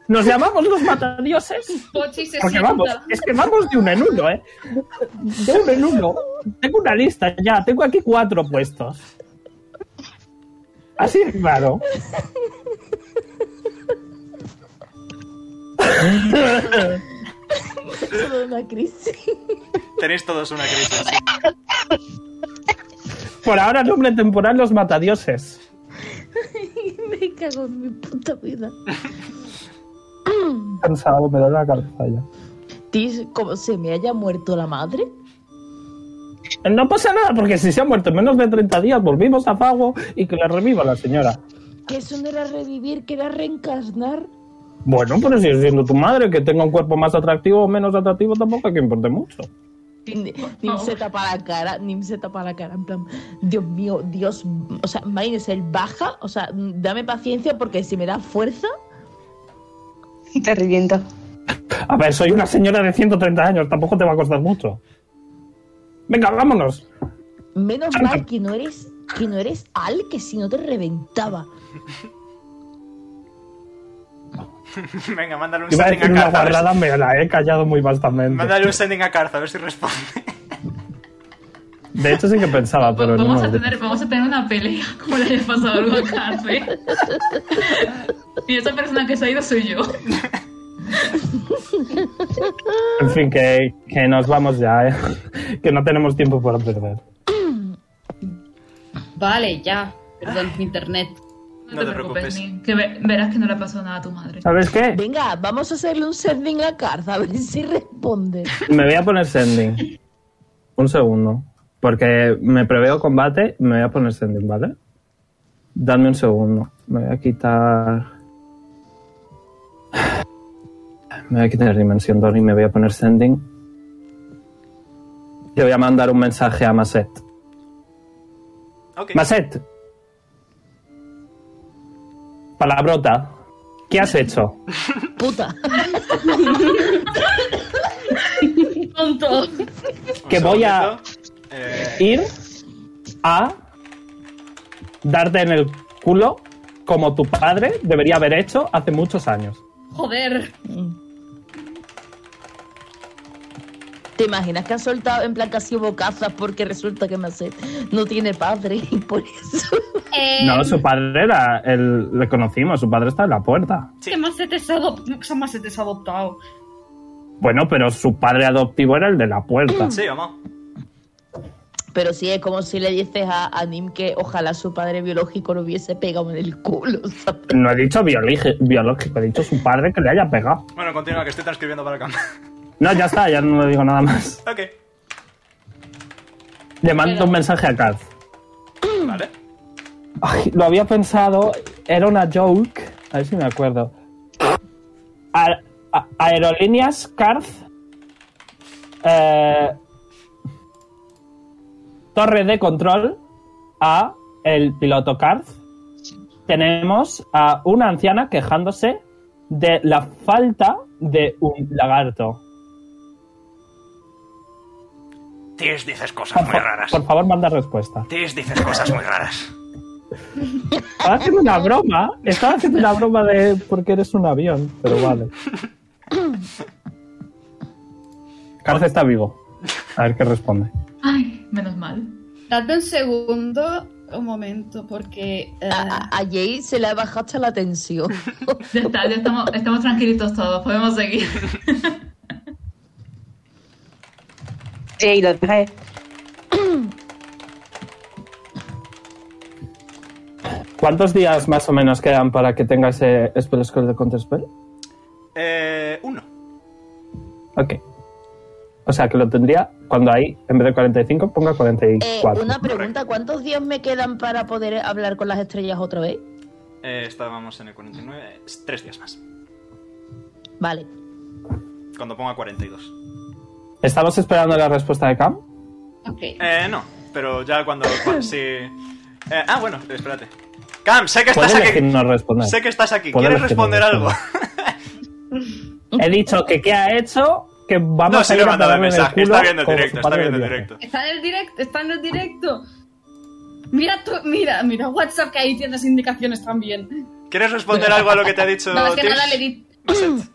¿Nos llamamos los matadioses? Pochi se Porque sienta. vamos, es que vamos de uno en uno, ¿eh? De uno en uno. Tengo una lista ya, tengo aquí cuatro puestos. Así es claro. Todo una crisis. Tenéis todos una crisis. Por ahora nombre temporal los matadioses. Me cago en mi puta vida. Cansado, me da la cabeza ya. Tis, como se me haya muerto la madre. Eh, No pasa nada, porque si se ha muerto en menos de 30 días, volvimos a Fago y que le reviva la señora. Que eso no era revivir, que era reencarnar. Bueno, pero sigue siendo tu madre, que tenga un cuerpo más atractivo o menos atractivo tampoco es que importe mucho. Ni- Nim se tapa la cara, Nim se tapa la cara, en plan, Dios mío, Dios, o sea, Maines, él baja, o sea, dame paciencia porque si me da fuerza, Te reviento. A ver, soy una señora de 130 años, tampoco te va a costar mucho. Venga, vámonos. menos mal que no eres, que no eres Al, que si no te reventaba. Venga, mándale un Iba a sending decir a una Carza. a ver si- guarrada, me la he callado muy bastante. Mándale un sending a Carza, a ver si responde. De hecho, sí que pensaba, pero no. Vamos a, me- tener, vamos a tener una pelea como le haya pasado algo a Carmen. y esa persona que se ha ido soy yo. En fin, que, que nos vamos ya, ¿eh? que no tenemos tiempo para perder. Vale, ya. Perdón, mi internet. No te preocupes. Ni- Que ve- verás que no le pasó nada a tu madre. ¿Sabes qué? Venga, vamos a hacerle un sending a carta, a ver si responde. Me voy a poner sending. Un segundo. Porque me preveo combate, me voy a poner sending, ¿vale? Dame un segundo. Me voy a quitar. Me voy a quitar Dimensión Door y me voy a poner sending. Le voy a mandar un mensaje a Maset. Ok. Maset. Palabrota. ¿Qué has hecho? Puta. Tonto. Que voy a ir a darte en el culo como tu padre debería haber hecho hace muchos años. Joder. ¿Te imaginas que han soltado en plan que ha sido bocazas porque resulta que Macet no tiene padre y por eso? Eh, No, su padre era, el, le conocimos, su padre está en la puerta. Que Macete es adoptado. Que Macete es adoptado. Bueno, pero su padre adoptivo era el de la puerta. mamá. Pero sí, es como si le dices a, a Nim que ojalá su padre biológico lo hubiese pegado en el culo. ¿sabes? No he dicho biológico, biológico, he dicho su padre que le haya pegado. Bueno, continúa, que estoy transcribiendo para acá. No, ya está, ya no le digo nada más. Ok. Le mando un mensaje a Kaz. Mm. Vale. Ay, lo había pensado, era una joke. A ver si me acuerdo. A- a- aerolíneas Carth. eh, torre de control a el piloto Carth. Tenemos a una anciana quejándose de la falta de un lagarto. Tis dices cosas muy raras. Por favor, manda respuesta. Tis dices cosas muy raras. Estaba haciendo una broma. Estaba haciendo una broma de porque eres un avión, pero vale. Carce está vivo. A ver qué responde. Ay, menos mal. Date un segundo, un momento, porque. eh, A, a Jay se le ha bajado hasta la tensión. Ya está, ya estamos, estamos tranquilitos todos, podemos seguir. Sí, lo dejé. ¿Cuántos días más o menos quedan para que tenga ese spell score de counterspell? Eh, uno. Ok. O sea que lo tendría cuando ahí, en vez de 45, ponga Eh, 44. una pregunta, ¿cuántos días me quedan para poder hablar con las estrellas otra vez? Eh, estábamos en el 49. es Tres días más. Vale. Cuando ponga 42. ¿Estamos esperando la respuesta de Cam? Eh, no. Pero ya cuando. cua- si... eh, ah, bueno, espérate. Cam, sé que estás Puede aquí. elegir no responder. Sé que estás aquí. Puede ¿Quieres elegir no responder algo? He dicho que qué ha hecho, que vamos No, sí a le ir he a mandado el pegarle en mensaje. culo Está viendo el como directo, su está padre viendo el debería. directo. Está en el directo, está en el directo. Mira, tú, mira, mira, WhatsApp que ahí tienes indicaciones también. ¿Quieres responder algo a lo que te ha dicho más, que Tish? nada le di-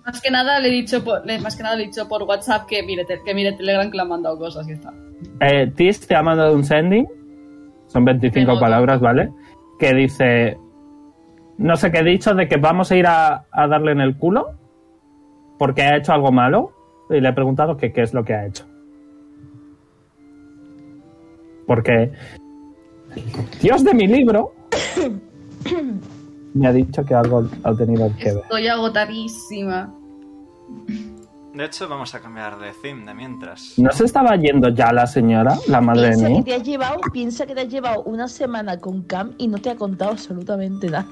más que nada le he dicho por, le- más que nada le he dicho por WhatsApp que mire, te- que mire Telegram que le han mandado cosas y está. Eh, Tis te ha mandado un sending. Son 25 palabras, ¿vale? Que dice. No sé qué he dicho de que vamos a ir a, a darle en el culo. Porque ha hecho algo malo. Y le he preguntado que qué es lo que ha hecho. Porque. Dios de mi libro. Me ha dicho que algo ha tenido que ver. Estoy agotadísima. De hecho, vamos a cambiar de theme de mientras. ¿No se estaba yendo ya la señora, la madre de Piensa que mí? te has llevado, piensa que te has llevado una semana con Cam y no te ha contado absolutamente nada.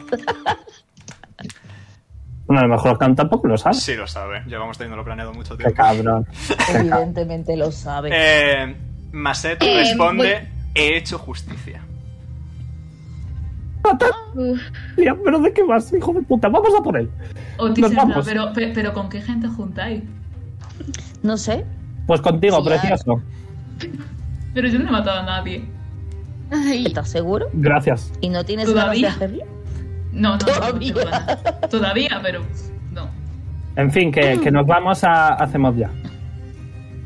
Bueno, a lo mejor Cam tampoco lo sabe. Sí, lo sabe. Llevamos teniéndolo planeado mucho Qué tiempo. cabrón. Evidentemente lo sabe. Eh, Maset Eh, responde: He hecho justicia. Mira, pero ¿de qué vas, hijo de puta? Vamos a por él. O Nos Tiziana, vamos. pero, pe- pero ¿con qué gente juntáis? No sé. Pues contigo, precioso. Pero yo no he matado a nadie. ¿Estás seguro? Gracias. ¿Y no tienes ¿Todavía? ganas de hacerlo? No, no, no, no Todavía. tengo ganas. Todavía, pero no. En fin, que, que nos vamos a hacemos ya.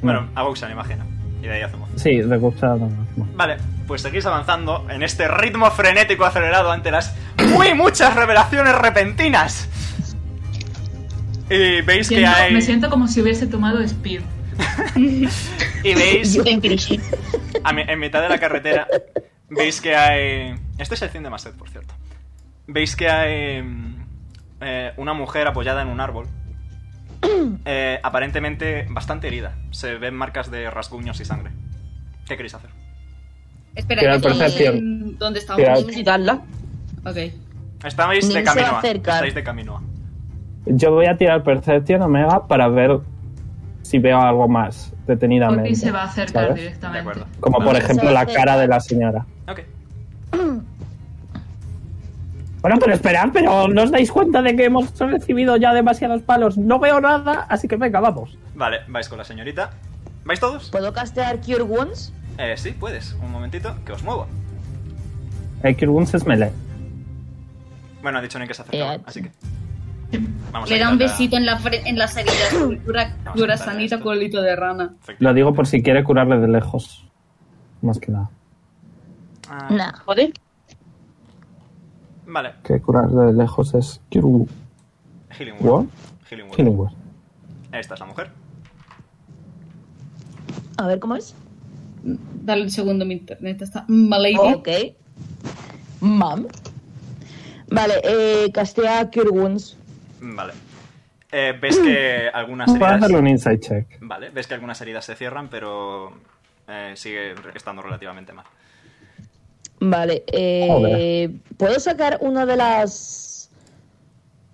Bueno, a Boxan, imagino. Y de ahí hacemos. Sí, de gusta no, no. Vale, pues seguís avanzando en este ritmo frenético acelerado ante las muy muchas revelaciones repentinas. Y veis que Siento- hay. Me siento como si hubiese tomado speed. Y veis, a mi- en mitad de la carretera, veis que hay... Este es el 100 de Maset, por cierto. Veis que hay mm, eh, una mujer apoyada en un árbol. eh, aparentemente bastante herida. Se ven marcas de rasguños y sangre. ¿Qué queréis hacer? Espera, Tirar ¿dónde- percepción. ¿dónde Tirar- estamos? Visitarla. Ok. Estabais Ni de se va a camino a. acercar. Estáis de camino a. Yo voy a tirar Perception Omega para ver si veo algo más detenidamente. Porque se va a acercar ¿sabes? directamente. Como por Ah, Vale. ejemplo la cara de la señora. Ok. Bueno, pero esperad, pero no os dais cuenta de que hemos recibido ya demasiados palos. No veo nada, así que venga, vamos. Vale, vais con la señorita. ¿Vais todos? ¿Puedo castear Cure Wounds? Eh, sí, puedes. Un momentito, que os muevo. El Cure Wounds es melee. Bueno, ha dicho ni que se acercaba, así que. Vamos Le da un quitar la- besito en, la fre- en las heridas, cura, cura sanita, colito de rana. Lo digo por si quiere curarle de lejos. Más que nada. No. ¿Joder? Ah, Vale, Que curarle de lejos es Cure Wo- Healing Word. Word. Healing Word. Healing Word. Esta es la mujer. A ver cómo es. Dale un segundo, mi internet está malady. Oh. Ok. Mam. Vale, eh, castea Cure Wounds. Vale. Eh, ves que algunas Voy a heridas. hacerle un insight check. Vale, ves que algunas heridas se cierran, pero. eh, sigue estando relativamente mal. Vale, eh, ¿puedo sacar una de las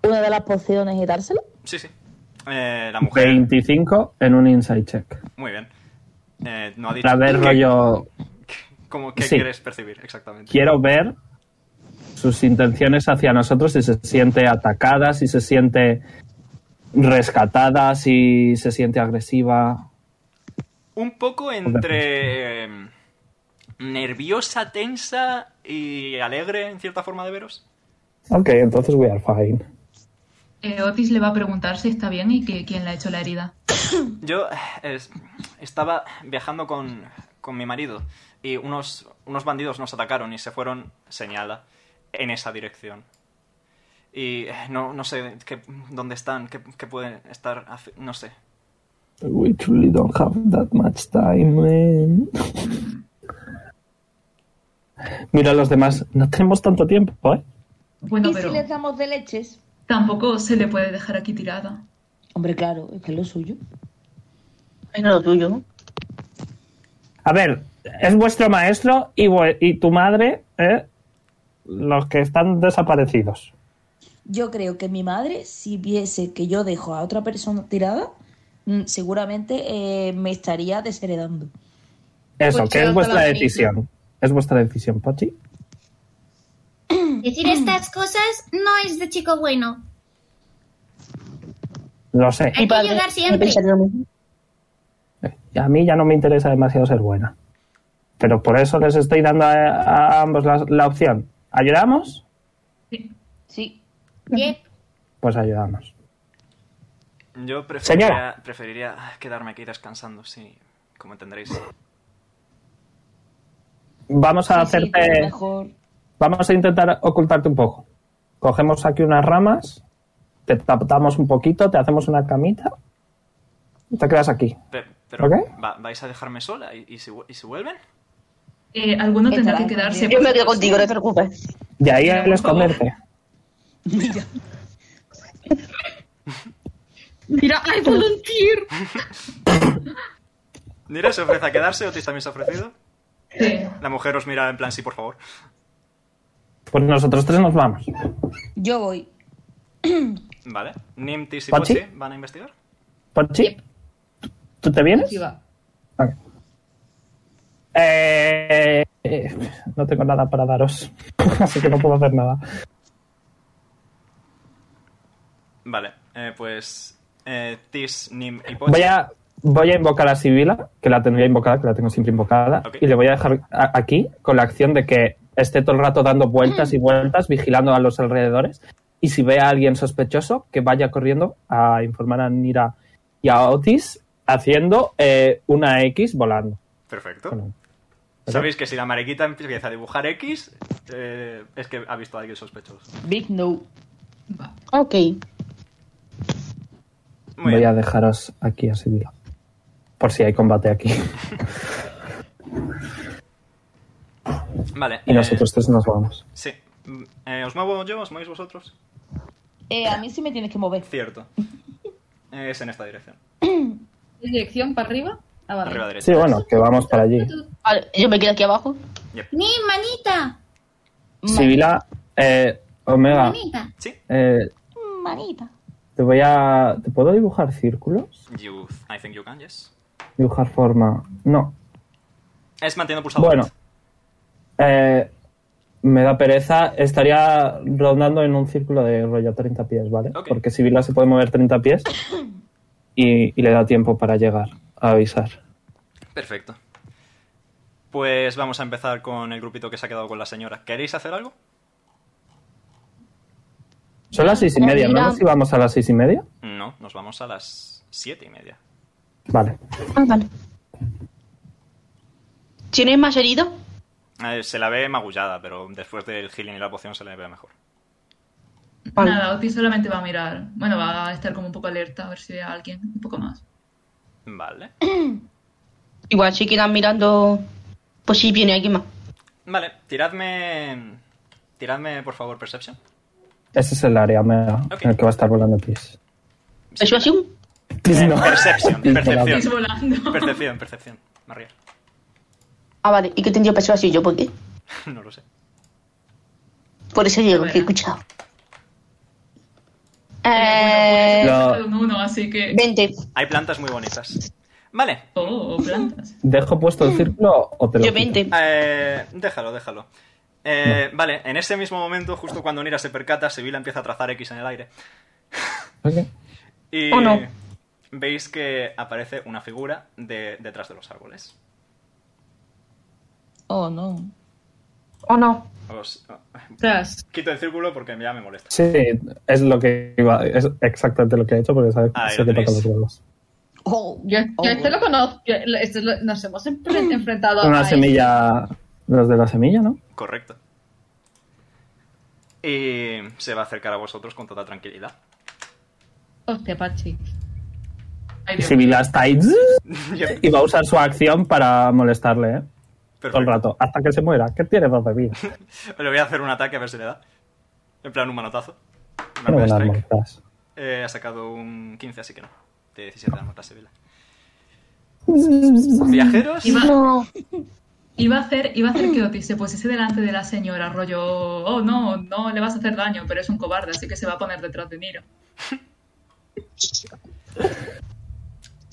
una de las pociones y dársela? Sí, sí. Eh, la mujer. 25 en un insight check. Muy bien. Eh, no ha dicho. Para ver qué- rollo... cómo- ¿Qué Sí. quieres percibir exactamente? Quiero ver sus intenciones hacia nosotros, si se siente atacada, si se siente rescatada, si se siente agresiva. Un poco entre. eh, nerviosa, tensa y alegre, en cierta forma, de veros. Ok, entonces we are fine. Eh, Otis le va a preguntar si está bien y que, quién le ha hecho la herida. Yo eh, es- estaba viajando con, con mi marido y unos, unos bandidos nos atacaron y se fueron, señala, en esa dirección. Y eh, no, no sé qué, dónde están, qué, qué pueden estar, haci- no sé. We truly don't have that much time, man. Mira a los demás, no tenemos tanto tiempo, ¿eh? Bueno, ¿Y pero si les damos de leches? tampoco se le puede dejar aquí tirada. Hombre, claro, es que es lo suyo. Es lo tuyo. A ver, es vuestro maestro y, vue- y tu madre, ¿eh? Los que están desaparecidos. Yo creo que mi madre, si viese que yo dejo a otra persona tirada, mm, seguramente eh, me estaría desheredando. Eso, Pues que yo es vuestra con la decisión. Es vuestra decisión, Pochi. Decir estas cosas no es de chico bueno. Lo sé. Hay que ayudar siempre. Y a mí ya no me interesa demasiado ser buena. Pero por eso les estoy dando a, a ambos la, la opción. ¿Ayudamos? Sí. Pues ayudamos. Yo preferiría, Señora. preferiría quedarme aquí descansando, sí, como entenderéis. Vamos a Sí, sí, hacerte... que es mejor. Vamos a intentar ocultarte un poco. Cogemos aquí unas ramas, te tapamos un poquito, te hacemos una camita y te quedas aquí. Pe- Pero, Ok. va- ¿vais a dejarme sola? ¿Y, y si, vu- y si vuelven? Eh, alguno tendrá que quedarse. pues, Yo me quedo contigo, no te preocupes. Y ahí él es comerte. Mira, hay pues, volunteer. Nira se ofrece a quedarse, Otis también se ha ofrecido. Sí. La mujer os mira en plan, sí, por favor. Pues nosotros tres nos vamos. Yo voy. Vale. Nimtis y ¿Pachi? Pochi pues van a investigar. Pochi, ¿tú- ¿tú te vienes? Vale. Eh, eh, no tengo nada para daros, así que no puedo hacer nada. Vale, eh, pues eh, Tis, Nim y Pochi. Voy a, voy a invocar a Sibila, que la tendría invocada, que la tengo siempre invocada, y le voy a dejar a- aquí con la acción de que esté todo el rato dando vueltas y vueltas, vigilando a los alrededores, y si ve a alguien sospechoso, que vaya corriendo a informar a Nira y a Otis, haciendo eh, una X volando. Perfecto. Bueno, Sabéis que si la mariquita empieza a dibujar X, eh, es que ha visto a alguien sospechoso. Big no. Ok. voy a dejaros aquí a Sibila. Por si hay combate aquí. Vale. eh, Y nosotros tres nos vamos. Sí. Mm, eh, ¿Os muevo yo? ¿Os movéis vosotros? Eh, a mí sí me tienes que mover. Cierto. Eh, Es en esta dirección. ¿Dirección para arriba? Ah, vale. Arriba derecha. Sí, bueno, que vamos para allí. Vale, yo me quedo aquí abajo. ¡Mi manita! Sibila, eh, Omega, ¡Manita! eh, ¡Manita! te voy a... ¿Te puedo dibujar círculos? You, I think you can, yes. Dibujar forma. No. Es manteniendo pulsado. Bueno. Eh, me da pereza. Estaría rondando en un círculo de rollo 30 pies, ¿vale? Porque Sibila se puede mover 30 pies y, y le da tiempo para llegar a avisar. Perfecto. Pues vamos a empezar con el grupito que se ha quedado con la señora. ¿Queréis hacer algo? Son las seis y Mira. media, ¿no? Si vamos a las seis y media. No, nos vamos a las siete y media. Vale. Ah, vale. ¿Tienes más herido? Eh, se la ve magullada, pero después del healing y la poción se le ve mejor. Nada, Otis solamente va a mirar. Bueno, va a estar como un poco alerta a ver si ve a alguien un poco más. Vale. Igual si quedan mirando, pues si viene alguien más. Vale, tiradme. Tiradme, por favor, Perception. Ese es el área Omega, en el que va a estar volando Tis. ¿Eso así? Tis no. Perception, Tis Eh, percepción. volando. Percepción, percepción. María. Ah, vale. ¿Y qué tendría peso así yo? ¿Por qué? No lo sé. Por eso digo que he escuchado. Eh, Lo- Uno, uno, así que. 20. Hay plantas muy bonitas. Vale. Oh, plantas. ¿Dejo puesto el círculo o te lo quito? Eh, déjalo, déjalo. Eh, Vale, en ese mismo momento, justo cuando Nira se percata, Sevilla empieza a trazar X en el aire. Y Oh, no. veis que aparece una figura de, detrás de los árboles. Oh, no. Oh, no. Os- Quito el círculo porque ya me molesta. Sí, es lo que iba, es exactamente lo que he hecho porque sabes Ahí sé lo que toca tenéis. los huevos. Oh, yo, yo este lo conozco. yo- este lo- nos hemos enfre- enfrentado a Una este. semilla, los de la semilla, ¿no? Correcto. Y se va a acercar a vosotros con toda tranquilidad. Hostia, Pachi. Sibila está ahí Yep. y va a usar su acción para molestarle, ¿eh? Todo el rato, hasta que se muera. ¿Qué tiene dos de vida? Le voy a hacer un ataque a ver si le da. En plan, un manotazo. Un Tiene arma de buenas strike. mortas. Eh, ha sacado un 15, así que no. De 17 de la Sevilla. ¿Viajeros? Iba, iba a hacer, iba a hacer que Otis se pusiese delante de la señora, rollo, oh no, no le vas a hacer daño, pero es un cobarde, así que se va a poner detrás de Nira.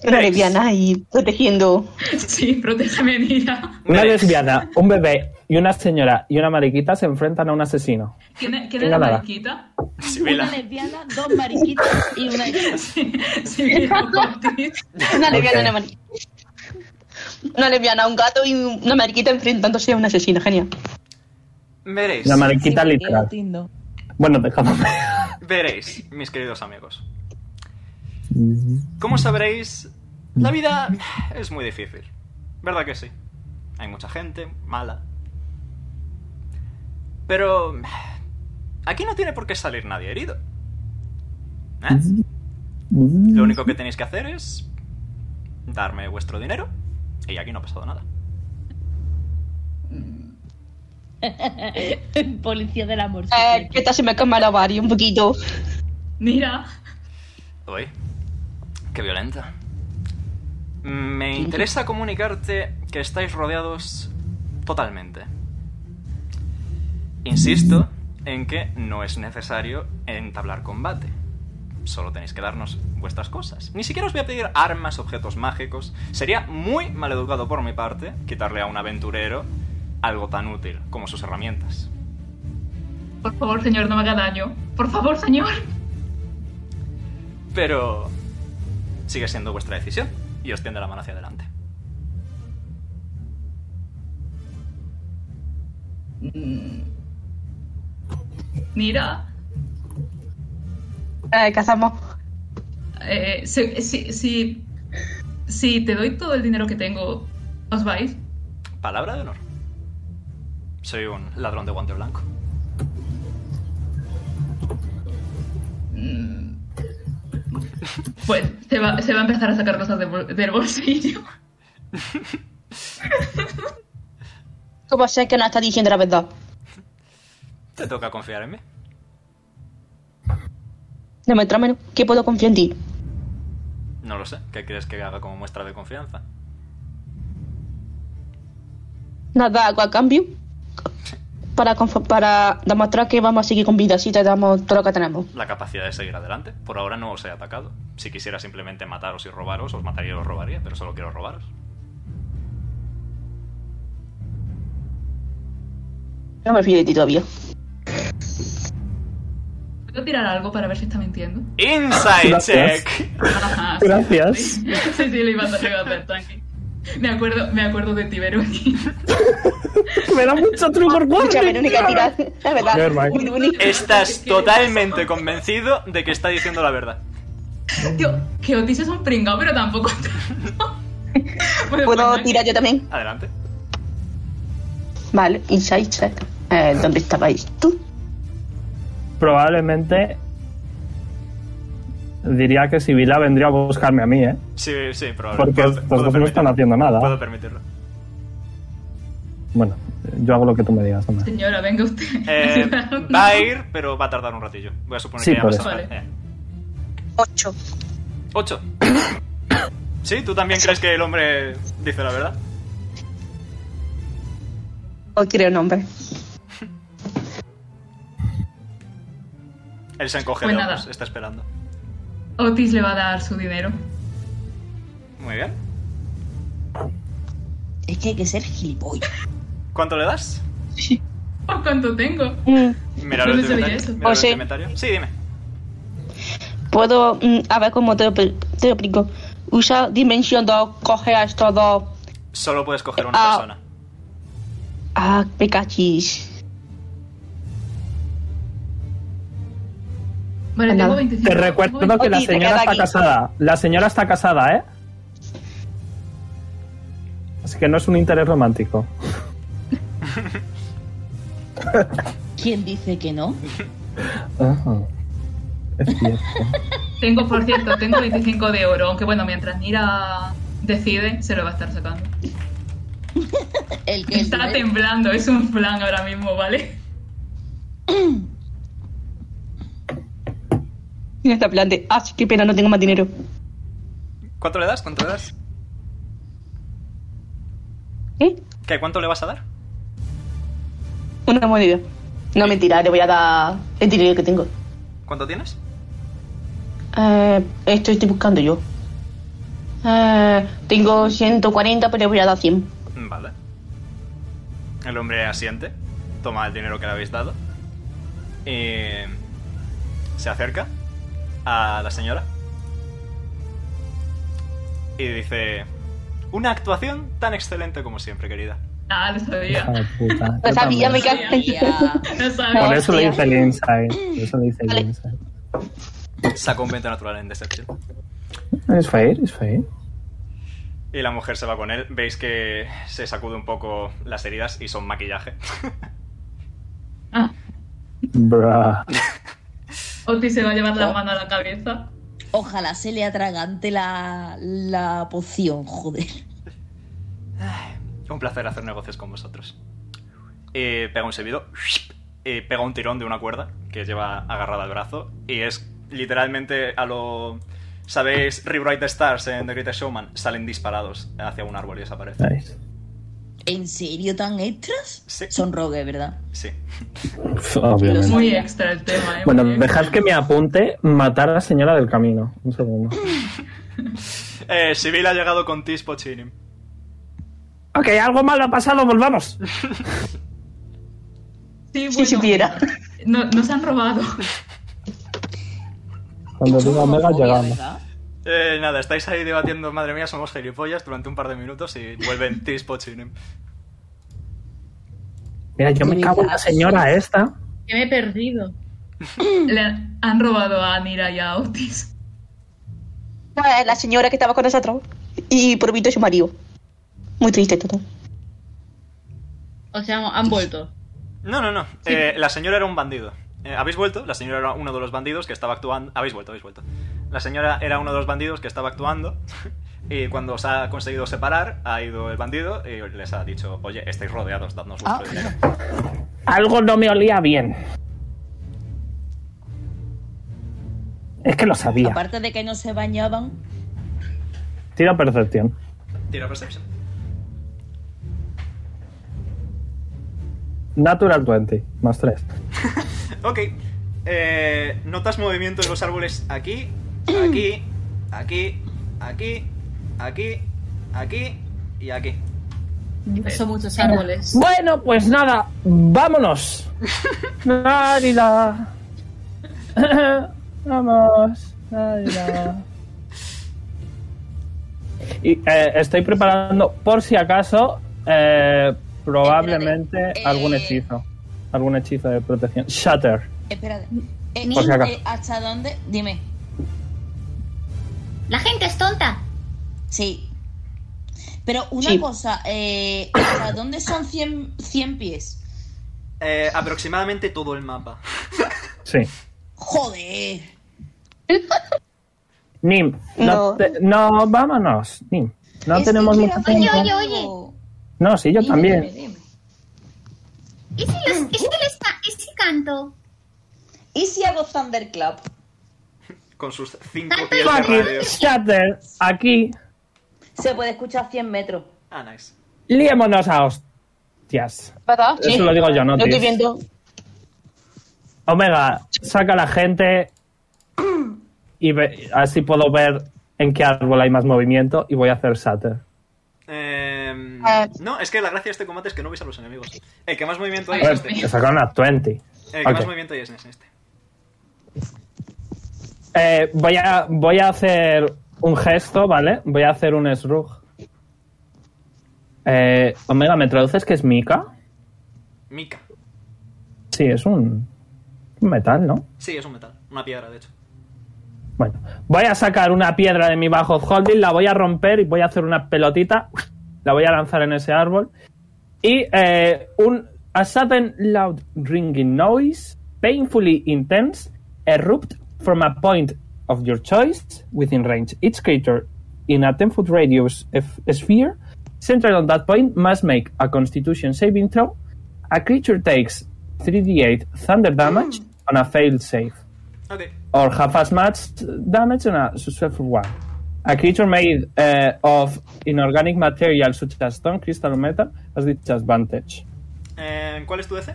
Era lesbiana ahí protegiendo. Sí, protégeme, Nira. Una lesbiana, un bebé y una señora y una mariquita se enfrentan a un asesino. ¿Quién es, quién es Venga, la nada. mariquita? Una lesbiana, dos mariquitas y una. sí, sí, Una lesbiana, y una mariquita. Una lesbiana, un gato y una mariquita enfrentándose a un asesino. Genial. Veréis. La mariquita literal. Bueno, dejadme. Veréis, mis queridos amigos. Como sabréis, la vida es muy difícil. ¿Verdad que sí? Hay mucha gente mala. Pero... Aquí no tiene por qué salir nadie herido. ¿Eh? Lo único que tenéis que hacer es... Darme vuestro dinero. Y aquí no ha pasado nada. Policía del amor. Eh, que esta se me quema la varia un poquito. Mira. Uy, qué violenta. Me interesa comunicarte que estáis rodeados totalmente. Insisto en que no es necesario entablar combate. Solo tenéis que darnos vuestras cosas. Ni siquiera os voy a pedir armas, objetos mágicos. Sería muy maleducado por mi parte quitarle a un aventurero algo tan útil como sus herramientas. Por favor, señor, no me haga daño. Por favor, señor. Pero sigue siendo vuestra decisión y os tiende la mano hacia adelante. Mira. Eh, cazamos. eh, si, si, si, si te doy todo el dinero que tengo, ¿os vais? Palabra de honor. Soy un ladrón de guante blanco. Pues se va, se va a empezar a sacar cosas de bol- del bolsillo. ¿Cómo sé que no está diciendo la verdad? Te toca confiar en mí. Demuéstramelo. ¿Qué puedo confiar en ti? No lo sé. ¿Qué crees que haga como muestra de confianza? Nada, algo a cambio. Para, confo- para demostrar que vamos a seguir con vida, si te damos todo lo que tenemos. La capacidad de seguir adelante. Por ahora no os he atacado. Si quisiera simplemente mataros y robaros, os mataría y os robaría, pero solo quiero robaros. No me fío de ti todavía. ¿Puedo tirar algo para ver si está mintiendo? Inside Gracias. check. Ajá, sí. Gracias. Sí, sí, le iba a hacer, le iba a hacer, tranqui. Me acuerdo, me acuerdo de ti, Verónica. Me da mucho trigger Mucha Verónica tira. La Joder, verdad. Mike. Muy bonito. Estás totalmente convencido de que está diciendo la verdad. Tío, que Otis es un pringao, pero tampoco. Bueno, ¿Puedo pues, tirar yo también? Adelante. Vale, insight check. Eh, ¿Dónde estabais tú? Probablemente. Diría que Sibila vendría a buscarme a mí, ¿eh? Sí, sí, probablemente. Porque los dos no están haciendo nada. Puedo permitirlo. Bueno, yo hago lo que tú me digas, hombre. Señora, venga usted. Eh, va a ir, pero va a tardar un ratillo. Voy a suponer Sí, que ya por pasará. eso. Eh, Ocho. Ocho. ¿Sí? ¿Tú también crees que el hombre dice la verdad? No creo nombre. Él se encoge Pues de nada. hombros, está esperando. Otis le va a dar su dinero. Muy bien. Es que hay que ser gilipollas. ¿Cuánto le das? ¿Por cuánto tengo? Mira Yo el no sabía inventario. eso. míralo Oh, sí. en tu inventario. Sí, dime. Puedo. mm, a ver cómo te lo, pe- te lo explico. Usa Dimension 2, coge a estos dos. Solo puedes coger una Ah. persona. Ah, me cachis. Vale, Nada. tengo 25. Te recuerdo que la Otis, te señora quedas está aquí. casada. La señora está casada, ¿eh? Así que no es un interés romántico. ¿Quién dice que no? Ajá. Es cierto. Tengo, por cierto, tengo 25 de oro. Aunque bueno, mientras Nira decide, se lo va a estar sacando. El que Está temblando, es un plan ahora mismo, ¿vale? Y está en plan de. Ah, sí, qué pena, no tengo más dinero. ¿Cuánto le das? ¿Cuánto le das? ¿Eh? ¿Qué? ¿Cuánto le vas a dar? Una moneda. No, mentira, le voy a dar el dinero que tengo. ¿Cuánto tienes? Eh, esto estoy buscando yo. Eh, tengo 140, pero le voy a dar 100. Vale. El hombre asiente, toma el dinero que le habéis dado y se acerca a la señora y dice: Una actuación tan excelente como siempre, querida. Ah, lo sabía. Puta, Lo yo sabía, me también. caché. Lo sabía. Por eso le hice el insight. Por eso le hice el insight. Saca un 20 natural en Deception. Es fair, es fair. Y la mujer se va con él. Veis que se sacude un poco las heridas y son maquillaje. Bruh. Otis se va a llevar la mano a la cabeza. Ojalá se le atragante la, la poción, joder. Un placer hacer negocios con vosotros. Y pega un silbido. Y pega un tirón de una cuerda que lleva agarrada al brazo. Y es literalmente a lo. ¿Sabéis? Rewrite the Stars en The Greatest Showman. Salen disparados hacia un árbol y desaparecen. ¿En serio tan extras? Son rogue, ¿verdad? Sí. Obviamente. Muy extra el tema, ¿eh? Bueno, dejad que me apunte matar a la señora del camino. Un segundo. Eh, Sibyl ha llegado con Tispo Chinim. Ok, algo malo ha pasado, volvamos. Sí, bueno, No, nos han robado. Cuando diga Omega, llegamos. Eh, nada, estáis ahí debatiendo, madre mía, somos gilipollas durante un par de minutos y vuelven Tispo Chinim. Mira, yo me cago en la señora esta. Que me he perdido. Le han han robado a Nira y a Otis. Ah, La señora que estaba con nosotros. Y probito su marido. Muy triste todo. O sea, han vuelto. No, no, no. Eh, la señora era un bandido. Eh, ¿Habéis vuelto? La señora era uno de los bandidos que estaba actuando. Habéis vuelto, habéis vuelto. La señora era uno de los bandidos que estaba actuando. Y cuando os ha conseguido separar, ha ido el bandido y les ha dicho: Oye, estáis rodeados, dadnos vuestro dinero. Algo no me olía bien. Es que lo sabía. Aparte de que no se bañaban, Tira percepción. Tira percepción. Natural 20, más 3. Ok. Eh, Notas movimiento en los árboles aquí, aquí, aquí, aquí, aquí, aquí y aquí. Son muchos árboles. Bueno, pues nada, vámonos. Nárida. Vamos. Nárida. Y eh, estoy preparando, por si acaso, eh, probablemente eh, algún hechizo. Algún hechizo de protección. Shatter. espérate. Eh, Por Pues si acaso. eh, ¿Hasta dónde? Dime. La gente es tonta. Sí. Pero una Sí. cosa, eh, ¿hasta dónde son 100, 100 pies? Eh, aproximadamente todo el mapa. Sí. Joder. Nim, no, No. te- no, vámonos. Nim, no Es que tenemos quiero mucho Oye, tiempo. oye, oye. No, sí, yo también. ¿Y si, los- y si les ca- y si canto? ¿Y si hago Thunderclap? Con sus cinco Ah, pies de Fucking radio. Shatter, aquí, Se puede escuchar a 100 metros. Ah, nice. liémonos a hostias. ¿Verdad? Eso lo digo yo, no, Lo tío. estoy viendo. Omega, saca a la gente y ve- así puedo ver en qué árbol hay más movimiento y voy a hacer Shatter. Em, no, es que la gracia de este combate es que no veis a los enemigos. El que más movimiento A hay es ver, este. he sacado una 20. El que Ok. más movimiento hay es este. Eh, voy, a, voy a hacer un gesto, ¿vale? Voy a hacer un shrug. Eh, Omega, ¿me traduces que es Mika? Mica. Sí, es un, un metal, ¿no? Sí, es un metal. Una piedra, de hecho. Bueno, voy a sacar una piedra de mi bajo holding, la voy a romper y voy a hacer una pelotita. La voy a lanzar en ese árbol. Y eh, un a sudden loud ringing noise, painfully intense, erupt from a point of your choice within range. Each creature in a 10 foot radius f- sphere centered on that point must make a constitution saving throw. A creature takes 3d8 thunder damage on a failed save Ok. or half as much damage on a successful one. A creature made uh, of inorganic material such as stone, crystal, or metal has disadvantage. Em, ¿Cuál es tu DC?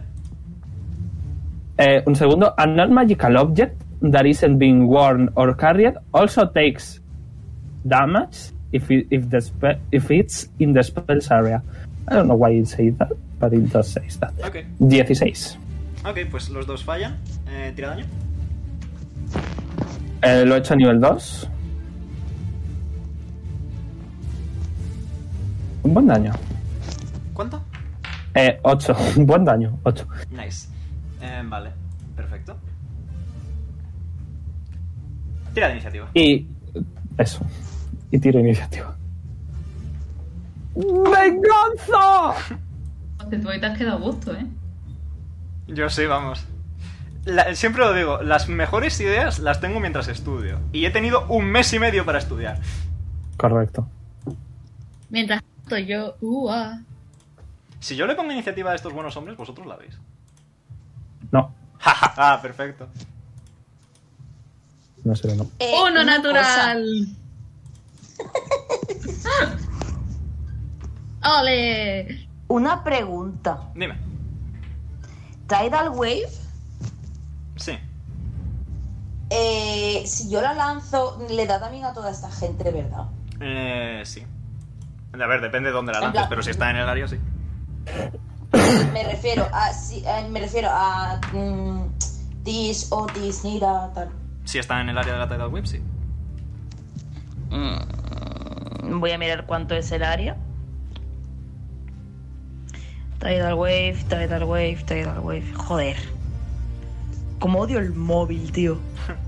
Eh, un segundo, a non-magical object that isn't being worn or carried also takes damage if, it, if, the spe- if it's in the spell's area. I don't know why it says that, but it does say that. Ok. 16. Ok, pues los dos fallan. Eh, tira daño. Eh, lo he hecho a nivel 2. Un buen daño. ¿Cuánto? Eh, 8. Un buen daño. 8. Nice. Em, vale. Perfecto. Tira de iniciativa. Y eso. Y tiro iniciativa. ¡Venganza! Hostia, tú ahí te has quedado a gusto, ¿eh? Yo sí, vamos. La- siempre lo digo, las mejores ideas las tengo mientras estudio. Y he tenido un mes y medio para estudiar. Correcto. Mientras canto yo. Uh, ah. Si yo le pongo iniciativa a estos buenos hombres, vosotros la veis. No. ah, perfecto. No sé, no. Eh, Uno Oh, natural. ¡Ole! Una pregunta. Dime. Tidal Wave, Sí. eh, si yo la lanzo, le da también a toda esta gente, ¿verdad? Eh, sí. A ver, depende de dónde la En lances, plan- pero si está en el área, sí. Me refiero a. si- eh, me refiero a. mm, this o this, Nira, tal. Si está en el área de la Tidal Web, sí. Mm, Voy a mirar cuánto es el área. Tidal Wave, Tidal Wave, Tidal Wave. Joder. Como odio el móvil, tío.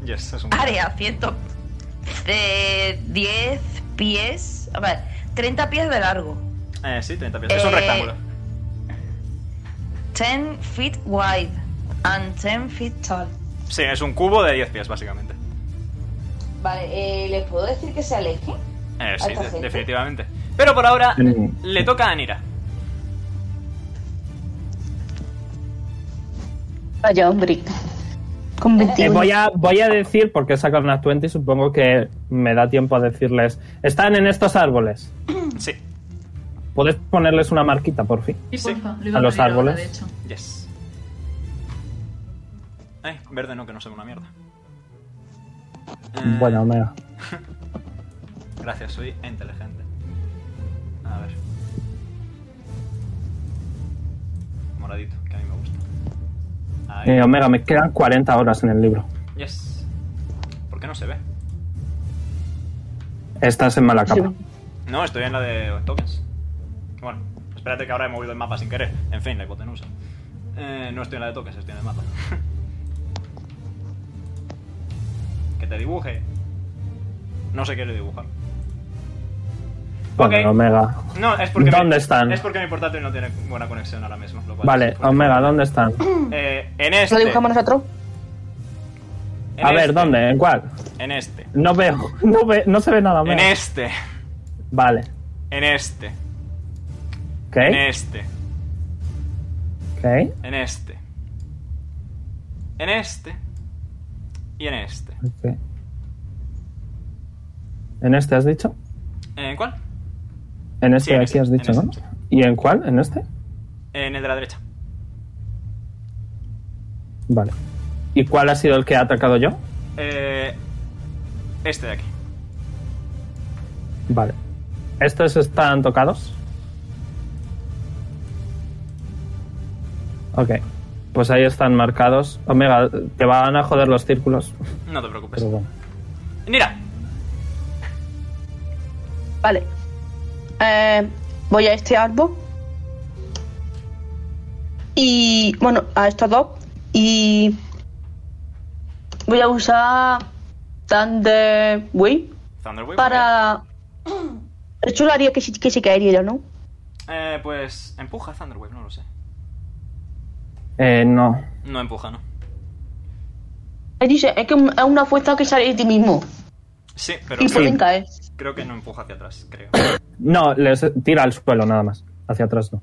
Yes, es un... Área, ciento. De 10 pies. A ver, 30 pies de largo. Eh, sí, 30 pies. Es un Eh, rectángulo. 10 feet wide. And 10 feet tall. Sí, es un cubo de 10 pies, básicamente. Vale, eh, ¿les puedo decir que se alejen? Eh, sí, Alta de- gente. definitivamente. Pero por ahora le toca a Anira. Vaya, hombre. Con 21. Eh, voy, a, voy a decir, porque he sacado una 20, supongo que me da tiempo a decirles. Están en estos árboles. Sí. ¿Podéis ponerles una marquita, por fin? Sí, porfa, lo iba A los pedir ahora, de árboles. hecho. Yes. Ay, verde no, que no se ve una mierda. Mm. Eh, Bueno, Omega. Gracias, soy inteligente. A ver. Moradito, que a mí me gusta. Ahí. Eh, Omega, me quedan 40 horas en el libro. Yes. ¿Por qué no se ve? Estás en mala capa. No, estoy en la de tokens. Bueno, espérate que ahora he movido el mapa sin querer. En fin, la hipotenusa. Eh, no estoy en la de tokens, estoy en el mapa. que te dibuje. No se quiere dibujar. Bueno, Omega. No, es porque. ¿Dónde mi- están? Es porque mi portátil no tiene buena conexión ahora mismo. lo cual Vale, es- Omega, ¿dónde están? Eh, en este. ¿Lo dibujamos nosotros? En A ver, este, ¿dónde? ¿En cuál? En este. No veo, no, ve- no se ve nada, En Omega. ¿Eh? este. Vale, En este. ok, En este. ok. En este. En este. Y en este. ok. ¿En este has dicho? ¿En cuál? En este Sí, en de aquí este, has dicho, en ¿no? ¿Y en cuál? ¿En este? En el de la derecha. Vale. ¿Y cuál ha sido el que ha atacado yo? Eh, este de aquí. Vale. ¿Estos están tocados? Ok. Pues ahí están marcados. Omega, te van a joder los círculos. No te preocupes. Pero bueno. Mira. Vale. Eh, voy a este árbol. Y. Bueno, a estos dos. Y. Voy a usar. Thunder Wave. Thunderwave. Para. Eso lo haría que, se- que se caería, ¿no? Eh, pues empuja Thunderwave, no lo sé. Eh, no. No empuja, ¿no? Él dice, es que es una fuerza que sale de ti mismo. Sí, pero Y pueden caer. creo que no empuja hacia atrás, creo. No, les tira al suelo nada más. Hacia atrás no.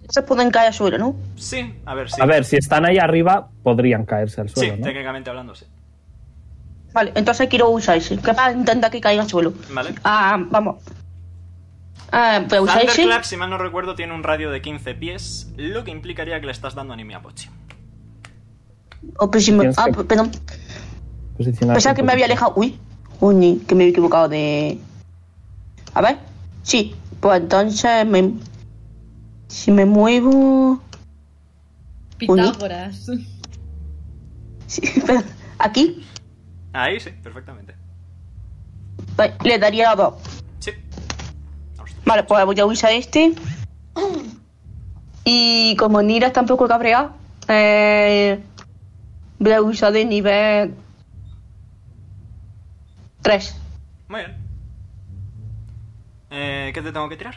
Entonces pueden caer al suelo, ¿no? Sí, a ver, sí. A ver, si están ahí arriba, podrían caerse al Sí, suelo, ¿no? técnicamente hablando, sí. Vale, entonces quiero usar ese. Que para intentar que caiga al suelo. Vale. Ah, vamos. Ah, voy a usar ese. Thunderclap, si mal no recuerdo, tiene un radio de 15 pies, lo que implicaría que le estás dando anime a Pochi. Oh, pero si me- Tienes ah, que- pues, perdón. Posicionarse Pensaba que un me había poquito. alejado. Uy, uy, que me he equivocado de. A ver. Sí, pues entonces me. Si me muevo. Pitágoras. Sí, espera. Aquí Ahí sí, perfectamente. vale, le daría a dos. Sí. Vale, pues voy a usar este. Y como Nira está un poco cabreada, eh, voy a usar de nivel 3. Muy bien. Eh, ¿Qué te tengo que tirar?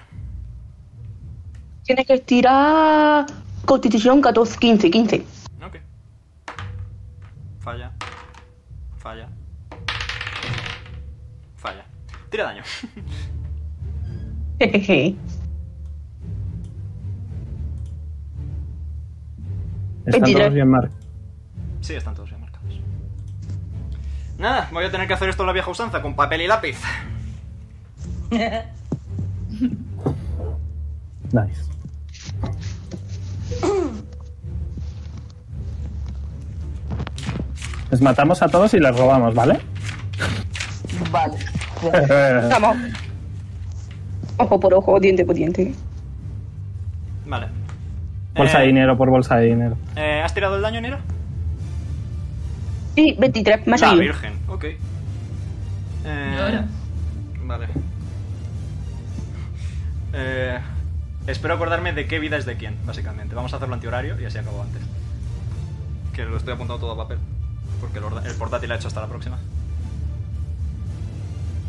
Tienes que tirar Constitución 14, 15, 15. Ok. Falla. Falla. Falla. Tira daño. Jejeje. 23. Están todos bien mar- Sí, están todos bien marcados. Nada, voy a tener que hacer esto a la vieja usanza, con papel y lápiz. Nice. Les matamos a todos y les robamos, ¿vale? Vale. Vamos. Ojo por ojo, diente por diente. Vale. Bolsa Eh, de dinero por bolsa de dinero. eh, ¿Has tirado el daño, Nera? Sí, 23, más La ahí. virgen, ok. Eh, Vale. Eh, espero acordarme de qué vida es de quién, básicamente. Vamos a hacerlo antihorario y así acabo antes. Que lo estoy apuntando todo a papel. Porque el, orda- el portátil ha hecho hasta la próxima.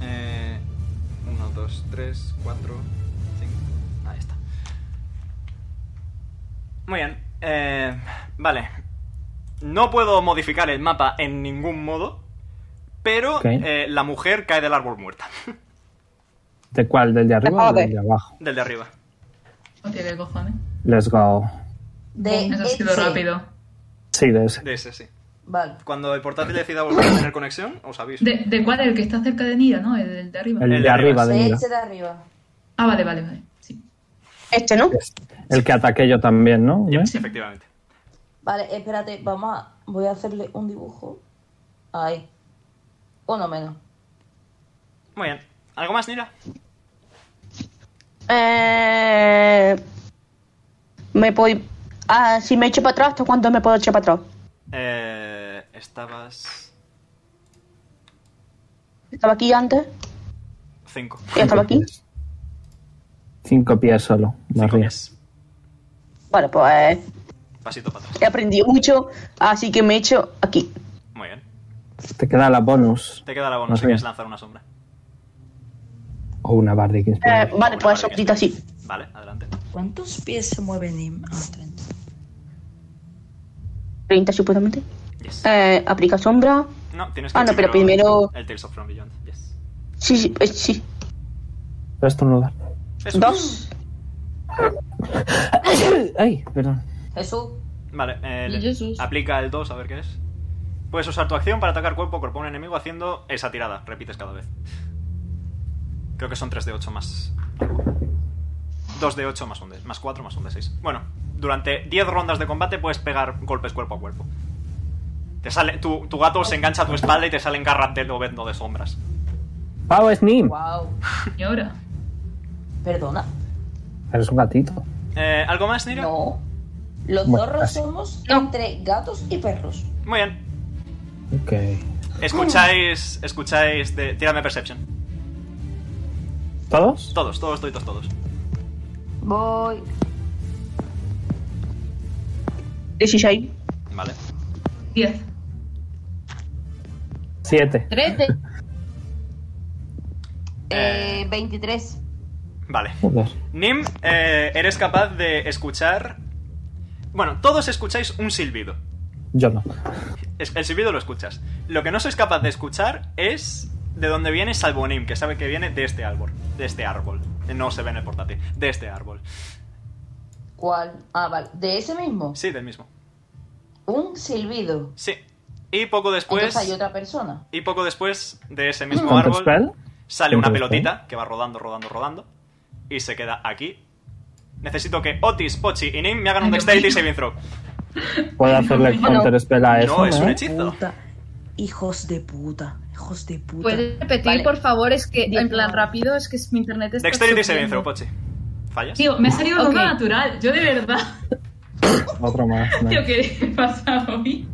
Eh, 1, 2, 3, 4, 5. Ahí está. Muy bien. eh, vale. No puedo modificar el mapa en ningún modo. Pero Ok. eh, la mujer cae del árbol muerta. ¿De cuál? ¿Del de arriba o del de abajo? Del de arriba. No tiene cojones. Oh, Let's go. Eh, De Eso ha sido ese. rápido. Sí, de ese. De ese, sí. Este. Vale. Cuando el portátil decida volver a tener conexión, os aviso. ¿De, de cuál? El que está cerca de Nira, ¿no? El, del de arriba. El de arriba de Nira. Este de arriba. Ah, vale, vale, vale. Este, ¿no? El que ataqué yo también, ¿no? ¿Ves? Efectivamente. Vale, espérate, vamos a. Voy a hacerle un dibujo. Ahí. Uno menos. Muy bien. ¿Algo más, Nira? Eh, me puedo... Ah, si me echo para atrás, ¿hasta cuánto me puedo echar para atrás? Eh, estabas. Estaba aquí antes, 5. ya estaba aquí. Cinco pies solo. No ríes. Bueno, pues Pasito para atrás. he aprendido mucho, así que me echo aquí. Muy bien. Te queda la bonus. Te queda la No bonus si sé. quieres lanzar una sombra. O una bardic inspiration. Eh, vale, pues eso quita así. Vale, adelante. ¿Cuántos pies se mueven Nim? Ah, 30. 30 supuestamente. Eh, aplica sombra. No, tienes que. Ah, no, pero primero... El Tales of From Beyond. Yes. Sí, sí, eh, sí. Estornudar. Dos. Ay, perdón. Jesús. Vale, eh, Y le- Jesús. aplica el 2 a ver qué es. Puedes usar tu acción para atacar cuerpo a cuerpo a un enemigo haciendo esa tirada. Repites cada vez. Creo que son 3 de 8 más. 2 de 8 más un de, más 4 más un de 6. Bueno, durante 10 rondas de combate puedes pegar golpes cuerpo a cuerpo. Te sale, tu, tu gato se engancha a tu espalda y te salen garras de lobendo de sombras. Pau es Nim. Wow. ¿Y ahora? Perdona. Eres un gatito. Eh, ¿Algo más, Nira? No. Los Bueno, zorros casi. somos entre gatos y perros. Muy bien. Ok. Escucháis. Escucháis. De, tírame Perception. ¿Todos? Todos, todos, todos, todos. Voy. 16. Vale. 10. Siete. 13. Eh, 23. Vale. Joder. Nim, eh, eres capaz de escuchar. Bueno, todos escucháis un silbido. Yo no. Es- El silbido lo escuchas. Lo que no sois capaz de escuchar es de dónde viene salvo Nim, que sabe que viene de este árbol. De este árbol. No se ve en el portátil. De este árbol. ¿Cuál? Ah, vale. ¿De ese mismo? Sí, del mismo. Un silbido. Sí. Y poco después. Entonces hay otra persona. Y poco después de ese mismo ¿Counter árbol spell? sale una ¿Counter spell? pelotita que va rodando, rodando, rodando. Y se queda aquí. Necesito que Otis, Pochi y Nim me hagan un Dexterity Saving Throw. Puedo hacerle counter spell a eso. No, es un ¿eh? hechizo. Hijos de puta. Hijos de puta. ¿Puedes repetir, por favor? Es que, en plan rápido, es que mi internet está. Dexterity Saving sufriendo. Throw, Pochi. ¿Fallas? Tío, me ha salido lo Ok. más natural. Yo de verdad. Otro más. ¿no? Tío, ¿qué pasa hoy?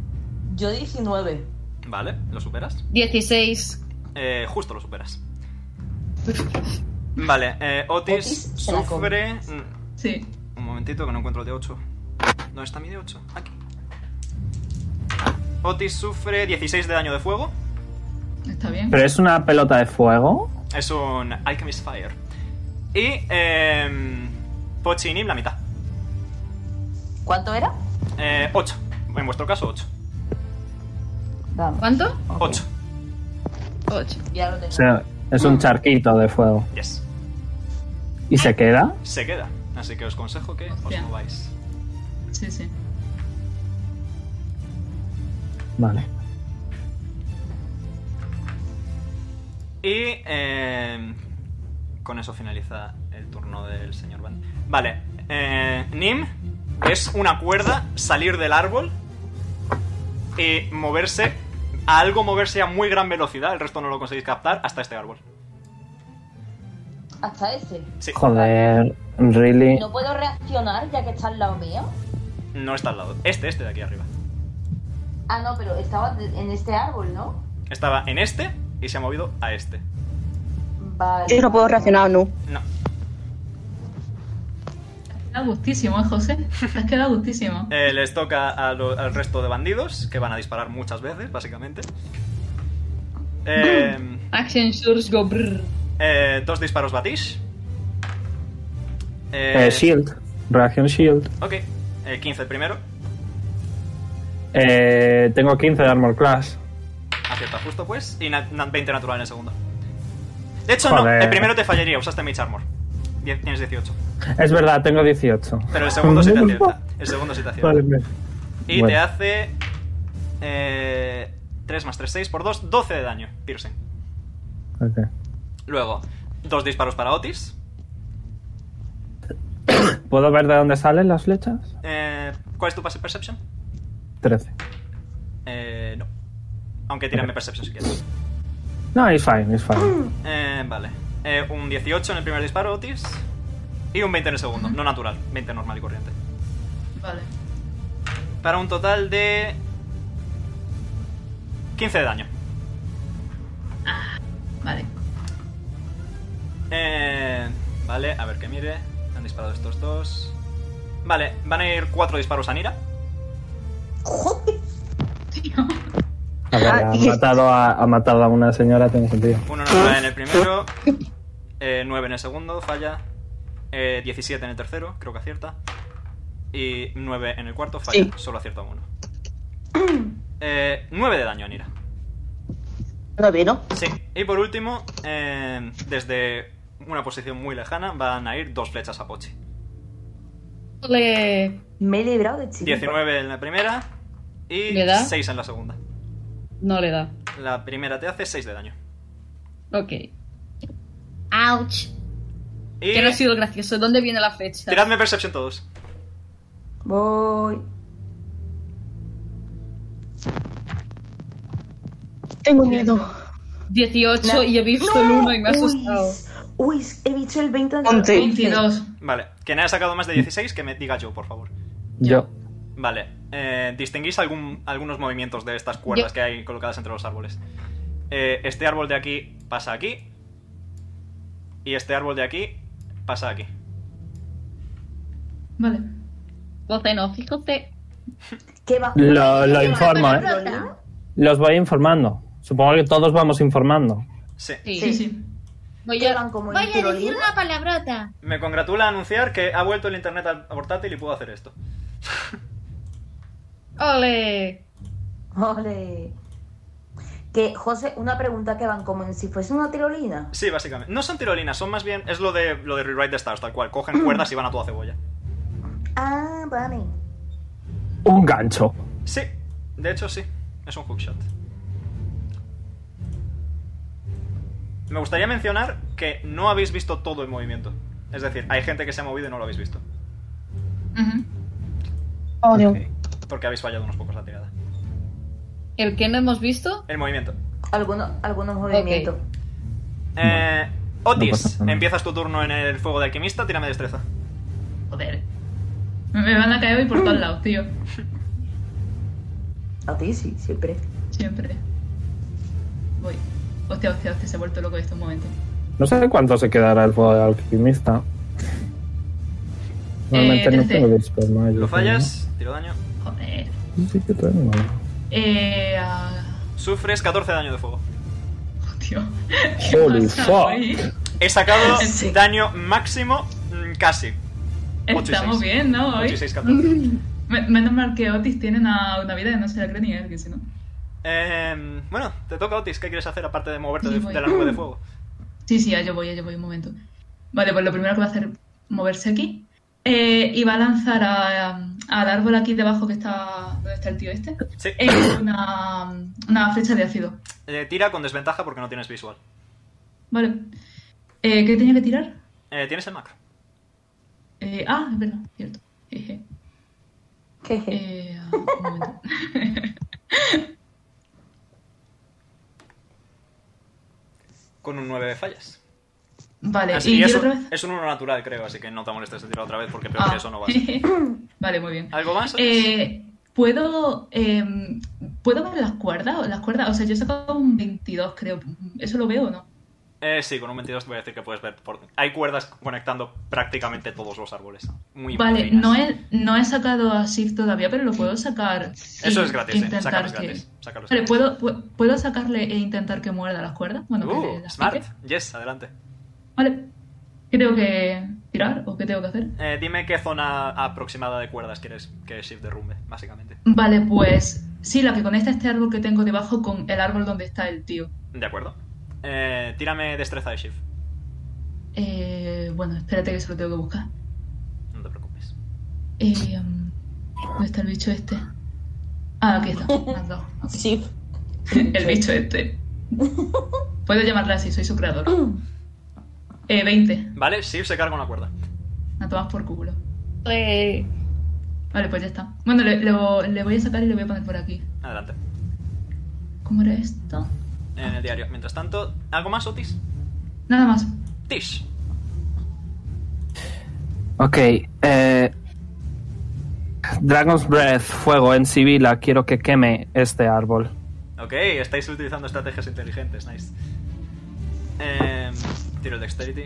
Yo 19. Vale, lo superas. 16. Eh, justo lo superas. Vale, eh, Otis, Otis se la sufre. come. Mm, Sí. Un momentito que no encuentro el de 8. ¿Dónde está mi de 8? Aquí. Otis sufre 16 de daño de fuego. Está bien. Pero es una pelota de fuego. Es un Alchemist Fire. Y. Eh, Pochi y Nim, la mitad. ¿Cuánto era? Eh, 8. En vuestro caso, 8. Dame. ¿Cuánto? 8. 8. Ya lo O tengo. sea, es un charquito de fuego. Yes. ¿Y se queda? Se queda. Así que os consejo que os Hostia. mováis. Sí, sí. Vale. Y eh, con eso finaliza el turno del señor Van. Vale, eh, Nim es una cuerda salir del árbol y moverse a algo moverse a muy gran velocidad. El resto no lo conseguís captar hasta este árbol. Hasta ese. Sí, Joder, really. No puedo reaccionar ya que está al lado mío. no está al lado. Este, este de aquí arriba. Ah, no, pero estaba de- en este árbol, ¿no? Estaba en este y se ha movido a este. Vale. Yo no puedo reaccionar, ¿no? No. Está gustísimo, ¿eh, José? Te has quedado gustísimo. Eh, les toca a lo- al resto de bandidos que van a disparar muchas veces, básicamente. Eh, Action Source go brrr. Eh, dos disparos batish. Eh, Eh, shield. Reacción shield. Ok. Eh, 15 primero. Eh, tengo 15 de armor class. Ha Acierta justo, pues. Y na- na- 20 natural en el segundo. De hecho, Joder. no. El primero te fallaría. Usaste Mage Armor. Bien, tienes 18. Es verdad, tengo 18. Pero el segundo sí te acierta. El segundo sí te acierta. Vale, bien. Y te Bueno. hace. Eh, 3 más 3, 6 por 2, 12 de daño. Piercing. Ok. Luego, dos disparos para Otis. ¿Puedo ver de dónde salen las flechas? Eh, ¿Cuál es tu passive perception? 13. Eh, no. Aunque tírame perception si quieres. No, it's fine, it's fine. Eh, vale. Eh, un 18 en el primer disparo, Otis. Y un 20 en el segundo. No natural, 20 normal y corriente. Vale. Para un total de. 15 de daño. Vale. Eh, vale, a ver que mire. Han disparado estos dos. Vale, van a ir cuatro disparos a Nira. A ver, ha Ay. matado a, ha matado a una señora, tiene sentido. Uno natural en el primero. Eh, 9 en el segundo, falla. Eh, 17 en el tercero, creo que acierta. Y 9 en el cuarto, falla. Sí. Solo acierta uno. Eh, 9 de daño, Anira. Nueve, ¿no? Sí. Y por último, eh, desde una posición muy lejana, van a ir dos flechas a Pochi. Me he librado de chico. 19 en la primera y ¿Le da? 6 en la segunda. No le da. La primera te hace 6 de daño. Ok. Ouch. Y Que no ha sido gracioso. ¿Dónde viene la fecha? tiradme Perception todos. Voy. Tengo miedo. 18 No. y he visto No. el 1 y me ha Uy. asustado. Uy, he dicho el 20 de Once. 22. Vale, quien haya sacado más de 16, que me diga yo, por favor. Yo. Vale, eh, distinguís algún- algunos movimientos de estas cuerdas Yo- que hay colocadas entre los árboles. Eh, este árbol de aquí pasa aquí. Y este árbol de aquí pasa aquí. Vale. Voce no, fíjate. ¿Qué va? Lo, lo informo, ¿eh? Los voy informando. Supongo que todos vamos informando. Sí. Sí, sí. Voy a, voy a decir una palabrota. Me congratula anunciar que ha vuelto el internet al portátil y puedo hacer esto. ¡Ole! ¡Ole! Que, José, una pregunta que van como si fuese una tirolina. Sí, básicamente. No son tirolinas, son más bien. Es lo de lo de Rewrite the Stars, tal cual. Cogen cuerdas y van a toda cebolla. Ah, vale. Un gancho. Sí, de hecho sí. Es un hookshot. Me gustaría mencionar que no habéis visto todo el movimiento. Es decir, hay gente que se ha movido y no lo habéis visto. Oh, Dios. Porque habéis fallado unos pocos la tirada. ¿El que no hemos visto? El movimiento. Algunos, algunos movimientos. Eh, Otis, empiezas tu turno en el fuego de alquimista, tírame destreza. Joder. Me- Me van a caer hoy por todos lados, tío. A ti sí, siempre. Siempre. Voy. Hostia, hostia, hostia, se ha vuelto loco en estos momentos. No sé cuánto se quedará el fuego de alquimista. Normalmente no trece. tengo disparo. Lo fallas, tiro daño. Joder. Sí que tengo. Eh. ah, Sufres 14 de daño de fuego. Ah, Holy pasa fuck. hoy? He sacado Sí. daño máximo mm, casi. Ocho y Estamos seis. bien, ¿no? Hoy. Ocho y seis, 14. Me- Menos mal que Otis tiene una, una vida que no se la cree ni él, que si no. Eh, bueno, te toca Otis. ¿Qué quieres hacer aparte de moverte Sí, de, voy. de la nube de fuego? Sí, sí, ya yo voy, ya yo voy, un momento. Vale, pues lo primero que va a hacer es moverse aquí. Eh, y va a lanzar a- al árbol aquí debajo que está, donde está el tío este. Sí. eh, una, una flecha de ácido. Eh, tira con desventaja porque no tienes visual. Vale. Eh, ¿Qué tenía que tirar? Eh, tienes el macro. Eh, ah, es verdad, cierto. Jeje. Eh, ah, un momento. Con un 9 fallas. Vale, Así, y es, tiro otra un, es un 1 natural, creo, así que no te molestes de tirar otra vez porque peor Ah. que eso no va a Ah, ser. vale, muy bien. ¿Algo más? Eh, ¿puedo, em, ¿Puedo ver las cuerdas? Las cuerdas, o sea, yo he sacado un 22, creo. ¿Eso lo veo o no? Eh, sí, con un 22 te voy a decir que puedes ver. por- Hay cuerdas conectando prácticamente todos los árboles. Muy vale, finas. no he, no he sacado a Shift todavía, pero lo puedo sacar. y Eso es gratis, eh. intentar Sácalo es que- gratis. Sácalo es Vale, gratis. ¿puedo, pu- ¿puedo sacarle e intentar que muerda las cuerdas? Bueno, que Uh, le las smart. pique. Yes, adelante. Vale. Creo que tirar o qué tengo que hacer. Eh, dime qué zona aproximada de cuerdas quieres que Shift derrumbe, básicamente. Vale, pues Sí, la que conecta este árbol que tengo debajo con el árbol donde está el tío. De acuerdo. Eh, tírame destreza de shift. Eh, bueno, espérate que se lo tengo que buscar. No te preocupes. Eh, um, ¿Dónde está el bicho este? Ah, aquí está. Más dos. Ok. el bicho este. Puedo llamarla así, soy su creador. Eh, 20. Vale, sí, se carga una cuerda. La tomas por culo. Vale, pues ya está. Bueno, le, lo- le voy a sacar y le voy a poner por aquí. Adelante. ¿Cómo era esto? En el diario. Mientras tanto, ¿algo más, Otis? Nada más. Tish. Ok, eh, Dragon's Breath, fuego en Sibila, quiero que queme este árbol. Ok, estáis utilizando estrategias inteligentes, nice. Eh, tiro el dexterity.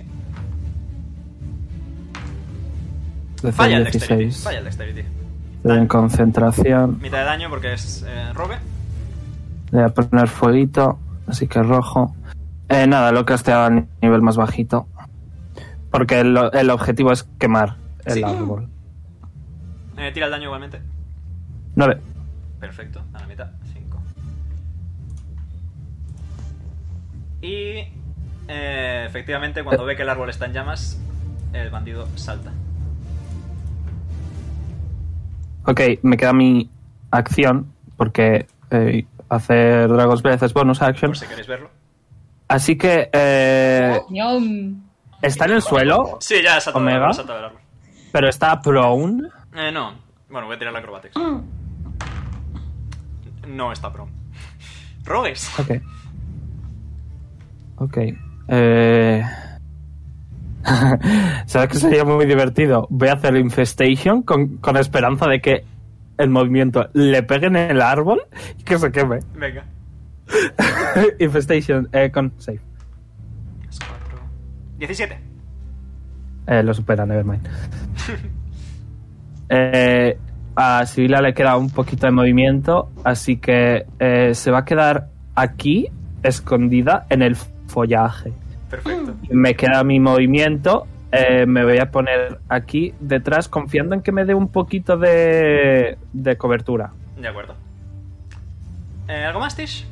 DC Falla el 16. dexterity. Falla el dexterity. Estoy en concentración. Mitad de daño porque es eh, robe. Le voy a poner fueguito, así que rojo. Eh, nada, lo he casteado al nivel más bajito. Porque el, el objetivo es quemar el Sí. árbol. Eh, tira el daño igualmente. 9. Perfecto, a la mitad, 5. Y eh, efectivamente, cuando ve que el árbol está en llamas, el bandido salta. Ok, me queda mi acción, porque eh, hacer Dragon's Breath es bonus action. Si queréis verlo. Así que... Eh, ¿Está en el suelo? Sí, ya ha saltado, el Omega. árbol, ha saltado el árbol. Pero está prone. Eh, no. Bueno, voy a tirar la acrobatics. No está pro. Robes. Ok. Ok. Eh... ¿Sabes que sería muy divertido? Voy a hacer infestation con, con esperanza de que el movimiento le pegue en el árbol y que se queme. Venga. infestation eh, con save. Más 4. 17. Eh, lo supera, nevermind. Eh, a Sibila le queda un poquito de movimiento, así que eh, se va a quedar aquí, escondida en el follaje. Perfecto. Me queda mi movimiento. eh, me voy a poner aquí detrás, confiando en que me dé un poquito de, de cobertura. De acuerdo. Eh, ¿Algo más, Tish?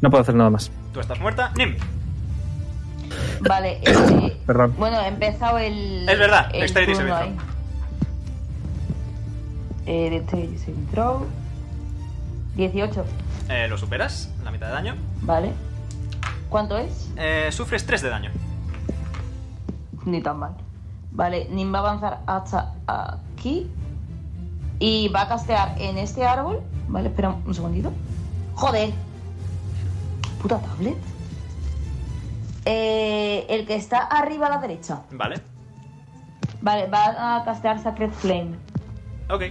No puedo hacer nada más. Tú estás muerta. Nim. Vale, eh, Perdón. bueno, he empezado el. Es verdad, el dexterity turno saving ahí. Eh, dexterity saving throw. 18, Eh, lo superas, la mitad de daño. vale. ¿Cuánto es? Eh, sufres 3 de daño. Ni tan mal. Vale, Nim va a avanzar hasta aquí. Y va a castear en este árbol. Vale, espera un segundito. ¡Joder! Puta tablet. Eh, el que está arriba a la derecha. Vale. Vale, va a castear Sacred Flame. Ok.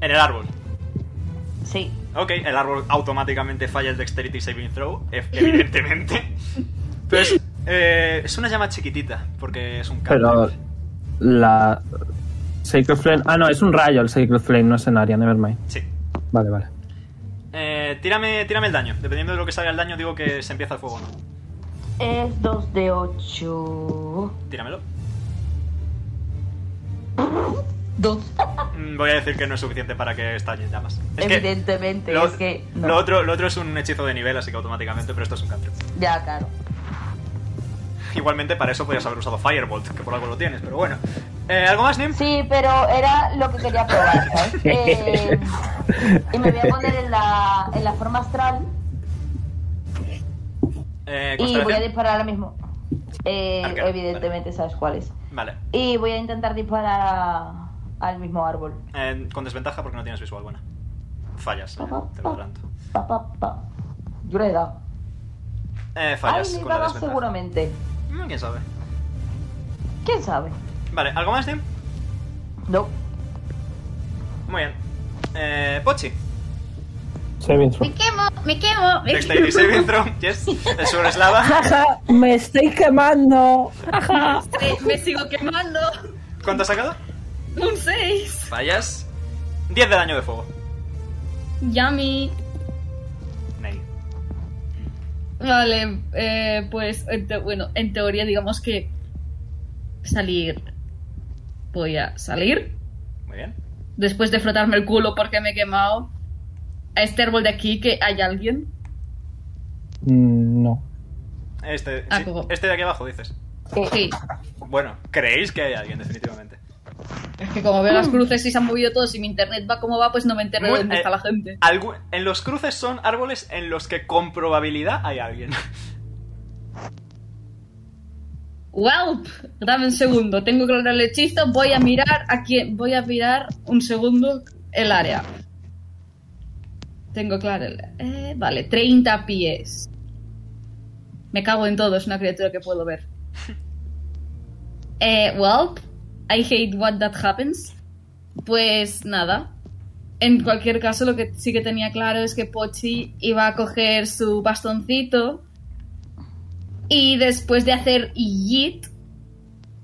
En el árbol. Sí. Ok, el árbol automáticamente falla el Dexterity Saving Throw, ev- evidentemente. Pero es, eh, es una llama chiquitita, porque es un cable. Pero la Sacred Flame. Ah, no, es un rayo el Sacred Flame, no es en área, nevermind. Sí. Vale, vale. Eh, tírame, tírame el daño. Dependiendo de lo que salga el daño, digo que se empieza el fuego o no. Es 2 de 8. Tíramelo. Dos. Mm, Voy a decir que no es suficiente para que estallen llamas. Es que Evidentemente, lo- es que. no. lo, otro, lo otro es un hechizo de nivel, así que automáticamente, pero esto es un cantrip. Ya, claro. Igualmente, para eso podías haber usado Firebolt, que por algo lo tienes, pero bueno. Eh, ¿Algo más, Nim? Sí, pero era lo que quería probar, ¿sabes? Eh, y me voy a poner en la, en la forma astral Eh, y voy a constelación. Ah, disparar ahora mismo. Eh, Arcana, evidentemente, ¿sabes cuál es? Vale. Y voy a intentar disparar a- al mismo árbol. Eh, con desventaja porque no tienes visual buena. Fallas, eh, te lo adelanto. Pa, pa, pa. Yo le he dado. Eh, Ay, fallas me con iba la a dar desventaja. seguramente. Mm, ¿Quién sabe? ¿Quién sabe? Vale, ¿algo más, Nim? No. Muy bien. Eh, Pochi. Saving throw. Me quemo, me quemo, me Dexterity saving quemo. throw. Yes. El suelo eslava. Jaja, me estoy quemando. Jaja. me sigo quemando. ¿Cuánto has sacado? Un 6. Fallas. 10 de daño de fuego. Yummy. Ney. Vale, eh, pues en te- bueno, en teoría digamos que salir. Voy a salir. Muy bien. Después de frotarme el culo porque me he quemado. a este árbol de aquí que hay alguien? Mm, No. Este, Ah, sí, este de aquí abajo, dices. Sí. Bueno, creéis que hay alguien, definitivamente. Es que como veo las cruces y se han movido todos y mi internet va como va, pues no me entero de Muy- dónde eh, está la gente. algu- en los cruces son árboles en los que con probabilidad hay alguien. Welp, dame un segundo, tengo que lograr el hechizo, voy a mirar a quién, voy a mirar un segundo el área. Tengo claro el... eh, vale, 30 pies. Me cago en todo, es una criatura que puedo ver. Eh, Welp, I hate what that happens. Pues nada. En cualquier caso, lo que sí que tenía claro es que Pochi iba a coger su bastoncito y después de hacer Yeet,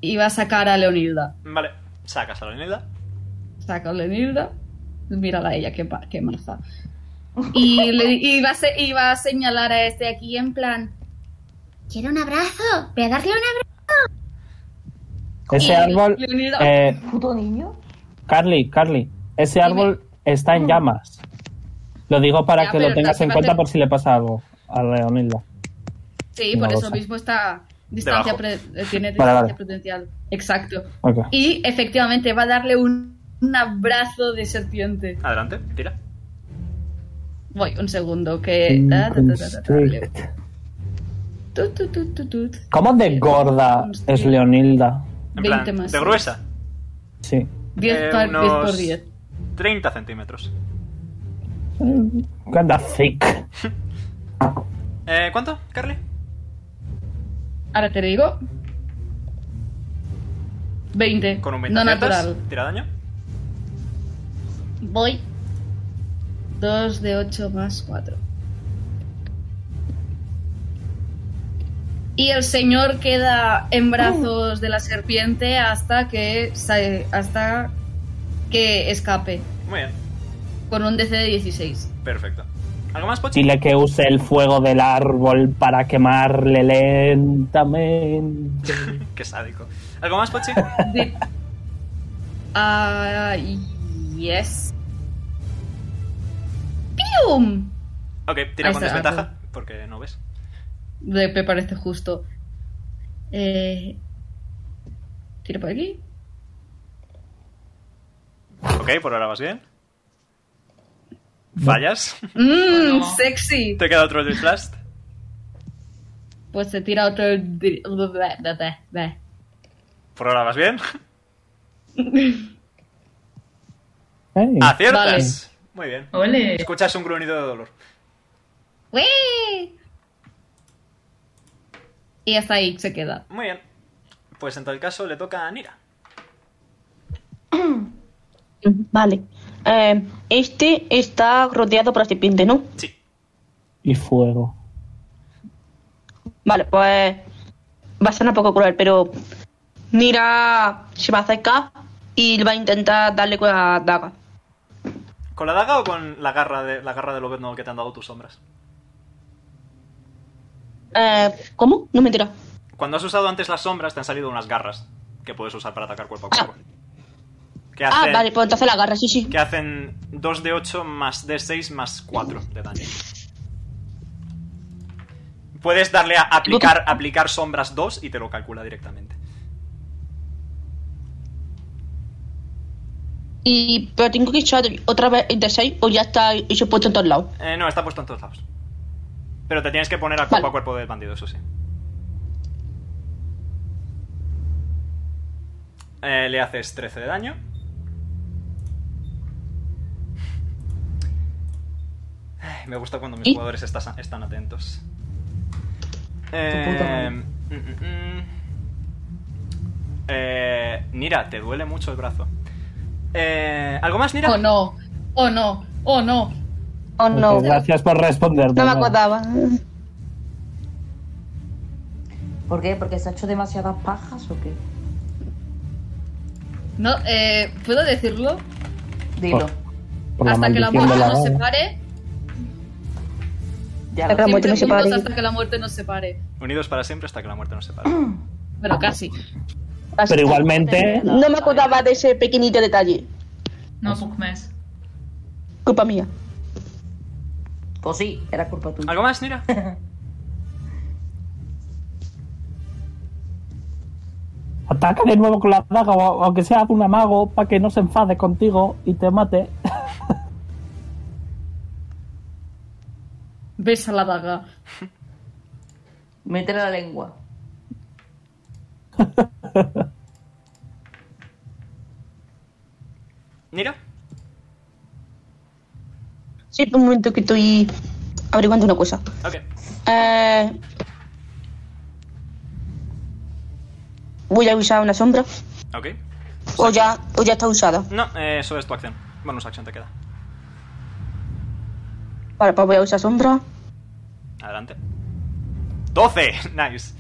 iba a sacar a Leonilda. Vale, sacas a la Leonilda. Saca a Leonilda. Mírala a ella, qué, pa- qué maja. Y le di- iba, a se- iba a señalar a este aquí en plan... Quiero un abrazo. Voy a darle un abrazo. Ese árbol. eh, ¿Puto niño? Carly, Carly, ese árbol está en llamas. Lo digo para Ya, que pero lo tengas también en va a cuenta tener- por si le pasa algo a Leonilda. Sí, Una por eso cosa. mismo está... Distancia pre- eh, tiene distancia Vale, vale. prudencial. Exacto. Ok. Y efectivamente va a darle un, un abrazo de serpiente. Adelante, tira. Voy, un segundo, que... ta, ta, ta, ta, ta, ta. Tut, tut, tut, tut, tut. ¿Cómo de gorda es Leonilda? En plan, 20 más de seis. gruesa. Sí. 10 par- 10 por Eh, unos 10. 30 centímetros. Ganda thick. Eh, ¿Cuánto, Carly? Ahora te digo. 20. Con un 20 no aciertas. natural. Tira daño. Voy. 2 de 8 más 4. Y el señor queda en brazos de la serpiente hasta que sa- hasta que escape Muy bien, con un DC de 16. perfecto. ¿Algo más, Pochi? Dile que use el fuego del árbol para quemarle lentamente. Qué sádico. ¿Algo más, Pochi? Di- Ah, yes. ¡Pium! Ok, tira Ahí con está, desventaja, porque no ves. De- me parece justo. Eh, tiro por aquí. Ok, por ahora vas bien. Fallas. Mm, Mmm, sexy. Te queda otro Drift Blast. Pues se tira otro. dri- bla, bla, bla, bla. Por ahora vas bien. Aciertas. Muy bien. Ole. Escuchas un gruñido de dolor. ¡Ué! Y hasta ahí se queda. Muy bien. Pues en tal caso le toca a Nira. Vale. Eh, este está rodeado por la serpiente, ¿no? Sí. Y fuego. Vale, pues va a ser un poco cruel, pero Mira se va a acercar y va a intentar darle con la daga. ¿Con la daga o con la garra de la garra del obedno que te han dado tus sombras? Eh, ¿Cómo? No me entero. Cuando has usado antes las sombras te han salido unas garras que puedes usar para atacar cuerpo a cuerpo. Que Ah, vale, pues entonces la agarra, sí, sí. Que hacen 2 de 8 más de 6 más 4 de daño. Puedes darle a aplicar, aplicar sombras 2 y te lo calcula directamente. Y, pero tengo que echar otra vez el de 6 o ya está hecho puesto en todos lados. Eh, no, está puesto en todos lados. Pero te tienes que poner a cuerpo a cuerpo del bandido, eso sí. Eh, le haces 13 de daño. Ay, me gusta cuando mis jugadores estas- están atentos. puta madre. Eh, mm, mm, mm. Eh, Nira, te duele mucho el brazo. Eh, ¿Algo más, Nira? Oh no, oh no, oh no. Oh Ok, Gracias por responder. Manuel. acordaba. ¿Por qué? ¿Porque se ha hecho demasiadas pajas o qué? No, eh, ¿puedo decirlo? Dilo. Oh. Por la hasta que la maldición muerte de la nos daga. separe. Hasta que la muerte Siempre juntos nos separe. Hasta que la muerte nos separe. Unidos para siempre hasta que la muerte nos separe. Pero casi. Pero igualmente- No me acordaba de ese pequeñito detalle. No puc més. Culpa mía. Pues sí, era culpa tuya. ¿Algo más, Nira? Ataca de nuevo con la daga, o aunque sea un amago, para que no se enfade contigo y te mate. Besa la daga. Métele la lengua. Nira, Sí, un momento que estoy averiguando una cosa. Ok. Eh, voy a usar una sombra. ok. O ya, o ya está usada. No, eh, eso es tu acción. Bonus acción te queda. Vale, pues voy a usar sombra. Adelante. 12. Nice.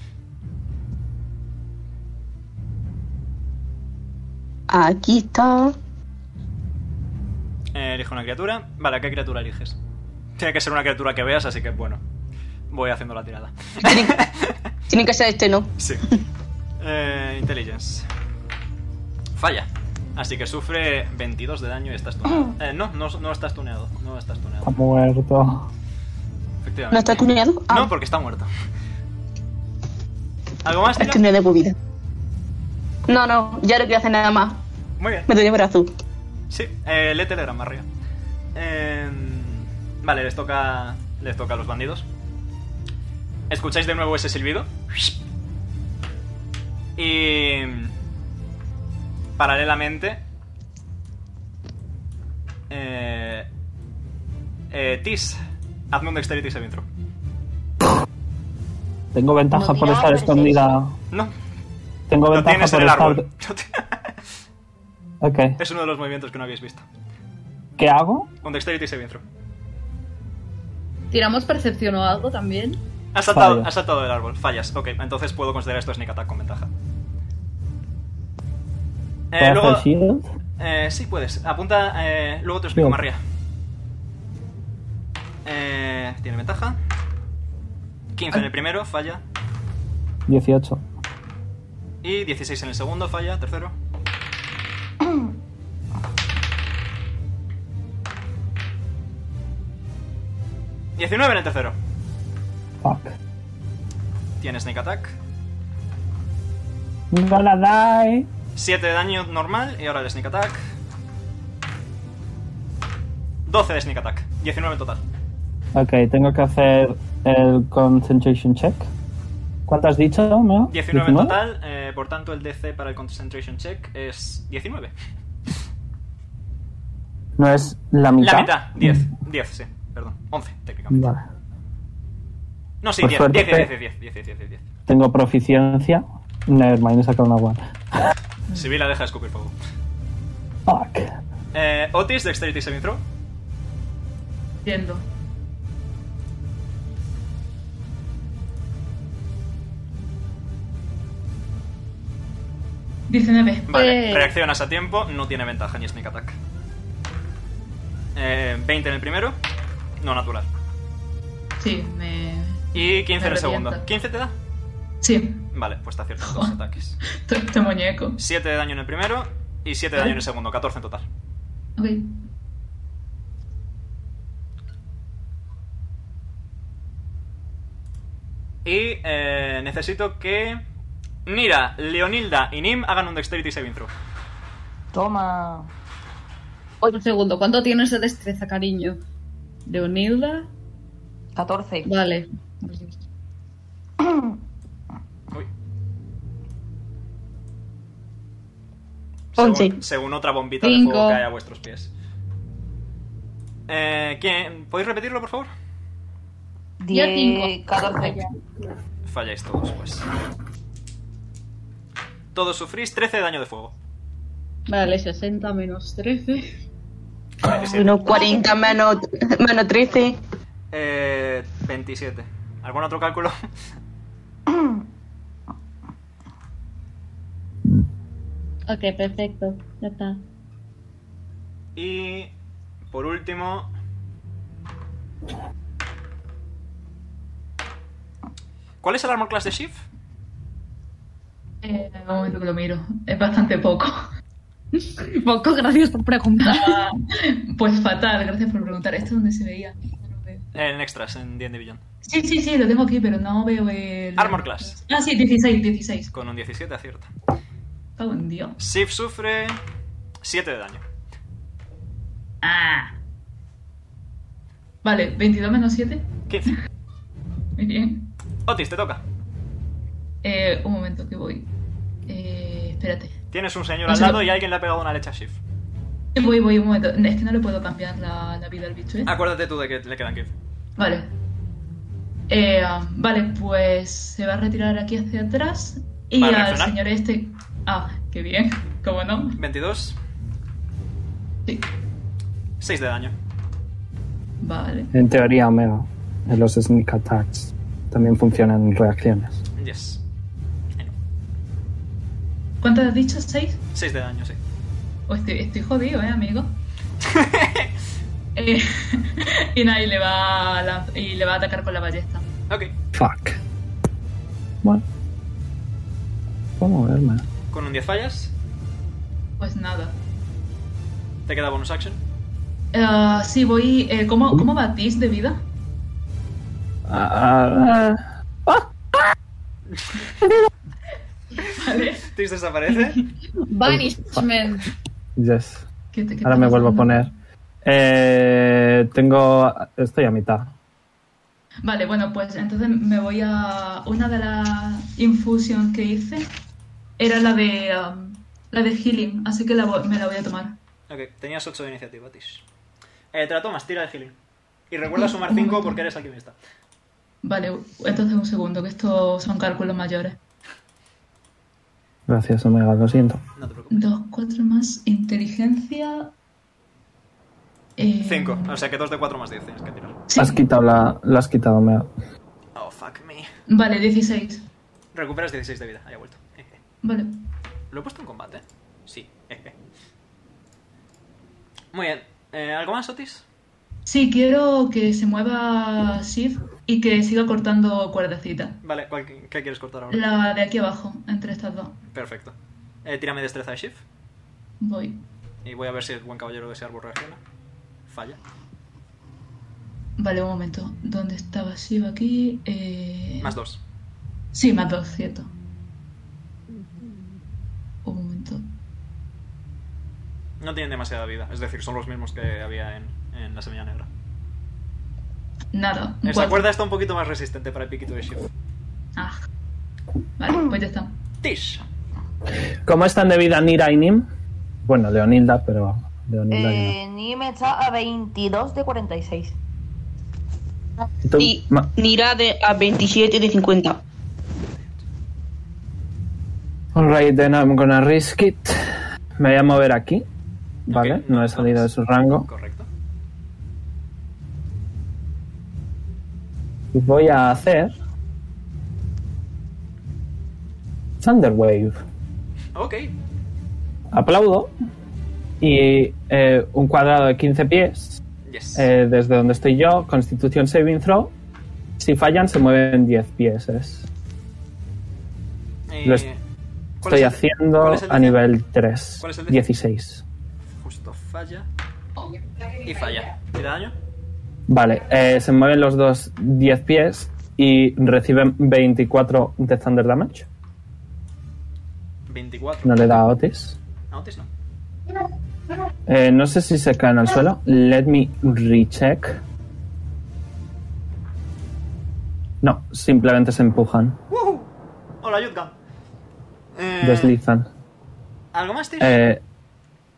Aquí está. Eh, elijo una criatura. Vale, ¿qué criatura eliges? Tiene que ser una criatura que veas, así que bueno. Voy haciendo la tirada. Tiene que ser este, ¿no? Sí. Eh, intelligence. Falla. Así que sufre 22 de daño y estás tuneado. Eh, no, no, no estás tuneado. No estás tuneado. Está muerto. Efectivamente. ¿No está tuneado? Ah, No, porque está muerto. ¿Algo más? es que no he devolvido. No, no, ya no quiero hacer nada más. Muy bien. Me doy el brazo. Sí, eh, lee Telegram arriba. Eh, vale, les toca, les toca a los bandidos. Escucháis de nuevo ese silbido. Y. Paralelamente. Eh, eh, Tis, hazme un Dexterity Saving throw. Tengo ventaja No, por ya, estar pero es escondida. No. Tengo Lo ventaja tienes en por el estar. árbol. Ok. Es uno de los movimientos que no habéis visto. ¿Qué hago? Un Dexterity Saving throw. ¿Tiramos percepción o algo también? Has saltado, Falla. has saltado del árbol, fallas. Ok, entonces puedo considerar esto sneak attack con ventaja. Eh, ¿Puedo luego- hacer shield? Eh, sí, puedes. Apunta. eh, luego te lo explico, Bien. María. Eh, Tiene ventaja. 15 en el primero, falla. 18. Y 16 en el segundo, falla. Tercero. ¡19 en el tercero! Fuck. Tiene sneak attack. No la die. 7 de daño normal y ahora el sneak attack. 12 de sneak attack. 19 en total. Ok, tengo que hacer el concentration check. ¿Cuánto has dicho, Meo? 19 en total, eh, por tanto el DC para el concentration check es 19. No es la mitad. La mitad, 10. Mm. 10, sí, perdón. 11, técnicamente. Vale. No, sí, Por 10, suerte Mm. 10, 10, 10, 10, 10, 10, 10, Tengo proficiencia. Nevermind, he sacado una buena. Sibila deja de escupir fuego. Fuck. Eh, Otis, Dexterity Saving Throw. Yendo. Vale, Eh. reaccionas a tiempo, no tiene ventaja ni sneak attack. Eh, 20 en el primero, no natural. Sí, me. Y 15 en el Me segundo. revienta. ¿15 te da? Sí. Vale, pues te aciertan dos ataques. Este muñeco. 7 de daño en el primero y 7 de daño en el segundo, 14 en total. Ok. Y eh, necesito que. Nira, Leonilda y Nim hagan un Dexterity Saving Throw. Toma. Un segundo, ¿cuánto tienes de destreza, cariño? ¿Leonilda? 14. Vale. Según, según otra bombita Cinco. de fuego cae a vuestros pies. Eh, ¿quién- ¿Podéis repetirlo, por favor? Yo cinco. 10, 14. Falláis todos, pues. Todos sufrís 13 de daño de fuego. Vale, 60 menos 13. Unos 40 menos, menos 13. Eh, 27. ¿Algún otro cálculo? Ok, perfecto. Ya está. Y por último. ¿Cuál es el armor class de Shift? Eh, un momento que lo miro. Es bastante poco. Poco, gracias por preguntar. Pues fatal, gracias por preguntar. ¿Esto dónde se veía? En extras, en D&D Beyond. Sí, sí, sí, lo tengo aquí, pero no veo el. Armor class. Ah, sí, 16, 16. Con un 17 acierta. Cago en Dios. Sif sufre 7 de daño. Ah. Vale, 22 menos 7. 15. Muy bien. Otis, te toca. Eh, un momento que voy. Eh, espérate. Tienes un señor No al sé lo- lado y alguien le ha pegado una leche a Sif. Voy, voy, un momento. Es que no le puedo cambiar la, la vida al bicho, ¿eh? Acuérdate tú de que le quedan 15. Vale. Eh, vale, pues se va a retirar aquí hacia atrás. Y ¿Para al reaccionar? señor este. Ah, qué bien. ¿Cómo no? 22. Sí. 6 de daño. Vale. En teoría, Omega. En los sneak attacks también funcionan en reacciones. Yes. ¿Cuánto has dicho? ¿Seis? 6 de daño, sí. Oh, estoy, estoy jodido, ¿eh, amigo? Eh, y nada, y le, va a lanz- y le va a atacar con la ballesta. Ok. Fuck. Bueno. Puedo moverme. Con un 10 fallas, Pues nada. te queda bonus action. Ah, sí, voy. eh, ¿cómo, ¿Cómo batís de vida? Ah, ah, Vale. Tis desaparece. Banishment. yes. ¿Qué te- qué Ahora me pasa? vuelvo a poner. Eh, tengo. Estoy a mitad. Vale, bueno, pues entonces me voy a. Una de las infusions que hice era la de. um, la de healing, así que la vo- me la voy a tomar. Ok, tenías 8 de iniciativa, Tish. Eh, te la tomas, tira de healing. Y recuerda sumar 5 porque eres alquimista. Vale, u- entonces un segundo, que estos son cálculos mayores. Gracias, Omega, lo siento. No te preocupes. Dos, cuatro más inteligencia. eh, 5, o sea que 2 de 4 más 10 tienes que tirar. Has quitado la. La has quitado, Omega. Oh, fuck me. Vale, 16. Recuperas 16 de vida, haya vuelto. Jeje. Vale. ¿Lo he puesto en combate? Sí. jeje. Muy bien. Eh, ¿Algo más, Otis? Sí, quiero que se mueva Shift y que siga cortando cuerdecita. Vale, ¿cuál- ¿qué quieres cortar ahora? La de aquí abajo, entre estas dos. Perfecto. Eh, tírame destreza de shift. Voy. Y voy a ver si el buen caballero de ese árbol reacciona. Falla. Vale, un momento. ¿Dónde estaba Shiva aquí? Eh, Más 2. Sí, más dos, cierto. Un momento. No tienen demasiada vida. Es decir, son los mismos que había en, en la semilla negra. Nada. un Esa cuatro. cuerda está un poquito más resistente para el piquito de shift. Ah. Vale, pues ya está. Tish. ¿Cómo están de vida Nira y Nim? Bueno, Leonilda, pero. Leonilda y Eh, Nim está a 22 de 46. ¿Y tú? Ma- Nira de a 27 de 50. Alright, then I'm gonna risk it. Me voy a mover aquí. Vale, no he salido de su rango. Correcto. Y voy a hacer. Thunder Wave. Ok. Aplaudo. Y eh, un cuadrado de 15 pies. Yes. eh, desde donde estoy yo, Constitución Saving Throw. Si fallan, se mueven 10 pies. es. Eh, Lo est- ¿cuál es estoy el- haciendo cuál es el a DC? nivel 3. ¿Cuál es el DC? 16. Justo falla. Y falla. ¿Tira daño? Vale, eh, se mueven los dos 10 pies y reciben 24 de Thunder Damage. 24. No le da a Otis. A Otis no. Eh, no sé si se caen al suelo. Let me recheck. No, simplemente se empujan, ¡Woohoo! Hola, Yudga. Eh, deslizan. ¿Algo más, Tish? Eh,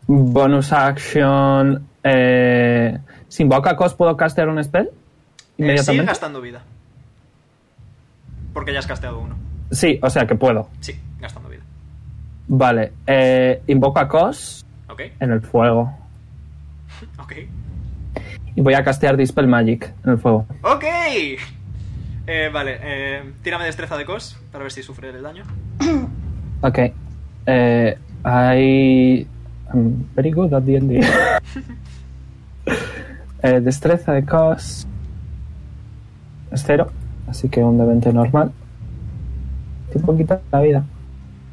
bonus action. eh, ¿Sin Boca Cos puedo castear un spell? Eh, sigue Inmediatamente. gastando vida. Porque ya has casteado uno. sí, o sea que puedo. Sí, gastando vida. Vale, eh, invoco a Cos Ok. en el fuego. Ok. Y voy a castear Dispel Magic en el fuego. Ok. Eh, vale, eh, tírame destreza de cos para ver si sufre el daño. Ok. Eh, I... I'm very good at D&D. Eh, destreza de cos... Es cero. Así que un de 20 normal. Estoy un poquito la vida.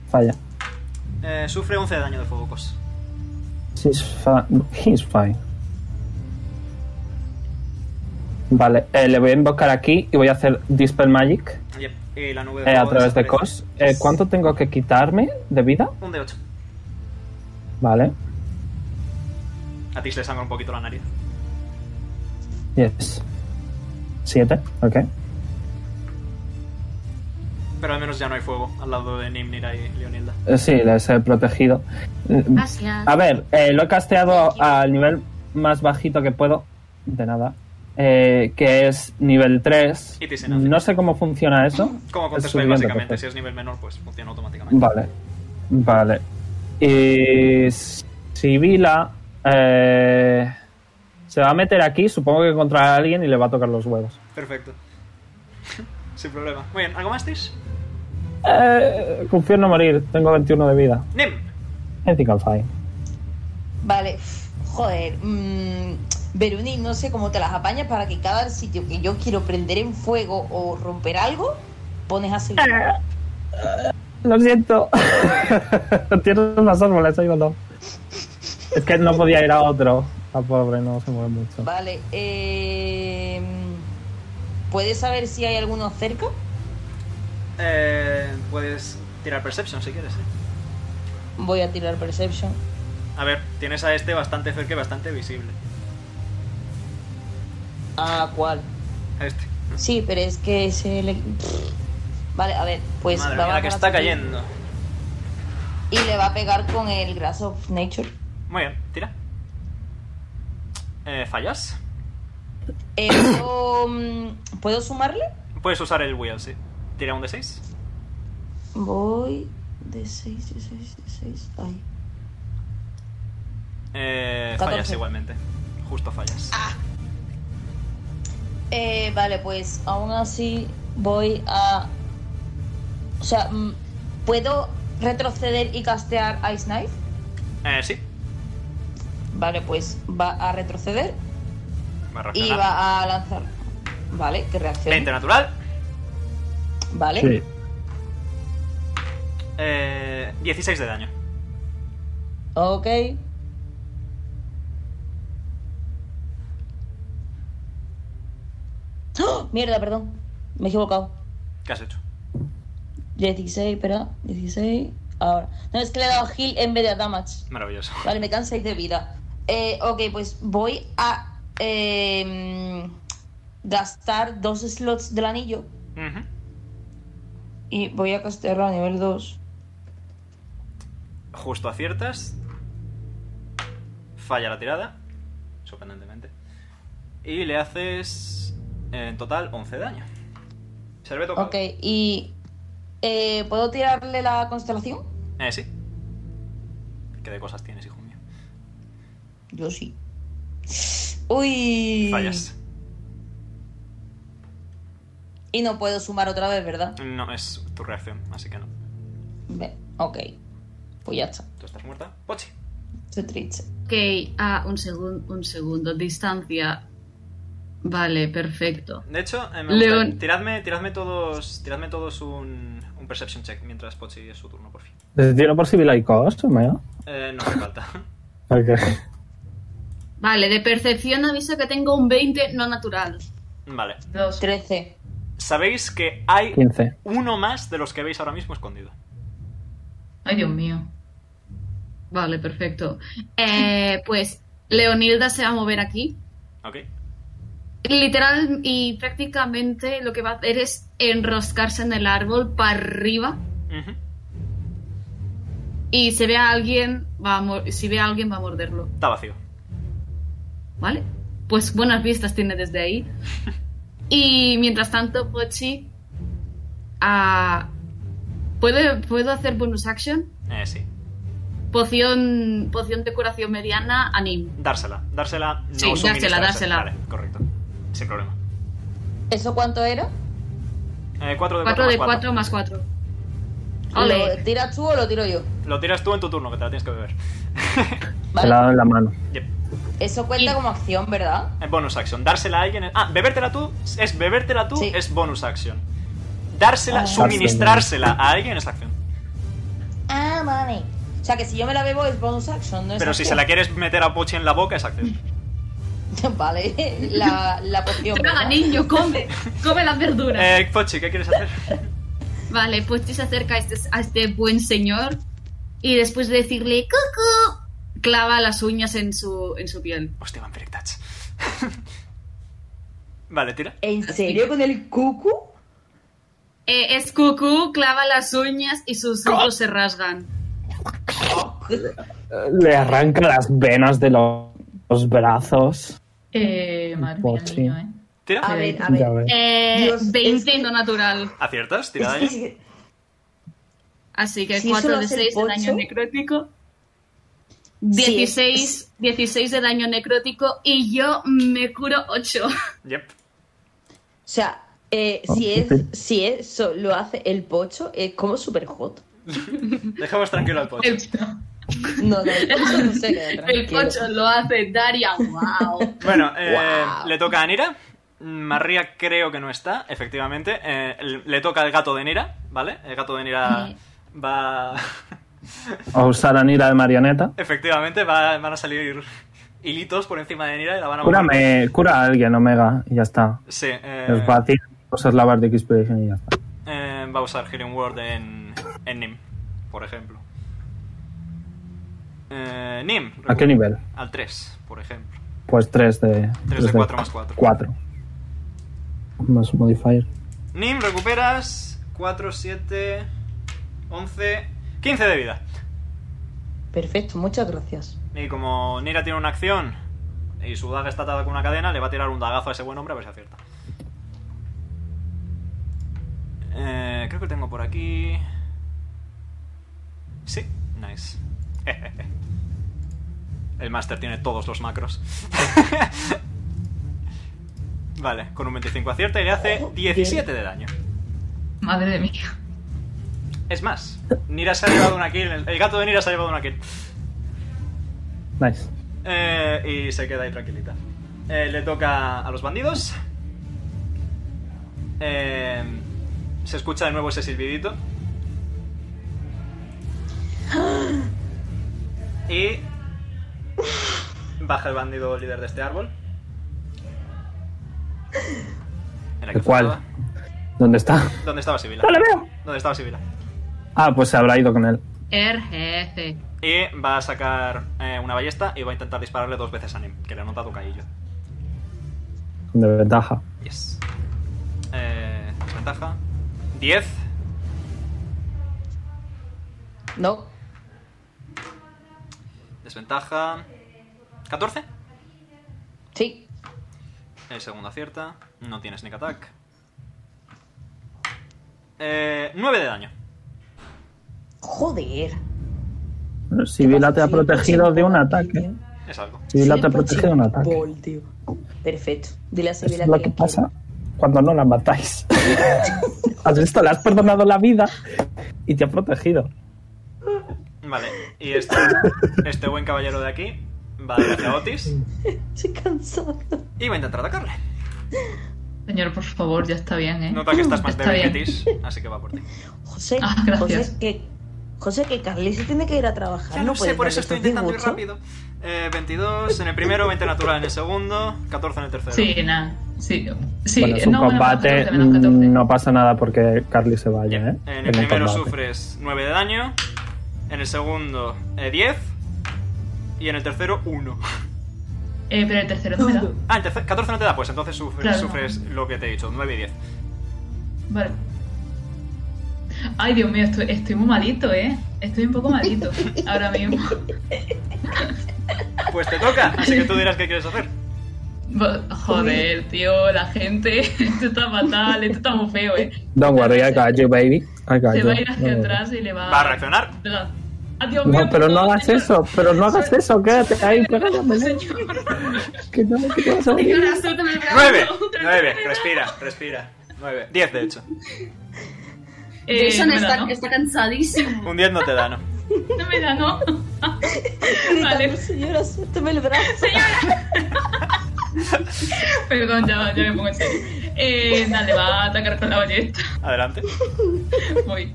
Falla. Eh, sufre 11 de daño de fuego cos. She's fine. He's fine. Vale, eh, le voy a invocar aquí y voy a hacer Dispel Magic Yep, Y la nube eh, a fuego través de desaparece. Cos. Eh, ¿Cuánto tengo que quitarme de vida? Un de 8. Vale, A ti se le sangra un poquito la nariz. yes. Siete, ok. Pero al menos ya no hay fuego al lado de Nimnir y Leonilda. Eh, Sí, les he protegido. Mm, Gracias. A ver, eh, lo he casteado al nivel más bajito que puedo. De nada. Eh, que es nivel 3. It is enough. No sé cómo funciona eso. Como con Es Tespel, subiendo, básicamente. Si perfecto. es nivel menor, pues funciona automáticamente. Vale. Vale. Y Sibila eh, se va a meter aquí, supongo que contra alguien y le va a tocar los huevos. Perfecto. Sin problema. Muy bien, ¿algo más, Tis? Eh, confío en no morir, tengo 21 de vida. Nim. I think I'm fine. Vale, joder. mm, Veruni, no sé cómo te las apañas para que cada sitio que yo quiero prender en fuego o romper algo, pones así. Ah. Lo siento. Tienes más árboles, ahí no. Es que no podía ir a otro. La pobre, no se mueve mucho. Vale, eh, ¿puedes saber si hay alguno cerca? Eh, puedes tirar Perception si quieres. eh. Voy a tirar Perception. A ver, tienes a este bastante cerca y bastante visible. Ah, ¿cuál? A este. Sí, pero es que ese... le- Vale, a ver, pues... Madre va a mía, la que bajar está hasta aquí cayendo. Y le va a pegar con el Grass of Nature. Muy bien, tira. Eh, ¿Fallas? Eh, ¿puedo, mm, ¿Puedo sumarle? Puedes usar el Wheel, sí. Tira un D6. Voy de 6, de 6, de 6. Ay. Eh, 14. fallas igualmente. Justo fallas. Eh, vale, pues aún así voy a... O sea, mm, ¿puedo retroceder y castear Ice Knife? Eh, sí. Vale, pues va a retroceder Va a y reaccionar. va a lanzar. Vale, que reacciona. 20 natural. Vale. Eh, 16 de daño. Ok. ¡Oh! Mierda, perdón. Me he equivocado. ¿Qué has hecho? 16, espera. 16. Ahora. No, es que le he dado heal en vez de a damage. Maravilloso. Vale, me quedan 6 de vida. Eh, ok, pues voy a eh, mm, gastar dos slots del anillo. Ujú. Y voy a castearlo a nivel 2. Justo aciertas. Falla la tirada. Sorprendentemente. Y le haces eh, en total 11 de daño. Serveto. Ok, y. eh, ¿Puedo tirarle la constelación? Eh, sí. ¿Qué de cosas tienes, hijo mío? Yo sí. Uy. Fallas. Y no puedo sumar otra vez, ¿verdad? No, es tu reacción, así que no. Ve- Ok. Pues ya está. Tú estás muerta. Pochi. Se triste. Ok, ah, un, segun- un segundo, distancia. Vale, perfecto. De hecho, eh, me León. gusta- Tiradme, tiradme todos, tiradme todos un, un perception check mientras Pochi es su turno, por fin. ¿Les tiro por Sibila y Cos? ¿no? Eh, no hace falta. Ok. Vale, de percepción aviso que tengo un 20 no natural. Vale. 13. Sabéis que hay 15. uno más de los que veis ahora mismo escondido. Ay, Dios mío. Vale, perfecto. Eh, pues Leonilda se va a mover aquí. ¿Ok? Literal y prácticamente lo que va a hacer es enroscarse en el árbol para arriba. Ujú. Y si ve a alguien, va a mor- si ve a alguien va a morderlo. Está vacío. ¿Vale? Pues buenas vistas tiene desde ahí. Y mientras tanto, Pochi. ah, ¿puedo, ¿Puedo hacer bonus action? Eh, sí. Poción, poción de curación mediana, anim. Dársela. Dársela. No Sí, dársela, suministrársela. dársela. Vale, correcto. Sin problema. ¿Eso cuánto era? Eh, 4 de 4 4 de 4 más 4. Ole. ¿Lo tiras tú o lo tiro yo? Lo tiras tú en tu turno, que te la tienes que beber. Se la doy en la mano. Eso cuenta como acción, ¿verdad? En bonus action. Dársela a alguien. es- Ah, bebértela tú es bebértela tú, es bonus action. Dársela, Ah. suministrársela a alguien es acción. Ah, vale. O sea que si yo me la bebo es bonus action, ¿no es Pero si se acción? la quieres meter a Pochi en la boca es acción. Vale, la, la poción. Traga, niño, come. Come las verduras. Eh, Pochi, ¿qué quieres hacer? Vale, Pochi se acerca a este, a este buen señor y después de decirle cucú, clava las uñas en su, en su piel. Hostia, Vampiric Touch. vale, tira. ¿En serio con el cucu? Eh, es cucú, clava las uñas y sus ojos se rasgan. Le arranca las venas de lo- los, brazos. Eh, madre mía, Pochi. niño, eh. Tira. Ah. A ver, a ver. Ya ves. Eh, 20 no natural. ¿Aciertas? Tira daño. Así que Si eso 4 lo de hace 6 de el daño ocho. necrótico. 16, 16 de daño necrótico y yo me curo 8. Yep. O sea, eh, Ah, si, es, si eso lo hace el pocho, es como super hot. Dejamos tranquilo al Pochi. No, no, el pocho no se queda El tranquilo. pocho lo hace Daria, wow. Bueno, eh, le toca a Nira. María creo que no está, efectivamente. Eh, le toca al gato de Nira, ¿vale? El gato de Nira va... O usar a Nira de marioneta. Efectivamente, va- van a salir hilitos por encima de Nira y la van a Cúrame, cura a alguien, Omega, y ya está. Sí, eh, Es fácil. Cosas lavar de X-Prediction y ya está. Eh, va a usar Healing Word en, en Nim, por ejemplo. Eh, Nim. ¿A qué nivel? Al 3, por ejemplo. Pues 3 de. Tres de cuatro más cuatro. 4. Más un modifier. Nim, recuperas 4, 7, 11, 15 de vida. Perfecto, muchas gracias. Y como Nira tiene una acción y su daga está atada con una cadena, le va a tirar un dagazo a ese buen hombre a ver si acierta. Eh, creo que tengo por aquí. Sí, nice. El máster tiene todos los macros. vale, con un 25 acierta y le hace 17 de daño. Madre mía. Es más, Nira se ha llevado una kill. El el gato de Nira se ha llevado una kill. Nice. Eh, y se queda ahí tranquilita. Eh, le toca a los bandidos. Eh, se escucha de nuevo ese silbidito. Y baja el bandido líder de este árbol. Era ¿El cual? ¿Dónde está? ¿Dónde estaba Sibila? ¡No le veo! ¿Dónde estaba Sibila? Ah, pues se habrá ido con él. Er RGF. Y va a sacar eh, una ballesta y va a intentar dispararle dos veces a Nim, que le ha notado caído. De ventaja. Yes. Eh, desventaja. 10. No, Desventaja. 14. sí. El segundo acierta. No tiene sneak attack. Eh, 9 de daño. Joder. Sibila te ha Sí, eh, protegido sí, de un ataque. Es algo. Sibila te ha Siempre protegido de un siempre ataque. Paul, tío. Perfecto. Dile a Esto Sibila es lo que- que pasa cuando no la matáis. Has visto, le has perdonado la vida y te ha protegido. Vale. Y este, este buen caballero de aquí va a ir hacia Otis Estoy cansado. y va a intentar atacarle. Señor, por favor, ya está bien, ¿eh? Nota que estás más Está débil que bien. Otis, así que va por ti. José, Ah, gracias. José, que, José, que Carly se tiene que ir a trabajar. Ya no lo sé, puede por darle eso estoy estos intentando ir disgustos. rápido. Eh, 22 en el primero, 20 natural en el segundo, 14 en el tercero. Sí, nada. Sí, sí. bueno, es un no, bueno, combate, menos 14, menos 14. no pasa nada porque Carly se vaya, ¿eh? En En el el primero combate. sufres 9 de daño, en el segundo eh, 10 y en el tercero 1. Eh, pero el tercero no me da. Ah, el tercer- 14 no te da, pues entonces sufres, Claro, no. sufres lo que te he dicho, 9 y 10. Vale. Ay, Dios mío, estoy, estoy muy malito, ¿eh? Estoy un poco malito ahora mismo. Pues te toca, así que tú dirás qué quieres hacer. Bo- Joder, tío, la gente. Esto está fatal, esto está muy feo, ¿eh? Don't worry, I got you, baby. I got Se you. va a ir hacia No, atrás y le va. Va a reaccionar. Adiós, No, Ah, mío. pero no hagas eso, pero no hagas eso, quédate ahí, pégame. Que no, que te vas a morir. Señora, suéltame el brazo. 9, 9, respira, respira. 9, 10 de hecho. Eh, Jason no me da, está, ¿no? está cansadísimo. Un 10 no te da, ¿no? No me da, ¿no? Gritando, Señora, suéltame el brazo. Perdón, ya, ya me pongo en serio. Eh, dale, va a atacar con la ballesta. Adelante. Voy.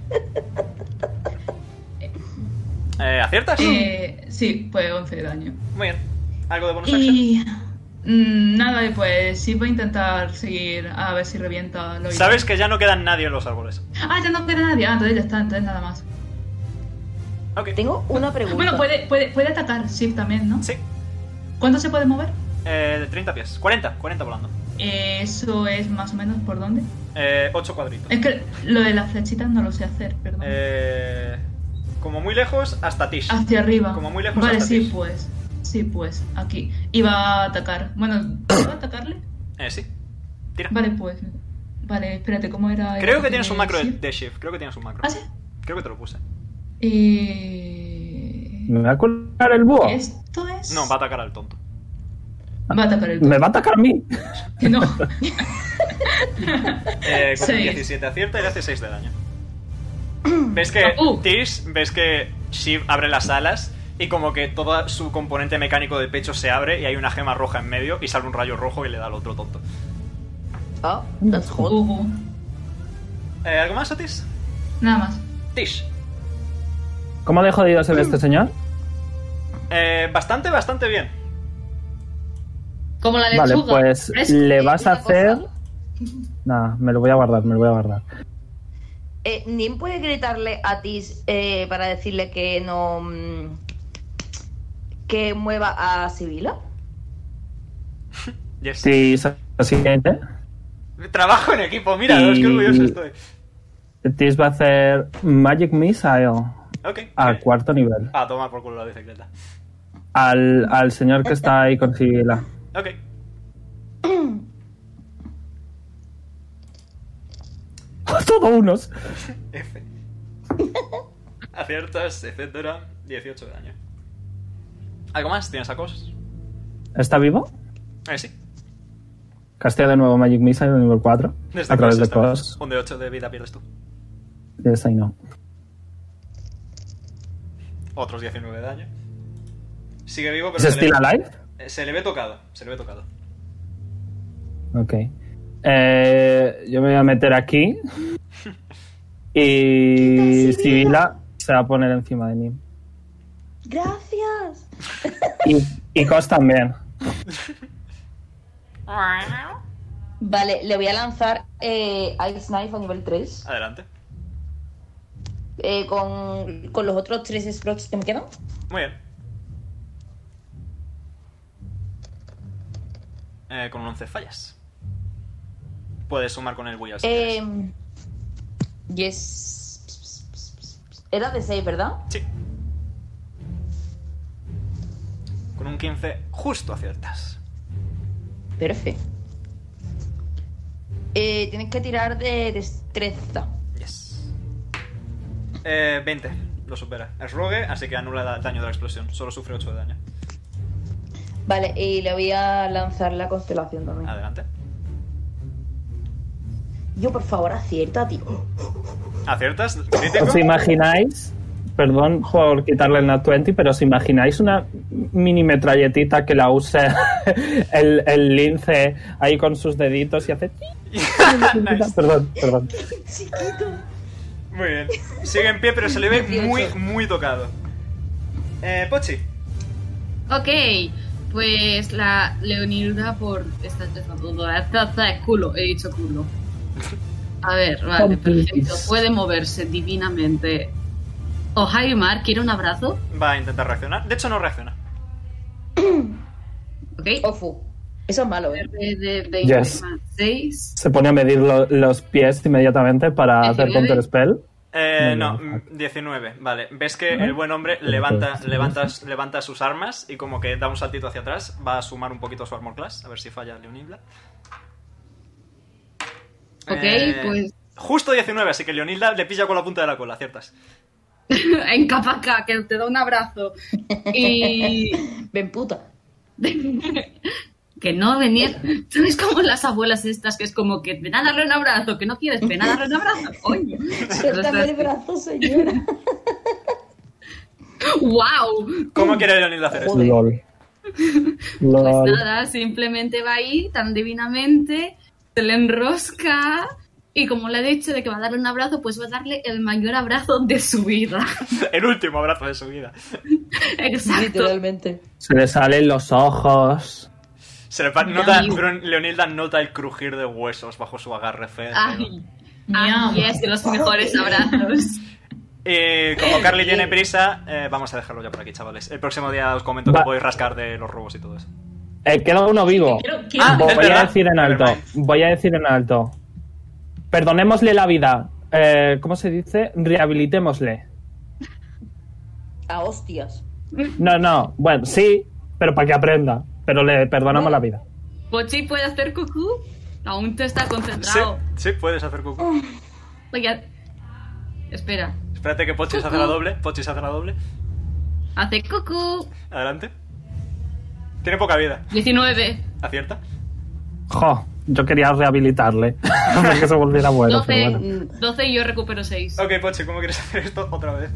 Eh, ¿Aciertas? Eh, sí, pues 11 de daño. Eh. Muy bien. ¿Algo de bonus action? Y. Mm, Nada, y pues sí voy a intentar seguir a ver si revienta lo Sabes que ya no quedan nadie en los árboles. Ah, ya no queda nadie. Ah, entonces ya está, entonces nada más. Tengo una pregunta. Bueno, pues, puede, puede, puede atacar Shift también, ¿no? Sí. ¿Cuánto se puede mover? Eh, Eh, de 30 pies. 40, 40 volando. Eso es más o menos por dónde. Eh, 8 cuadritos. Es que lo de las flechitas no lo sé hacer, perdón. Eh, como muy lejos hasta Tish. Hacia arriba. Como muy lejos Vale, hasta sí, Tish. pues. Sí, pues. Aquí. Y va a atacar. Bueno, ¿puedo atacarle? Eh, sí. Vale, pues. Vale, espérate, ¿cómo era? el Creo que tienes un de macro de, Shift? de shift. Creo que tienes un macro. ¿Ah, sí? Creo que te lo puse. ¿Me va a colgar el búho? Eh, ¿Esto es? No, va a atacar al tonto. Va a atacar el ¿Me va a atacar a mí? Eh, con un Seis. 17 acierta y le hace 6 de daño. ¿Ves que Uh. Tish, ves que Shiv abre las alas y como que todo su componente mecánico de pecho se abre y hay una gema roja en medio y sale un rayo rojo y le da al otro tonto. Ah, that's hot. Eh, ¿Algo más, Otis? Nada más. Tish. ¿Cómo de jodido se ve este señor? Eh, bastante, bastante bien. Como la Vale, lechuga. pues Es- le es vas a una cosa. hacer... Nada, me lo voy a guardar, me lo voy a guardar. Eh, Nim puede gritarle a Tis eh, para decirle que no. mm, que mueva a Sibila. Sí, es lo siguiente. Trabajo en equipo, mira, Y- es que orgulloso estoy. Tis va a hacer Magic Missile Ok. al cuarto nivel. A tomar por culo la bicicleta. Al, al señor que está ahí con Sibila. Ok. Todo unos. F. Aciertas, etcétera. 18 de daño. ¿Algo más? ¿Tienes a cosas? ¿Está vivo? Eh, sí. Castea de nuevo Magic Missile al nivel 4. Desde A través Cos de esta vez. Cos. Un de 8 de vida pierdes tú. Yes, I know. Otros 19 de daño. Sigue vivo, pero. ¿Es se le- still alive? Eh, Se le ve tocado. Se le ve tocado. Ok. Eh, yo me voy a meter aquí. Y Sibila se va a poner encima de Nim. Gracias. Y, y Cos también. Vale, le voy a lanzar eh, Ice Knife a nivel 3. Adelante. eh, con, con los otros 3 slots que me quedan. Muy bien. Eh, con un 11 fallas. Puedes sumar con el Will. Eh, yes. Era de 6, ¿verdad? Sí. Con un 15 justo aciertas. Perfecto. Eh, tienes que tirar de destreza. Yes. Eh, 20. Lo supera. Es rogue, así que anula da- daño de la explosión. Solo sufre 8 de daño. Vale, y le voy a lanzar la constelación también. Adelante. Yo, por favor, acierta, tío. ¿Aciertas? ¿Crítico? ¿Os imagináis? Perdón por quitarle el Nat 20, pero ¿os imagináis una mini metralletita que la use el, el lince ahí con sus deditos y hace. Perdón, perdón. Muy bien. Sigue en pie, pero se le ve muy, muy tocado. Eh, Pochi. Ok, pues la Leonilda por esta esta de culo, he dicho culo. A ver, vale, perfecto. Puede moverse divinamente. Oh, Mar, ¿quiere un abrazo? Va a intentar reaccionar. De hecho, no reacciona. Ok. Ofu. Eso es malo, ¿eh? De, de, Yes. 6. Se pone a medir lo- los pies inmediatamente para hacer counter spell. Eh, no, mm, 19. Vale. Ves que el buen hombre levanta, levanta, levanta sus armas y como que da un saltito hacia atrás. Va a sumar un poquito su armor class. A ver si falla Leonilda. Ok, Eh, pues- Justo 19, así que Leonilda le pilla con la punta de la cola, aciertas. en Capaca, que te da un abrazo. Y. Ven puta. que no venir. Tú es como las abuelas estas, que es como que ven a darle un abrazo, que no quieres, ven a darle un abrazo. Oye. Suéltame el brazo, señora. ¡Wow! ¿Cómo quiere Leonilda hacer esto? Lol. Lol. Pues Nada, simplemente va ahí tan divinamente, se le enrosca. Y como le he dicho de que va a darle un abrazo, pues va a darle el mayor abrazo de su vida. El último abrazo de su vida. Exacto. Se le salen los ojos. Se le pa- nota, pero Leonilda nota el crujir de huesos bajo su agarre feo. Ay, ay, es de los mejores abrazos. Eh, como Carly tiene prisa, eh, vamos a dejarlo ya por aquí, chavales. El próximo día os comento que podéis rascar de los robos y todo eso. Eh, queda uno vivo. quiero- Ah, Vo- es voy a verdad. decir en alto. Voy a decir en alto. Perdonémosle la vida. Eh, ¿Cómo se dice? Rehabilitémosle. A hostias. No, no. Bueno, sí, pero para que aprenda. Pero le perdonamos la vida. Pochi puede hacer cucú. Aún te está concentrado. Sí, puedes hacer cucú. Oye, espera. Espérate que Pochi se hace la doble. Pochi se hace la doble. Hace cucú. Adelante. Tiene poca vida. 19, ¿Acierta? Jo, yo quería rehabilitarle. para que se volviera bueno. pero 12, bueno. 12 y yo recupero 6. Ok, Pochi, ¿cómo quieres hacer esto otra vez?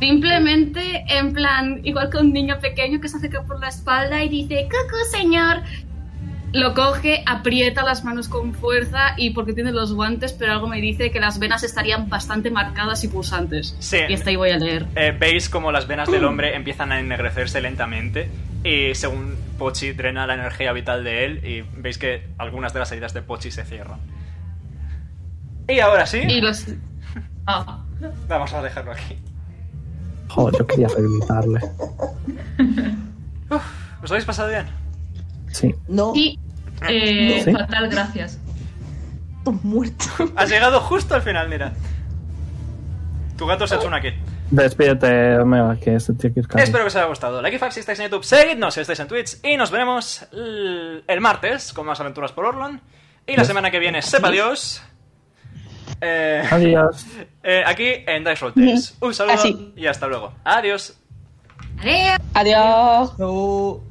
Simplemente, en plan, igual que un niño pequeño que se acerca por la espalda y dice, cucú, señor. Lo coge, aprieta las manos con fuerza y porque tiene los guantes, pero algo me dice que las venas estarían bastante marcadas y pulsantes. Sí. Y hasta ahí voy a leer. Eh, veis como las venas del hombre empiezan a ennegrecerse lentamente y según Pochi drena la energía vital de él y veis que algunas de las heridas de Pochi se cierran. Y ahora sí. Y los... Ah, Vamos a dejarlo aquí. Jo, yo quería rehabilitarle. ¿Os habéis pasado bien? Sí. No. Y, eh, ¿Sí? fatal, gracias. muerto. Has llegado justo al final, mira. Tu gato se ha hecho una kit. Despídete, Omega, que se tiene que ir Espero que os haya gustado. Like y Fax si estáis en YouTube, seguidnos si estáis en Twitch y nos veremos l- el martes con más aventuras por Orlon. Y la Yes. Ah. semana que viene, sepa Dios. Eh, Adiós. eh, aquí en Dice Roll Tales. Un saludo Así. y hasta luego. Adiós. Adiós. Adiós. No.